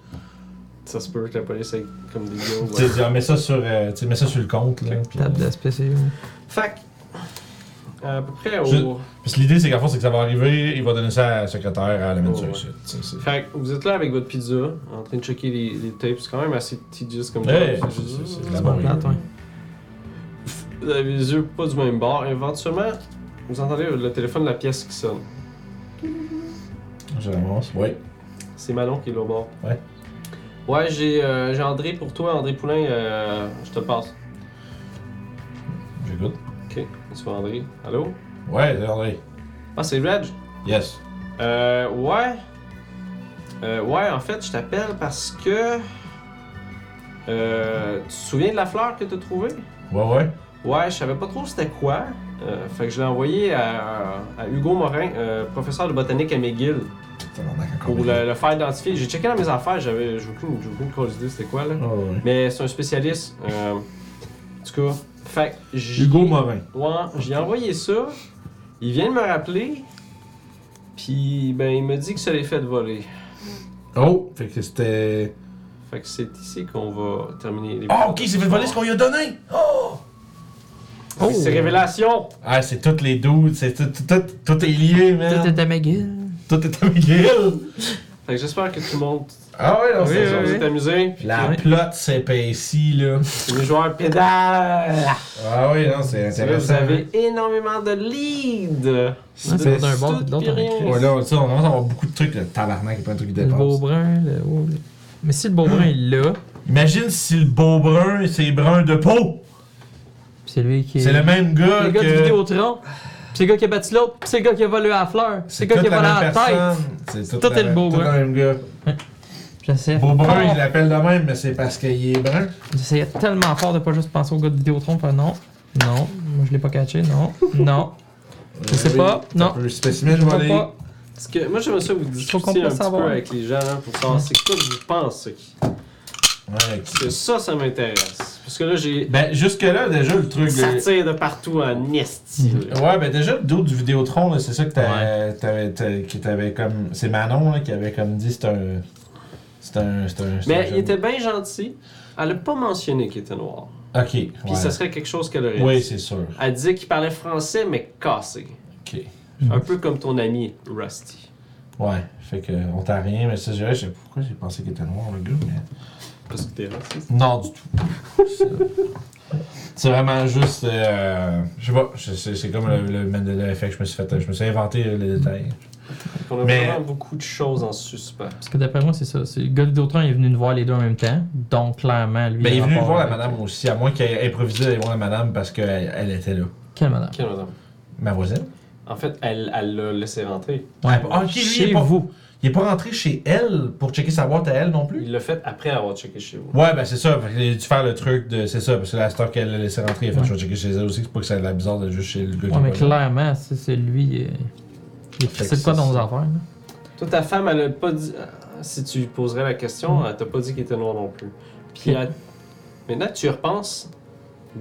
Ça se peut que la police ait comme des gars. Tu ouais. sais, on met ça sur, euh, tu sais, mets ça sur le compte, là. puis, Table euh, d'SPC. ouais. Fait que, euh, à peu près au. Je- Parce que l'idée, c'est qu'en fait, c'est que ça va arriver, il va donner ça à la secrétaire, à la mettre sur le Ouais. site. tu sais, c'est- Fait que vous êtes là avec votre pizza, en train de checker les, les tapes. C'est quand même assez tedious comme Ouais, job. c'est- c'est- c'est de la C'est bonne pas plate, ouais. Vous avez les yeux pas du même bord. Éventuellement, vous entendez le téléphone de la pièce qui sonne. Je l'avance. Oui. C'est Manon qui est là au bord. Ouais. Ouais, j'ai euh, j'ai André pour toi, André Poulain. euh, je te passe. J'écoute. Ok, tu vas André. Allô? Ouais, c'est André. Ah, c'est Reg. Yes. Euh, ouais. Euh, ouais, en fait, je t'appelle parce que. Euh, tu te souviens de la fleur que t'as trouvée? Ouais, ouais. Ouais, je savais pas trop c'était quoi. Euh, fait que je l'ai envoyé à, à Hugo Morin, euh, professeur de botanique à McGill, Tabarnak, encore pour des- le, le faire identifier. J'ai checké dans mes affaires, j'avais j'ai aucune, j'ai aucune grosse idée c'était quoi là. Ah, ouais, ouais. Mais c'est un spécialiste. euh, en tout cas, fait que j'ai- Hugo Morin. Ouais, j'ai envoyé ça. Il vient de me rappeler. Puis, ben, il me dit que ça les fait voler. Oh, fait que c'était. Fait que c'est ici qu'on va terminer les. Ah, ok, c'est fait voler ce qu'on lui a donné! Oh! Oh! C'est révélation! Ah, c'est toutes les doudes, c'est tout, tout, tout, tout est lié, Tout man. est à ma gueule. Tout est à Miguel! Fait que j'espère que tout le monde Ah, ouais, non, Oui, c'est s'est oui, oui. amusé. La Ouais. plot s'épaissit, là. C'est les joueurs pédales! Ah, ouais, non, c'est C'est vrai, intéressant. vous avez énormément de leads! c'est d'un bord puis de l'autre, hein. Ouais, là, ça, on commence à avoir beaucoup de trucs, le tabarnak et plein de trucs qui Le beau dépassent. brun, le. oh, le- Mais si le beau brun il l'a, Imagine si le beau brun, c'est brun de peau! pis c'est lui qui est. C'est le même gars Le gars que... du Vidéotron. c'est le gars qui a battu l'autre, puis c'est le gars qui a volé à la fleur, c'est le gars qui a volé à la tête. C'est Tout tout, est le beau, tout ouais. le même gars. J'essayais Beau brun, il fort- l'appelle de même, mais c'est parce qu'il est brun. j'essayais tellement fort de pas juste penser au gars de Vidéotron, faire non, non, moi je l'ai pas catché, non, non. Je sais Oui, pas, c'est non. Un peu le spécimen, je Je vais vois aller. pas. Parce que moi, j'aimerais ça vous qu'on discuter peut un petit savoir. peu avec les gens là, pour savoir c'est quoi que vous pensez. Ouais, Parce que ça, ça m'intéresse. Parce que là, j'ai. Ben, jusque-là, déjà, le truc. Ça le- tire de partout en esti. Mhm. là. Ouais, ben déjà, le dos du Vidéotron, là, c'est ça que t'avais, t'avais- t'avais- que t'avais comme. C'est Manon là, qui avait comme dit c'est un. C'est un. C'est un. c'est un Ben, Mais jeune- il était bien gentil. Elle a pas mentionné qu'il était noir. Ok. Puis ouais. ça serait quelque chose qu'elle aurait Oui, dit. c'est sûr. Elle disait qu'il parlait français, mais cassé. Ok. Mhm. Un peu comme ton ami Rusty. Ouais, fait que on t'a rien, mais ça, je je sais pas pourquoi j'ai pensé qu'il était noir, le gars, mais. Parce que t'es raciste. Non, du tout. C'est- c'est vraiment juste. euh, je sais pas, c'est- c'est c'est comme le, le Mandela Effect, je me suis fait. Je me suis inventé euh, les détails. On a Mais- vraiment beaucoup de choses en suspens. Parce que d'après moi, c'est ça. C'est le gars de Vidéotron, il est venu nous voir les deux en même temps. Donc, clairement, lui. Mais Ben, il est a venu rapport voir la avec- madame aussi, à moins qu'il ait improvisé d'aller voir la madame parce qu'elle elle était là. Quelle madame Quelle madame? Ma voisine. En fait, elle elle l'a laissé rentrer. Ouais, ah, ok, lui, il Chez est pas vous. Il est pas rentré chez elle pour checker sa boîte à elle non plus? Il l'a fait après avoir checké chez vous. Ouais, ben c'est ça. Fait qu'il a dû faire le truc de. C'est ça, parce que la star qu'elle a laissé rentrer, il a fait Ouais. je vais checker chez elle aussi. C'est pas que ça a de la bizarre d'être juste chez le gars qui Ouais, est mais pas là. clairement, c'est c'est lui. euh, Il Fait que c'est quoi ça, dans nos c'est- affaires là? Toi, ta femme, elle a pas dit. euh, Si tu lui poserais la question, elle t'a pas dit qu'il était noir non plus. Puis elle- maintenant, tu y repenses.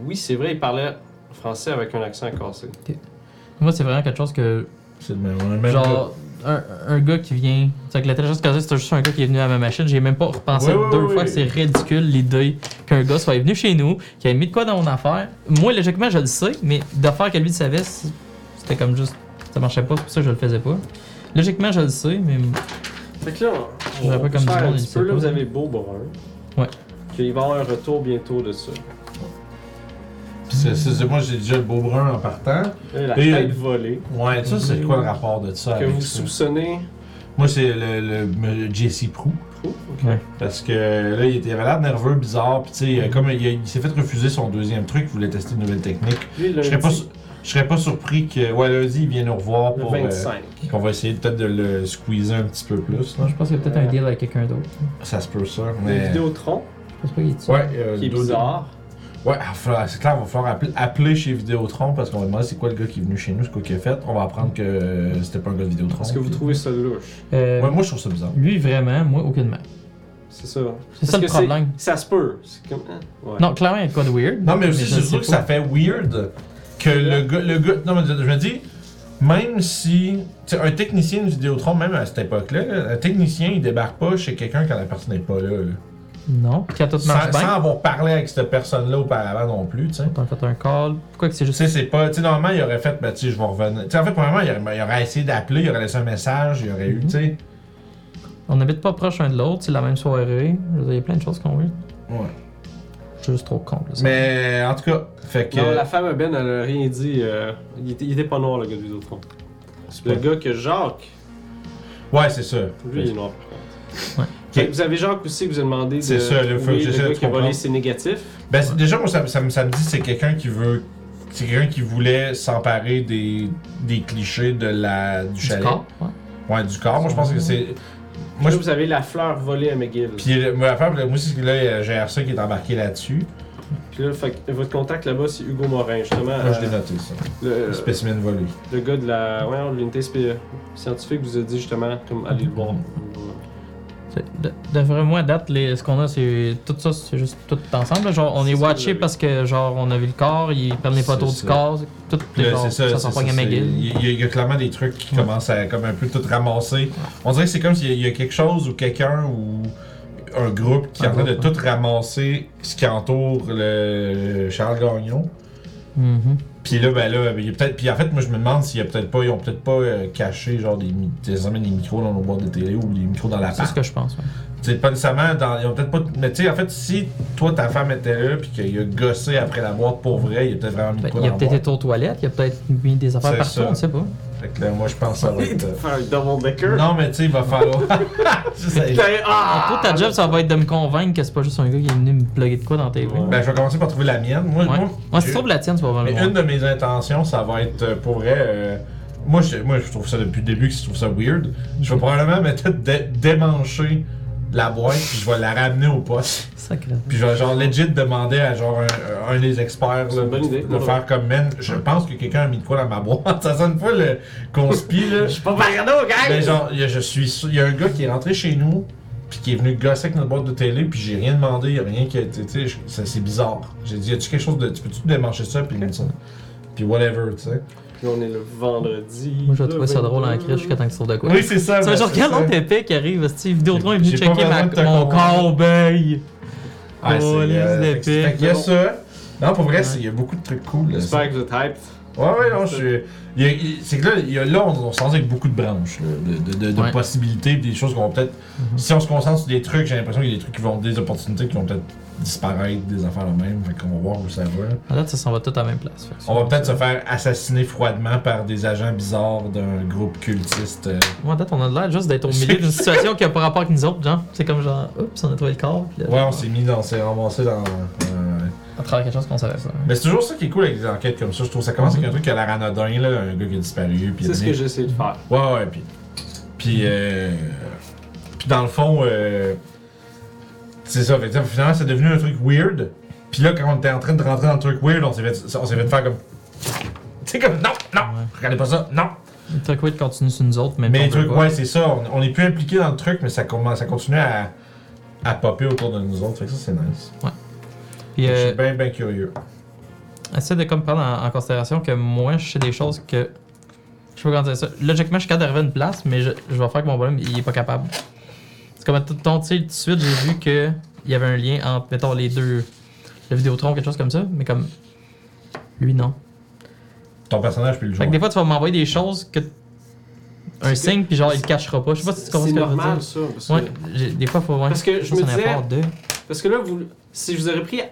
Oui, c'est vrai, il parlait français avec un accent cassé. Moi, c'est vraiment quelque chose que. C'est le même. on a le même gars. Genre, un, un gars qui vient. C'est que l'intelligence casée, c'était juste un gars qui est venu à ma machine. J'ai même pas repensé Oui, oui, deux oui, fois oui. que c'est ridicule l'idée qu'un gars soit venu chez nous, qui a mis de quoi dans mon affaire. Moi, logiquement, je le sais, mais d'affaires que lui savait, c'est- c'était comme juste. Ça marchait pas, c'est pour ça que je le faisais pas. Logiquement, je le sais, mais. Fait que là, on, J'aurais on pas peut comme faire du un monde, petit il sait peu. Là, pas. vous avez Beau Brun. Ouais. Puis il va y avoir un retour bientôt de ça. Pis c'est- c'est- c'est- moi, j'ai déjà le beau brun en partant. Là, la Et- euh, tête volée, Ouais, ça, c'est quoi le rapport de ça? que avec vous Ah, ça? soupçonnez. Moi, c'est le, le, le Jesse Prou. Ouh, ok. Ouais. Parce que là, il était il avait l'air nerveux, bizarre. Puis, tu sais, euh, comme il, a- il s'est fait refuser son deuxième truc, il voulait tester une nouvelle technique. Lui, Je serais pas, lundi, sur- je serais pas surpris que. Ouais, lundi, il vient nous revoir le pour. euh, 25. On va essayer peut-être de le squeezer un petit peu plus. Là. Je pense qu'il y a peut-être un deal avec quelqu'un d'autre. Ça se peut, ça. Le Mais... Vidéotron, Je pense pas qu'il est dessus. Ouais, euh, qui est d'autres- bizarre. Ouais, il va falloir- c'est clair, il va falloir appeler, appeler chez Vidéotron parce qu'on va demander c'est quoi le gars qui est venu chez nous, ce qu'il a fait. On va apprendre que euh, c'était pas un gars de Vidéotron. Est-ce que vous puis- trouvez ça louche? Euh, Ouais, moi je trouve ça bizarre. Lui, vraiment, moi, aucunement. C'est ça. C'est Parce ça le que c'est- problème. Ça se peut. C'est comme. hein, ouais. Non, clairement, il y a de quoi de weird. Non, mais aussi, je c'est sais surtout que pas. ça fait weird que le gars. Le gars non, mais je me dis, même si. tu sais, un technicien de Vidéotron, même à cette époque-là, là, un technicien, il débarque pas chez quelqu'un quand la personne n'est pas là. là. Non, quand tout marche Sans, sans bien, avoir parlé avec cette personne-là auparavant non plus, tu sais. t'as fait un call. Pourquoi que c'est Tu juste. sais, c'est pas. Tu sais, normalement, il aurait fait, ben, tu sais, je vais revenir. Tu sais, en fait, premièrement, il aurait, il aurait essayé d'appeler, il aurait laissé un message, il aurait eu, tu sais. On n'habite pas proche un de l'autre, c'est la même soirée. Je veux dire, Il y a plein de choses qu'on veut. Ouais. Je suis juste trop con. là, ça. Mais, en tout cas, fait que. Non, la femme à Ben, elle a rien dit. euh, il, était, il était pas noir, le gars du Vidéotron. c'est Le pas- gars que Jacques, Ouais, c'est ça. lui, il est noir. par contre. Ouais. Fait que Vous avez Jacques aussi que vous a demandé de C'est ça, le- faut trouver que j'essaie gars de qui a volé, comprendre. c'est négatif. Ben, c'est- déjà, moi, ça, ça, me- ça me dit, c'est quelqu'un qui veut. C'est quelqu'un qui voulait s'emparer des, des clichés de la, du Du chalet. corps, ouais. Ouais, du corps. Moi, je pense que c'est. Moi, Là, je. vous avez la fleur volée à McGill. Puis, Puis, le- moi, la femme, moi, c'est que là, il y a GRC qui est embarqué là-dessus. là, fait que votre contact là-bas, c'est Hugo Morin, justement. Moi, je euh, l'ai noté, ça. le, Spécimen volé. le gars de la ouais, de l'unité spé- scientifique vous a dit justement, comme, allez le voir. C'est- de- D'après moi, à date, les- ce qu'on a, c'est. Tout ça, c'est juste tout ensemble. là. Genre, on C'est est ça, watché vous parce que, genre, on a vu le corps, ils prennent les photos C'est du ça. corps, tout. Puis là, genre, c'est ça, ça c'est s'en ça, prend à c'est- Il McGill. y, a- il y a clairement des trucs qui Ouais. commencent à comme un peu tout ramasser. On dirait que c'est comme s'il y a- il y, a quelque chose ou quelqu'un ou un groupe qui est Un en train de groupe, tout ramasser ce qui entoure le Charles Gagnon. Mhm. Puis là, ben là, il y a peut-être. Puis en fait, moi, je me demande s'il y a peut-être pas, ils ont peut-être pas euh, caché genre des, mi- des, des micros dans nos boîtes de télé ou des micros dans la C'est ce part. que je pense. ouais. C'est pas nécessairement dans. Ils ont peut-être pas. Mais tu sais, en fait, si toi, ta femme était là, puis qu'il a gossé après la boîte pour vrai, il a peut-être vraiment mis de Ben, quoi il a dans la peut-être boîte. été aux toilettes, il a peut-être mis des affaires C'est partout, ça. on ne sait pas. Fait que là, moi, je pense que ça va être. euh, Faire un double decker. Non, mais tu sais, il va falloir. Je sais. Putain, ah! Toi, ta job, ça va être de me convaincre que c'est pas juste un gars qui est venu me plugger de quoi dans tes Ouais. mains. Ben, je vais commencer par trouver la mienne. Moi, Ouais. Ben, moi, Moi, si tu j'ai- trouves la tienne, tu vas voir le Mais voir. une de mes intentions, ça va être euh, pour vrai. euh, moi, je, moi, je trouve ça depuis le début que je trouve ça weird. Je vais probablement mettre euh, dé- démancher la boîte, puis je vais la ramener au poste. Sacré. Puis je vais genre legit demander à genre un, un des experts C'est là, une bonne idée. de faire comme man. Je pense que quelqu'un a mis de quoi dans ma boîte. Ça sonne pas le conspi là. Je suis pas parano, gang! Mais Ben, genre, il y a- je suis sûr- il y a un gars qui est rentré chez nous, puis qui est venu gosser avec notre boîte de télé, puis j'ai rien demandé, il y a rien qui a été, tu sais, je- ça, c'est bizarre. J'ai dit, y a-tu quelque chose de, tu peux-tu démarcher ça, puis il me dit, puis whatever, tu sais. Puis on est le vendredi. Moi, je vais trouver ça le drôle en 22. crise jusqu'à temps que tu trouves de quoi. ben, euh, Oui, c'est ça. Tu ben, vois, je c'est regarde ça. l'autre épée qui arrive, Steve Vidéotron est venu J'ai pas checker ma, besoin de te mon convaincre. corbeille. Ah, c'est, euh, Police fait que- fait qu'il y a d'épée. ça. Non, pour vrai, c'est- il y a beaucoup de trucs cool. là. J'espère que vous êtes hyped. Ouais, ouais, non, je suis. il y a- il- C'est que là, il y a, là on, on se lance avec beaucoup de branches, là, de, de, de, de Ouais. possibilités, pis des choses qu'on va peut-être. Mhm. Si on se concentre sur des trucs, j'ai l'impression qu'il y a des trucs qui vont. des opportunités qui vont peut-être disparaître, des affaires de même, fait qu'on va voir où ça va. En fait, ça s'en va tout à la même place. fait que On va c'est- peut-être se faire assassiner froidement par des agents bizarres d'un groupe cultiste. euh. Moi, en fait, on a l'air juste d'être au milieu d'une situation qui a pas rapport avec nous autres, genre. C'est comme genre, oups, on a trouvé le corps. Puis, là, Ouais, on s'est mis dans. on s'est ramassé dans. euh, à travers quelque chose qu'on savait pas. Mais c'est toujours ça qui est cool avec des enquêtes comme ça. Je trouve ça commence avec un truc à l'air anodin, là, un gars qui a disparu. Pis Mhm. C'est ce que j'ai essayé de faire. Ouais, ouais, puis. Puis, euh, puis dans le fond, euh, c'est ça. Fait, que, finalement, c'est devenu un truc weird. Puis là, quand on était en train de rentrer dans le truc weird, on s'est fait, on s'est fait faire comme. Tu sais, comme non, non, Ouais. regardez pas ça, non. Le truc, oui, continue sur nous autres, mais mais pas les trucs, on veut ouais, c'est ça. On, on est plus impliqué dans le truc, mais ça, commence, ça continue à, à popper autour de nous autres. Fait que ça, c'est nice. pas. Puis, Je euh, suis bien, bien curieux. essaie de comme prendre en, en considération que moi, je sais des choses que. Je sais pas comment dire ça. Logiquement, je suis capable d'arriver à une place, mais je, je vais faire que mon bonhomme, il est pas capable. C'est comme, mettons, tu sais, tout de suite, j'ai vu que il y avait un lien entre, mettons, les deux. Le Vidéotron, quelque chose comme ça, mais comme. Lui, non. Ton personnage, puis le Fait jouer. que des fois, tu vas m'envoyer des choses que. Un que- signe, puis genre, il le cachera pas. Je sais pas si tu comprends C'est ce que je veux normal, dire. ça. Parce que, Ouais, j'ai- des fois, faut voir. parce que je me Ça, ça disais, n'importe deux. parce que là, vous, si je vous aurais pris à,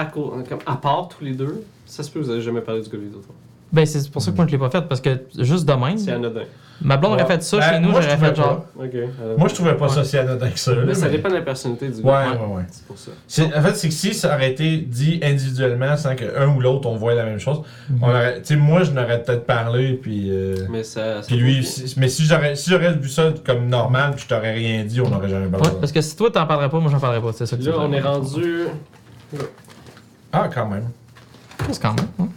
à co- comme à part tous les deux, ça se peut que vous n'avez jamais parlé du Covid d'autre. Ben, c'est pour ça que moi, je l'ai pas fait, parce que juste de même, C'est anodin. ma blonde aurait Ouais. fait ça Ben, chez nous, moi, je j'aurais trouvais fait genre. pas. Ok. anodin. Moi, je trouvais pas Ouais. ça si anodin que ça. là, Mais ça mais- dépend de la personnalité du Ouais, gars. ouais, ouais. C'est pour ça. C'est- en fait, c'est que si ça aurait été dit individuellement, sans qu'un ou l'autre on voit la même chose, on aurait, tu sais, moi je n'aurais peut-être parlé, puis, euh, Mais ça. ça puis lui, si- mais si j'aurais, si j'aurais vu ça comme normal, puis je t'aurais rien dit, on n'aurait jamais parlé. Ouais, parce que si toi, t'en parlerais pas, moi, j'en parlerais pas. C'est ça que Là, tu veux on est dire. rendu. Ah, quand même. Je pense quand même. hein? ouais.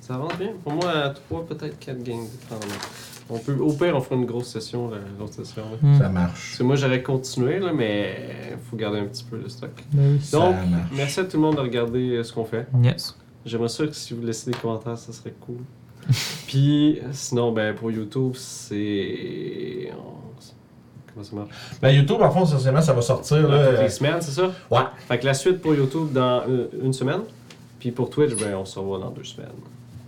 Ça rentre bien. Pour moi, à 3, peut-être 4 games. dépendamment. On peut, au pire, on fera une grosse session, là, l'autre session. là. Hmm. Ça marche. Parce que moi, j'aurais continué, là, mais faut garder un petit peu le stock. Ça Donc, marche. merci à tout le monde de regarder euh, ce qu'on fait. Yes. J'aimerais ça que si vous laissez des commentaires, ça serait cool. Puis, sinon, ben, pour YouTube, c'est. on- Comment ça marche Ben, YouTube, en fond, essentiellement, ça va sortir, là. Toutes euh, les semaines, c'est ça Ouais. Fait que la suite pour YouTube dans euh, une semaine. Puis pour Twitch, ben, on se revoit dans deux semaines.